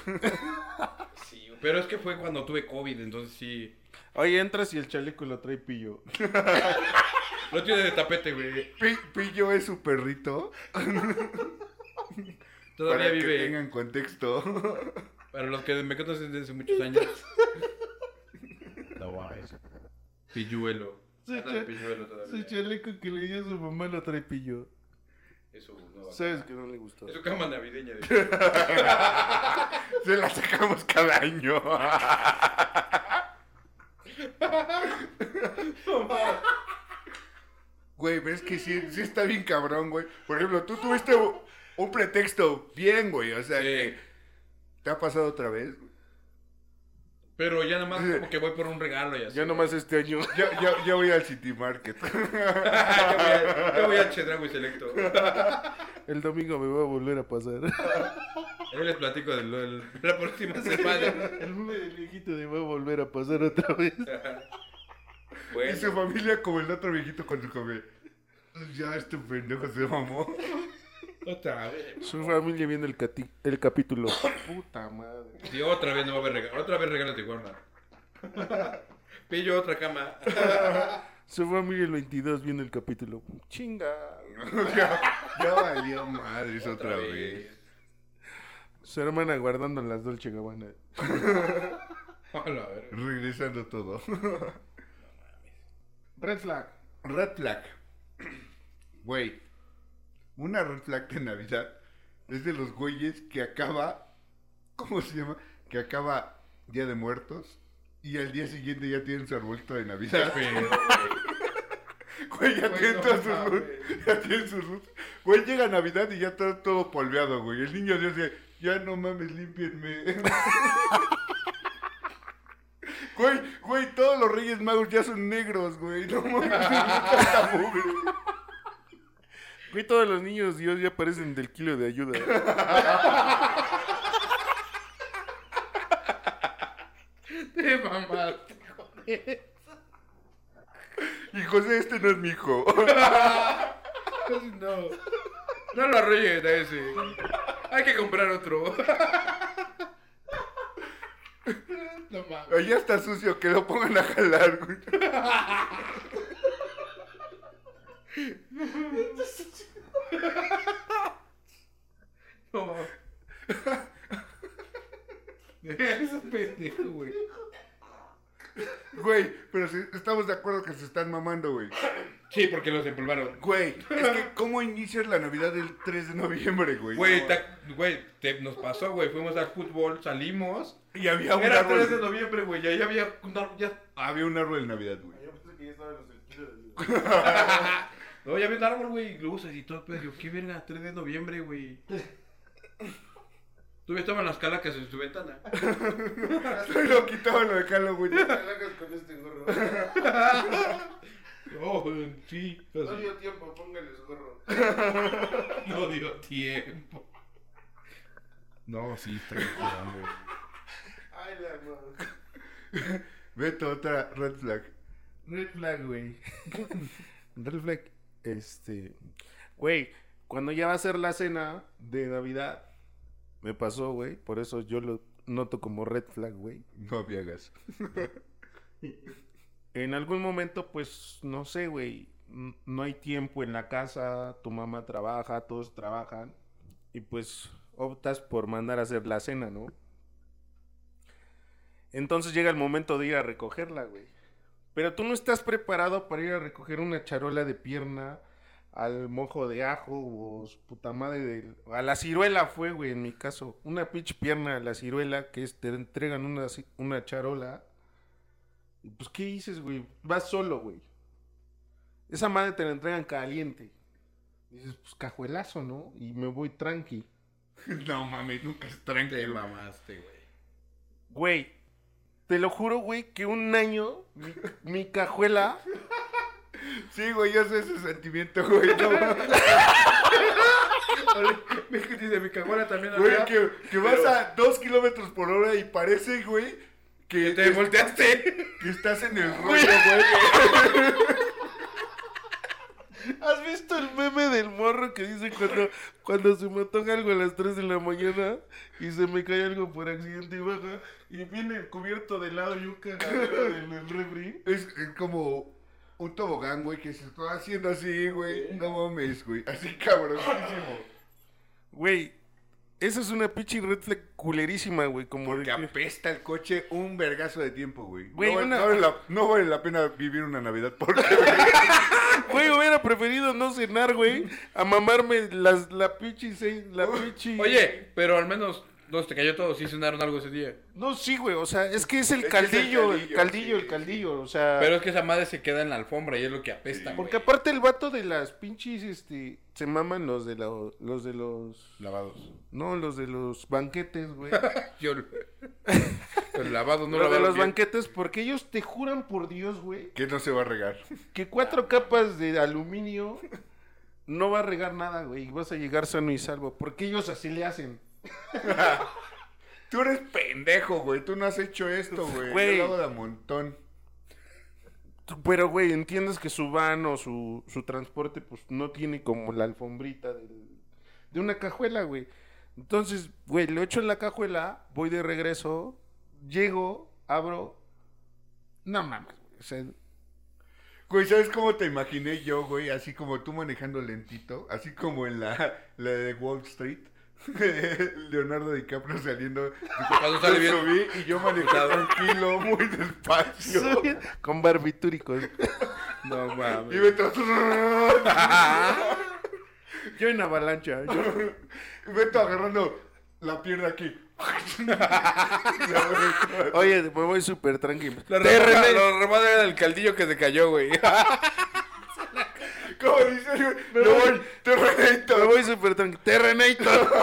Speaker 3: Sí, güey. pero es que fue cuando tuve COVID, entonces sí.
Speaker 1: Oye, entras y el chaleco lo trae pillo.
Speaker 3: Lo tiene de tapete, güey.
Speaker 2: Pi- Pillo es su perrito.
Speaker 3: Todavía
Speaker 2: para
Speaker 3: vive.
Speaker 2: que tengan contexto.
Speaker 3: Para los que me conocen desde hace muchos años. No mames. Pilluelo.
Speaker 1: Sí,
Speaker 3: Anda de pilluelo todavía.
Speaker 1: Su chaleco que le dio a su mamá lo trae pillo.
Speaker 3: Es su nueva
Speaker 1: Sabes
Speaker 3: cama.
Speaker 1: que no le gustó.
Speaker 3: Es su cama navideña. De...
Speaker 2: Se la sacamos cada año. Güey, ves que sí, sí está bien cabrón, güey. Por ejemplo, tú tuviste u- un pretexto bien, güey. O sea,
Speaker 3: Sí.
Speaker 2: ¿te ha pasado otra vez?
Speaker 3: Pero ya nada más como que voy por un regalo y así.
Speaker 5: Yo nomás este año.
Speaker 2: Yo, yo- yo voy al City Market.
Speaker 3: Ah, yo voy a, yo voy a Chedraui Selecto.
Speaker 5: El domingo me va a volver a pasar.
Speaker 3: Ahí les platico de lo del- la próxima semana.
Speaker 5: El viejito me va a volver a pasar otra vez.
Speaker 2: Y su familia como el otro viejito cuando come. Ya este pendejo se mamó.
Speaker 3: Otra vez.
Speaker 5: Su familia viendo el, cati- el capítulo. Puta madre.
Speaker 3: Sí, otra vez no va a haber regalo. Otra vez regalo de Tijuana. Pillo otra cama.
Speaker 5: Su familia el 22 viendo el capítulo. Chinga.
Speaker 2: ya, ya valió madres otra, vez.
Speaker 5: Su hermana guardando las Dolce Gabbana.
Speaker 3: Hola, a ver.
Speaker 2: Regresando todo.
Speaker 5: Red flag.
Speaker 2: Red flag. Güey. Una red flag de Navidad es de los güeyes que acaba. ¿Cómo se llama? Que acaba Día de Muertos. Y al día siguiente ya tienen su arbolito de Navidad. Güey, ya
Speaker 3: Güey,
Speaker 2: tienen
Speaker 3: no
Speaker 2: todas sus
Speaker 3: mames.
Speaker 2: rut- Ya tienen sus rut- Güey, llega Navidad y ya está todo polveado, güey. El niño dice, ya no mames, límpienme. güey, güey, todos los Reyes Magos ya son negros, güey. No mames, tanta mugre.
Speaker 5: Güey, todos los niños Dios ya parecen del kilo de ayuda.
Speaker 3: Te mamaste.
Speaker 2: Y José, este no es mi hijo.
Speaker 3: No. No lo arreglen a ese. Hay que comprar otro. No mames.
Speaker 2: Ya está sucio, que lo pongan a jalar, güey.
Speaker 3: No mames. Ese pendejo, güey.
Speaker 2: Güey, pero si- estamos de acuerdo que se están mamando, güey.
Speaker 3: Sí, porque los empolvaron.
Speaker 2: Güey, es que ¿cómo inicias la Navidad el 3 de noviembre, güey?
Speaker 3: Güey, ta- güey, te- nos pasó, güey. Fuimos al fútbol, salimos.
Speaker 2: Y había un
Speaker 3: Era
Speaker 2: árbol.
Speaker 3: 3 de noviembre, güey. Ya, ya había un árbol, ya-
Speaker 2: Había un árbol de Navidad, güey.
Speaker 3: No, ya había un árbol, güey. y Luces y todo. Pero digo, qué verga, 3 de noviembre, güey. Tú ya estaban las calacas en su ventana.
Speaker 2: lo quitaban lo de Halloween.
Speaker 1: con este gorro.
Speaker 3: No, güey, Oh, sí.
Speaker 1: No
Speaker 3: así,
Speaker 1: dio tiempo, póngales gorro.
Speaker 3: No dio tiempo.
Speaker 2: No, sí.
Speaker 1: Ay, la madre.
Speaker 2: Beto, otra red flag.
Speaker 1: Red flag, güey. Red flag. Este. Güey, cuando ya va a ser la cena de Navidad, me pasó, güey. Por eso yo lo noto como red flag, güey.
Speaker 2: No viagas.
Speaker 1: En algún momento, pues, no sé, güey. n- No hay tiempo en la casa, tu mamá trabaja, todos trabajan. Y pues optas por mandar a hacer la cena, ¿no? Entonces llega el momento de ir a recogerla, güey. Pero tú no estás preparado para ir a recoger una charola de pierna al mojo de ajo o s- puta madre del- A la ciruela fue, güey, en mi caso. Una pinche pierna a la ciruela que es- te entregan una, ci- una charola. Y, Pues, ¿qué dices, güey? Vas solo, güey. Esa madre te la entregan caliente. Dices, pues, cajuelazo, ¿no? Y me voy tranqui.
Speaker 2: No mames, nunca es tranquilo.
Speaker 3: mamaste, güey.
Speaker 1: Güey, te lo juro, güey, que un año mi, mi cajuela...
Speaker 2: Sí, güey, yo sé ese sentimiento, güey. No, mames.
Speaker 3: Me dice, mi caguara también
Speaker 2: güey, que, que vas a dos kilómetros por hora y parece, güey, que,
Speaker 3: Te volteaste.
Speaker 2: que estás en el rollo, güey.
Speaker 1: ¿Has visto el meme del morro que dice cuando, cuando se me antoja algo a las 3 de la mañana y se me cae algo por accidente y baja y viene cubierto de helado y un cagadero del del refri?
Speaker 2: Es, es como un tobogán, güey, que se está haciendo así, güey. No mames, güey. Así cabronísimo.
Speaker 1: Güey, esa es una pinche red flag culerísima, güey. Como
Speaker 2: Porque
Speaker 1: de que-
Speaker 2: apesta el coche un vergazo de tiempo, güey.
Speaker 1: Güey,
Speaker 2: no,
Speaker 1: una-
Speaker 2: no vale la, no vale la pena vivir una Navidad porque
Speaker 1: Güey, hubiera preferido no cenar, güey, a mamarme las, la pinche seis, la pinche...
Speaker 3: Oye, pero al menos no te cayó todo. Sí cenaron algo ese día.
Speaker 1: No, sí, güey, o sea, es que es el
Speaker 2: Es que es el
Speaker 1: caldillo, el
Speaker 2: caldillo,
Speaker 1: caldillo,
Speaker 2: sí,
Speaker 1: el caldillo, o sea...
Speaker 3: Pero es que esa madre se queda en la alfombra y es lo que apesta, güey.
Speaker 1: Porque aparte el vato de las pinches, este, se maman los de la- los de los,
Speaker 2: lavados.
Speaker 1: no, los de los banquetes, güey.
Speaker 3: Yo... El lavado no
Speaker 1: Lo de
Speaker 3: lavaron
Speaker 1: los
Speaker 3: bien.
Speaker 1: banquetes, porque ellos te juran por Dios, güey,
Speaker 2: Que no se va a regar.
Speaker 1: que cuatro capas de aluminio no va a regar nada, güey, y vas a llegar sano y salvo, porque ellos así le hacen.
Speaker 2: Tú eres pendejo, güey. Tú no has hecho esto, güey.
Speaker 1: Güey.
Speaker 2: Yo lo hago de a montón.
Speaker 1: Tú- Pero, güey, entiendes que su van o su, su transporte, pues, no tiene como la alfombrita del- de una cajuela, güey. Entonces, güey, lo echo en la cajuela, voy de regreso, llego, abro, no mames, güey, o sea,
Speaker 2: Güey, ¿sabes cómo te imaginé yo, güey? Así como tú manejando lentito, así como en la, la de Wall Street. Leonardo DiCaprio saliendo.
Speaker 3: Cuando sale bien.
Speaker 2: Yo subí y yo manejé tranquilo, muy despacio.
Speaker 1: con barbitúricos.
Speaker 3: No
Speaker 2: Y
Speaker 3: mames.
Speaker 2: me tra-
Speaker 1: Yo en avalancha, yo
Speaker 2: y Beto agarrando la pierna aquí.
Speaker 1: Oye, me voy súper tranquilo.
Speaker 3: La remada, la remada era el caldillo que se cayó, güey.
Speaker 2: ¿Cómo dice? Me voy, te reviento.
Speaker 1: Me voy súper tranquilo. Terrenator.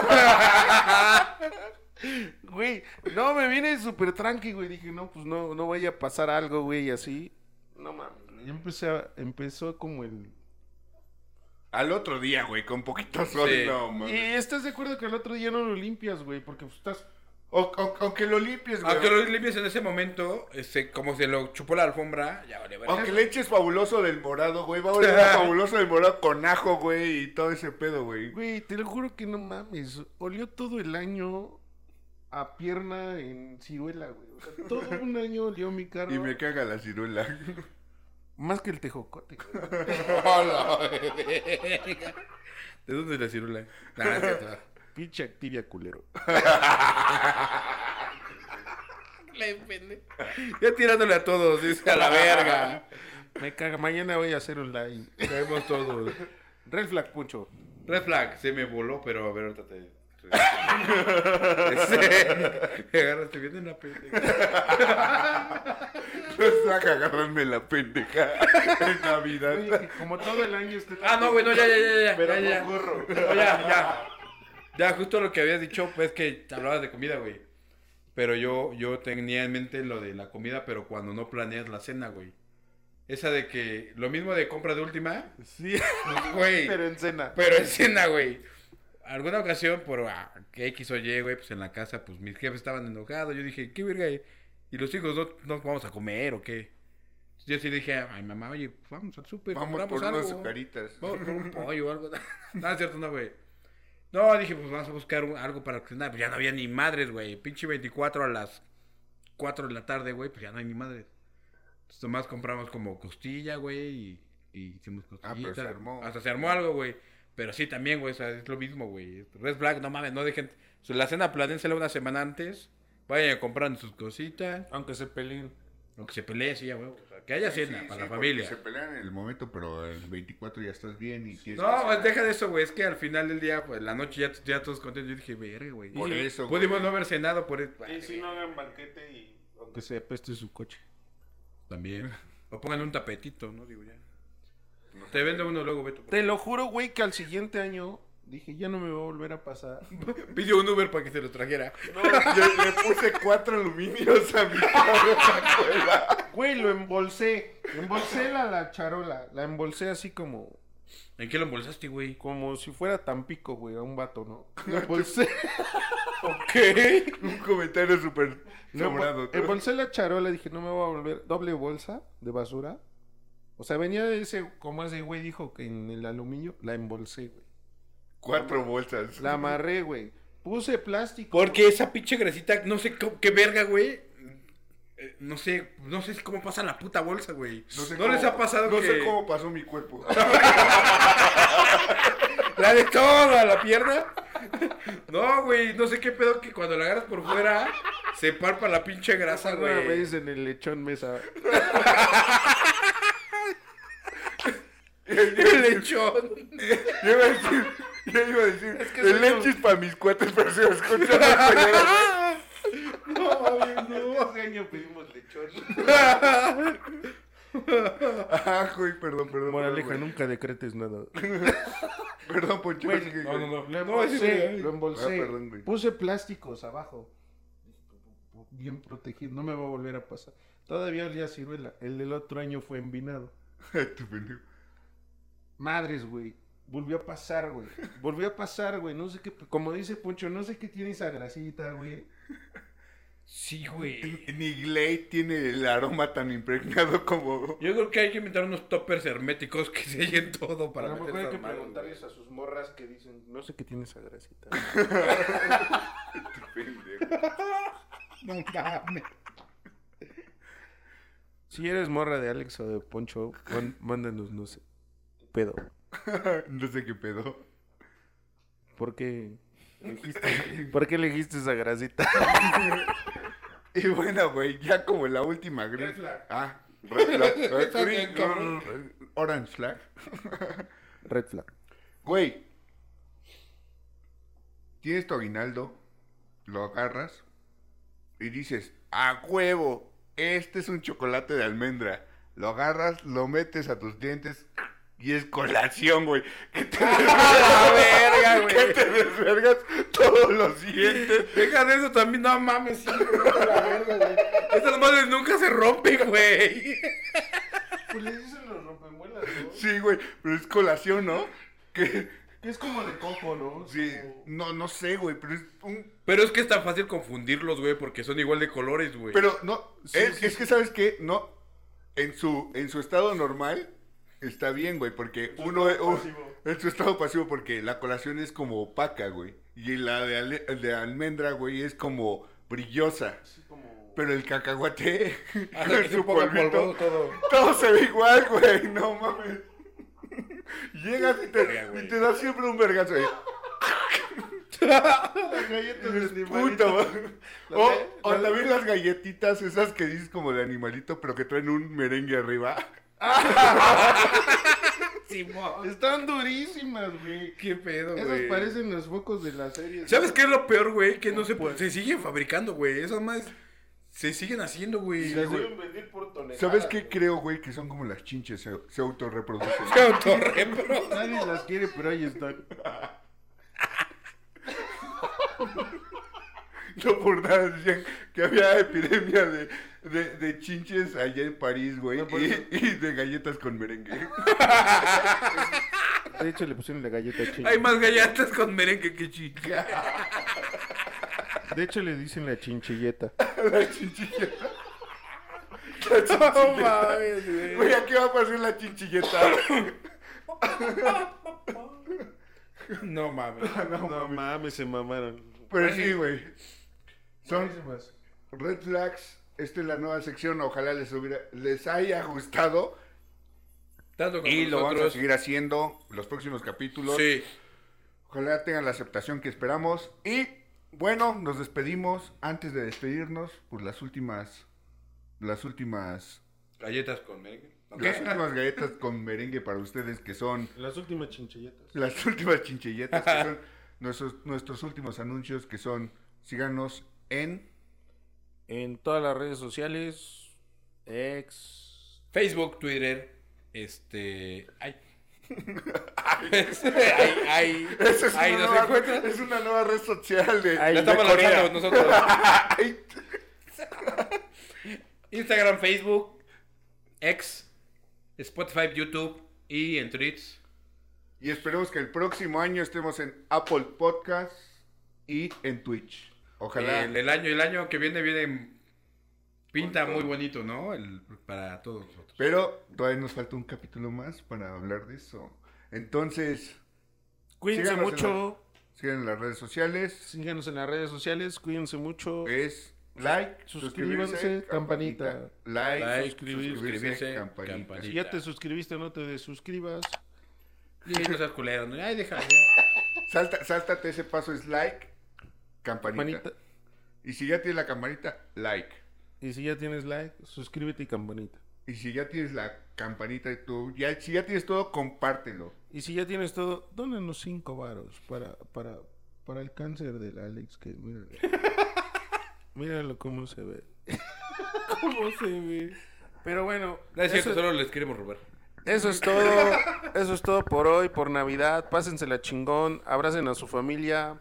Speaker 1: güey, no, me viene súper tranqui, güey. Dije, no, pues no, no vaya a pasar algo, güey, y así. No mames. Yo empecé a- empezó como el...
Speaker 2: Al otro día, güey, con poquito sol.
Speaker 3: Sí.
Speaker 2: No, mames.
Speaker 1: Y estás de acuerdo que el otro día no lo limpias, güey, porque pues, estás...
Speaker 2: O, o- aunque lo limpies, güey.
Speaker 3: Aunque lo limpies en ese momento, este, como se lo chupó la alfombra, ya vale, vale.
Speaker 2: Aunque le eches fabuloso del morado, güey. Va a oler a fabuloso del morado con ajo, güey, y todo ese pedo, güey.
Speaker 1: Güey, te lo juro que no mames. Olió todo el año a pierna en ciruela, güey. O sea, todo un año olió mi carro.
Speaker 2: Y me caga la ciruela.
Speaker 1: Más que el tejocote. güey.
Speaker 3: ¿De dónde es la cirula? Nah, es cierto.
Speaker 1: Pinche activia culero.
Speaker 3: ya tirándole a todos, dice, a la verga.
Speaker 1: Me caga. Mañana voy a hacer online.
Speaker 3: Caemos todos.
Speaker 1: Red flag, Puncho.
Speaker 3: Red flag, se me voló, pero a ver, ahorita te. Ese- Me agarraste bien en la pendeja.
Speaker 2: No saca agarrarme la pendeja. en Navidad.
Speaker 1: Oye, como todo el año este...
Speaker 3: Ah, no, güey, no, ya, ya, ya, ya.
Speaker 1: Pero
Speaker 3: ya, ya.
Speaker 1: con gorro.
Speaker 3: No, ya, ya. Ya, justo lo que habías dicho, pues que te hablabas de comida, güey. Pero yo, yo tenía en mente lo de la comida, pero cuando no planeas la cena, güey. Esa de que lo mismo de compra de última,
Speaker 1: Sí,
Speaker 3: pues, güey.
Speaker 1: pero en cena.
Speaker 3: Pero en cena, güey. Alguna ocasión, por ah, que X o Y, güey, pues en la casa, pues mis jefes estaban enojados. Yo dije, ¿qué verga? eh? ¿Y los hijos no, no vamos a comer o qué? Entonces yo sí dije, ay, mamá, oye, pues, vamos al súper,
Speaker 2: Vamos por
Speaker 3: compramos
Speaker 2: unas
Speaker 3: algo.
Speaker 2: azucaritas.
Speaker 3: Vamos por un pollo o algo. No, es cierto, no, güey. No, dije, pues vamos a buscar un- algo para cenar. Pues ya no había ni madres, güey. Pinche 24 a las 4 de la tarde, güey, pues ya no hay ni madres. Entonces nomás compramos como costilla, güey, y, y hicimos costillita.
Speaker 2: Ah, pero se armó.
Speaker 3: Hasta se armó algo, güey. Pero sí, también, güey, o sea, es lo mismo, güey. Red Black, no mames, no dejen... o sea, La cena planénsela una semana antes. Vayan comprando sus cositas.
Speaker 1: Aunque se peleen.
Speaker 3: Aunque se pelee, sí, ya, güey. O sea, que haya cena
Speaker 2: Sí,
Speaker 3: para
Speaker 2: sí,
Speaker 3: la
Speaker 2: porque
Speaker 3: familia.
Speaker 2: Se pelean en el momento, pero el 24 ya estás bien y tienes
Speaker 3: No,
Speaker 2: que-
Speaker 3: pues deja de eso, güey. Es que al final del día, pues la noche ya, ya todos contentos. Yo dije, verga, güey.
Speaker 2: Por eso, güey.
Speaker 3: Pudimos no haber cenado por e-". eso.
Speaker 1: hagan banquete y... Aunque se apeste su coche.
Speaker 3: También. O pongan un tapetito, ¿no? Digo, ya. Te vendo uno luego, Beto.
Speaker 1: Te lo juro, güey, que al siguiente año dije, ya no me va a volver a pasar.
Speaker 3: Pidió un Uber para que se lo trajera.
Speaker 2: Yo le puse cuatro aluminios a mi cajuela.
Speaker 1: Güey, lo embolsé. Embolsé la, la charola. La embolsé así como...
Speaker 3: ¿En qué lo embolsaste, güey?
Speaker 1: Como si fuera Tampico, güey, a un vato, ¿no? La embolsé.
Speaker 3: Ok. eh,
Speaker 2: Un comentario súper
Speaker 1: pues,
Speaker 2: sobrado.
Speaker 1: Embo- Embolsé la charola, dije, no me voy a volver. Doble bolsa de basura. O sea, venía de ese, como ese güey dijo, que en el aluminio, la embolsé, güey.
Speaker 2: Cuatro bolsas.
Speaker 1: La amarré, güey. Puse plástico.
Speaker 3: Porque esa pinche grasita, no sé cómo- qué verga, güey. Eh, No sé, no sé cómo pasa la puta bolsa, güey. No,
Speaker 2: sé cómo-
Speaker 3: les ha pasado
Speaker 2: No
Speaker 3: que...
Speaker 2: sé cómo pasó mi cuerpo.
Speaker 3: La de toda la pierna. No, güey, no sé qué pedo que cuando la agarras por fuera se parpa la pinche grasa,
Speaker 1: Una
Speaker 3: güey.
Speaker 1: vez en el lechón mesa.
Speaker 3: El lechón.
Speaker 2: Yo iba a decir, yo iba a decir,
Speaker 1: que
Speaker 2: el
Speaker 1: soy
Speaker 2: leche es para mis cuates, pero se lo escuchan las señoras.
Speaker 1: Ese año pedimos lechón.
Speaker 2: Ah, güey, perdón, perdón.
Speaker 1: Moraleja,
Speaker 2: perdón,
Speaker 1: nunca decretes nada.
Speaker 2: güey. Perdón, Poncho.
Speaker 1: Güey,
Speaker 2: es que-
Speaker 3: No, no, no.
Speaker 1: Lo embolsé,
Speaker 3: sí,
Speaker 1: lo embolsé.
Speaker 2: Ah, perdón, güey.
Speaker 1: Puse plásticos abajo. bien protegido, no me va a volver a pasar. Todavía ya ciruela, el del otro año fue envinado.
Speaker 2: tu pendejo.
Speaker 1: Madres, güey. Volvió a pasar, güey. Volvió a pasar, güey. No sé qué. Como dice Poncho, no sé qué tiene esa grasita, güey.
Speaker 8: Sí, güey.
Speaker 2: Ni Glade tiene el aroma tan impregnado como.
Speaker 3: Yo creo que hay que inventar unos toppers herméticos que sellen todo para
Speaker 1: a lo
Speaker 3: meter
Speaker 1: mejor hay
Speaker 3: esas
Speaker 1: que
Speaker 3: madres, güey.
Speaker 1: preguntarles a sus morras que dicen, no sé qué tiene esa
Speaker 2: Tu
Speaker 1: grasita.
Speaker 2: pendejo.
Speaker 8: No mames.
Speaker 1: si eres morra de Alex o de Poncho, man- mándanos, no sé. Pedo.
Speaker 2: No sé qué pedo.
Speaker 1: ¿Por qué elegiste, ¿por qué elegiste esa grasita?
Speaker 2: Y bueno, güey, ya como la última gris. Ah, red flag. Eh,
Speaker 8: Está bien,
Speaker 2: green,
Speaker 8: cabrón.
Speaker 2: eh, Orange flag.
Speaker 1: Red flag.
Speaker 2: Güey. Tienes tu aguinaldo, lo agarras y dices, a huevo, este es un chocolate de almendra. Lo agarras, lo metes a tus dientes y es colación, güey. Que te, verga, güey. que te desvergas todos los dientes.
Speaker 3: Deja de eso también, no mames, sí, güey, la verga, güey. Estas madres nunca se rompen, güey.
Speaker 1: Pues le dicen los rompemuelas, ¿no?
Speaker 2: Sí, güey, pero es colación, ¿no? Que,
Speaker 1: Es como de coco, ¿no? Es
Speaker 2: sí,
Speaker 1: como-
Speaker 2: no, no sé, güey, pero es un
Speaker 3: Pero es que es tan fácil confundirlos, güey, porque son igual de colores, güey.
Speaker 2: Pero no,
Speaker 1: Sí,
Speaker 2: es,
Speaker 1: sí,
Speaker 2: es que sabes que no, en su, en su estado normal está bien, güey, porque uno es- oh. un- en su estado pasivo, porque la colación es como opaca, güey, y la de, ale- de almendra, güey, es como brillosa. Pero el cacahuate,
Speaker 3: Hasta que
Speaker 2: con
Speaker 3: se
Speaker 2: su
Speaker 3: ponga polvoso
Speaker 2: polvito,
Speaker 3: todo.
Speaker 2: todo se ve igual, güey, no mames. Llegas y te, y te da siempre un vergazo ahí.
Speaker 1: Las galletas de animalito.
Speaker 2: Puta, madre. o,
Speaker 1: ga-
Speaker 2: o
Speaker 1: las-
Speaker 2: también las galletitas esas que dices como de animalito, pero que traen un merengue arriba.
Speaker 1: Están durísimas, güey.
Speaker 3: Qué pedo,
Speaker 1: Esas
Speaker 3: güey.
Speaker 1: parecen los focos de la serie.
Speaker 3: ¿Sabes qué es lo peor, güey? Que no se, se siguen fabricando, güey. Esas madres se siguen haciendo, güey.
Speaker 1: Las deben vender por toneladas.
Speaker 2: ¿Sabes qué
Speaker 1: güey.
Speaker 2: creo, güey? Que son como las chinches, se, se autorreproducen.
Speaker 3: Se autorrepro.
Speaker 1: Nadie las quiere, pero ahí están.
Speaker 2: no por nada decían que había epidemia de, de- de chinches allá en París, güey,
Speaker 1: No, por eso.
Speaker 2: y, y de galletas con merengue.
Speaker 1: De hecho, le pusieron la galleta chinche.
Speaker 3: Hay más galletas con merengue que chica.
Speaker 1: De hecho, le dicen la chinchilleta.
Speaker 2: la chinchilleta. La chinchilleta. Güey, ¿a qué va a pasar la chinchilleta?
Speaker 3: No mames.
Speaker 1: No, mames, se mamaron.
Speaker 2: Pero sí, güey. Son,
Speaker 1: Buenísimas.
Speaker 2: Red Flags, esta es la nueva sección, ojalá les, hubiera, les haya gustado.
Speaker 3: Tanto como
Speaker 2: Y lo vamos a
Speaker 3: nosotros.
Speaker 2: seguir haciendo los próximos capítulos.
Speaker 3: Sí.
Speaker 2: Ojalá tengan la aceptación que esperamos. Y bueno, nos despedimos. Antes de despedirnos, pues las últimas, las últimas,
Speaker 3: Galletas con merengue.
Speaker 2: las últimas galletas con merengue para ustedes que son
Speaker 1: Las últimas chinchilletas.
Speaker 2: las últimas chinchilletas, que son nuestros, nuestros últimos anuncios que son, síganos en...
Speaker 9: En todas las redes sociales, ex,
Speaker 3: Facebook, Twitter, este. Ay. ay, ay.
Speaker 2: Esa es,
Speaker 3: ay,
Speaker 2: una,
Speaker 3: nos
Speaker 2: nueva,
Speaker 3: encuentran.
Speaker 2: es una nueva red social de...
Speaker 3: La estamos
Speaker 2: de Corea.
Speaker 3: lanzando nosotros.
Speaker 2: Ay,
Speaker 3: Instagram, Facebook, X, Spotify, YouTube y en Tweets.
Speaker 2: Y esperemos que el próximo año estemos en Apple Podcast y en Twitch. Eh, Ojalá.
Speaker 3: Eh, El, el año, el año que viene viene pinta muy bonito, ¿no? El- para todos nosotros.
Speaker 2: Pero todavía nos falta un capítulo más para hablar de eso. Entonces,
Speaker 9: Cuídense
Speaker 2: Síganos en
Speaker 9: mucho.
Speaker 2: sigan en las redes sociales.
Speaker 1: Síganos en las redes sociales, cuídense mucho.
Speaker 3: Eh,
Speaker 2: Es like,
Speaker 1: Suscríbanse, campanita.
Speaker 2: Like,
Speaker 3: Like,
Speaker 2: suscribirse,
Speaker 3: suscribirse,
Speaker 2: campanita.
Speaker 3: campanita.
Speaker 1: Si ya te suscribiste, no te desuscribas.
Speaker 3: Y no seas culero, ¿no? Ay, deja.
Speaker 2: Salta, sáltate ese paso, es like, campanita.
Speaker 1: Manita.
Speaker 2: Y si ya tienes la campanita, like.
Speaker 1: Y si ya tienes like, suscríbete y campanita.
Speaker 2: Y si ya tienes la campanita, y tú, ya, si ya tienes todo, compártelo.
Speaker 1: Y si ya tienes todo, dónanos cinco varos para, para, para el cáncer del Alex, que mira. Míralo cómo se ve.
Speaker 9: ¿Cómo se ve? Pero bueno,
Speaker 3: No es cierto,
Speaker 9: eso,
Speaker 3: solo les queremos robar.
Speaker 9: eso es todo. Eso es todo por hoy, por Navidad. Pásensela chingón. Abracen a su familia.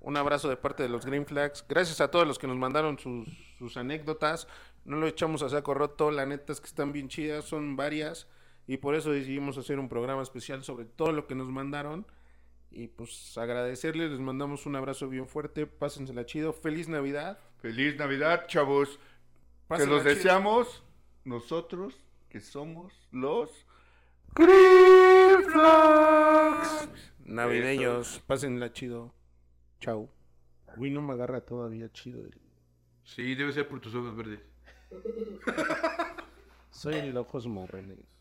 Speaker 9: Un abrazo de parte de los Green Flags. Gracias a todos los que nos mandaron sus
Speaker 1: sus anécdotas. No lo echamos a saco roto, la neta es que están bien chidas, son varias. Y por eso decidimos hacer un programa especial sobre todo lo que nos mandaron. Y pues agradecerles, les mandamos un abrazo bien fuerte, pásensela chido, feliz Navidad.
Speaker 2: Feliz Navidad, chavos. Que
Speaker 1: Pásenla
Speaker 2: los
Speaker 1: chido.
Speaker 2: deseamos nosotros, que somos los Creepflocks.
Speaker 1: Navideños, pásenla chido. Chau. Uy, no me agarra todavía chido. el-
Speaker 4: Sí, debe ser por tus ojos verdes.
Speaker 1: Soy el ojos marrones.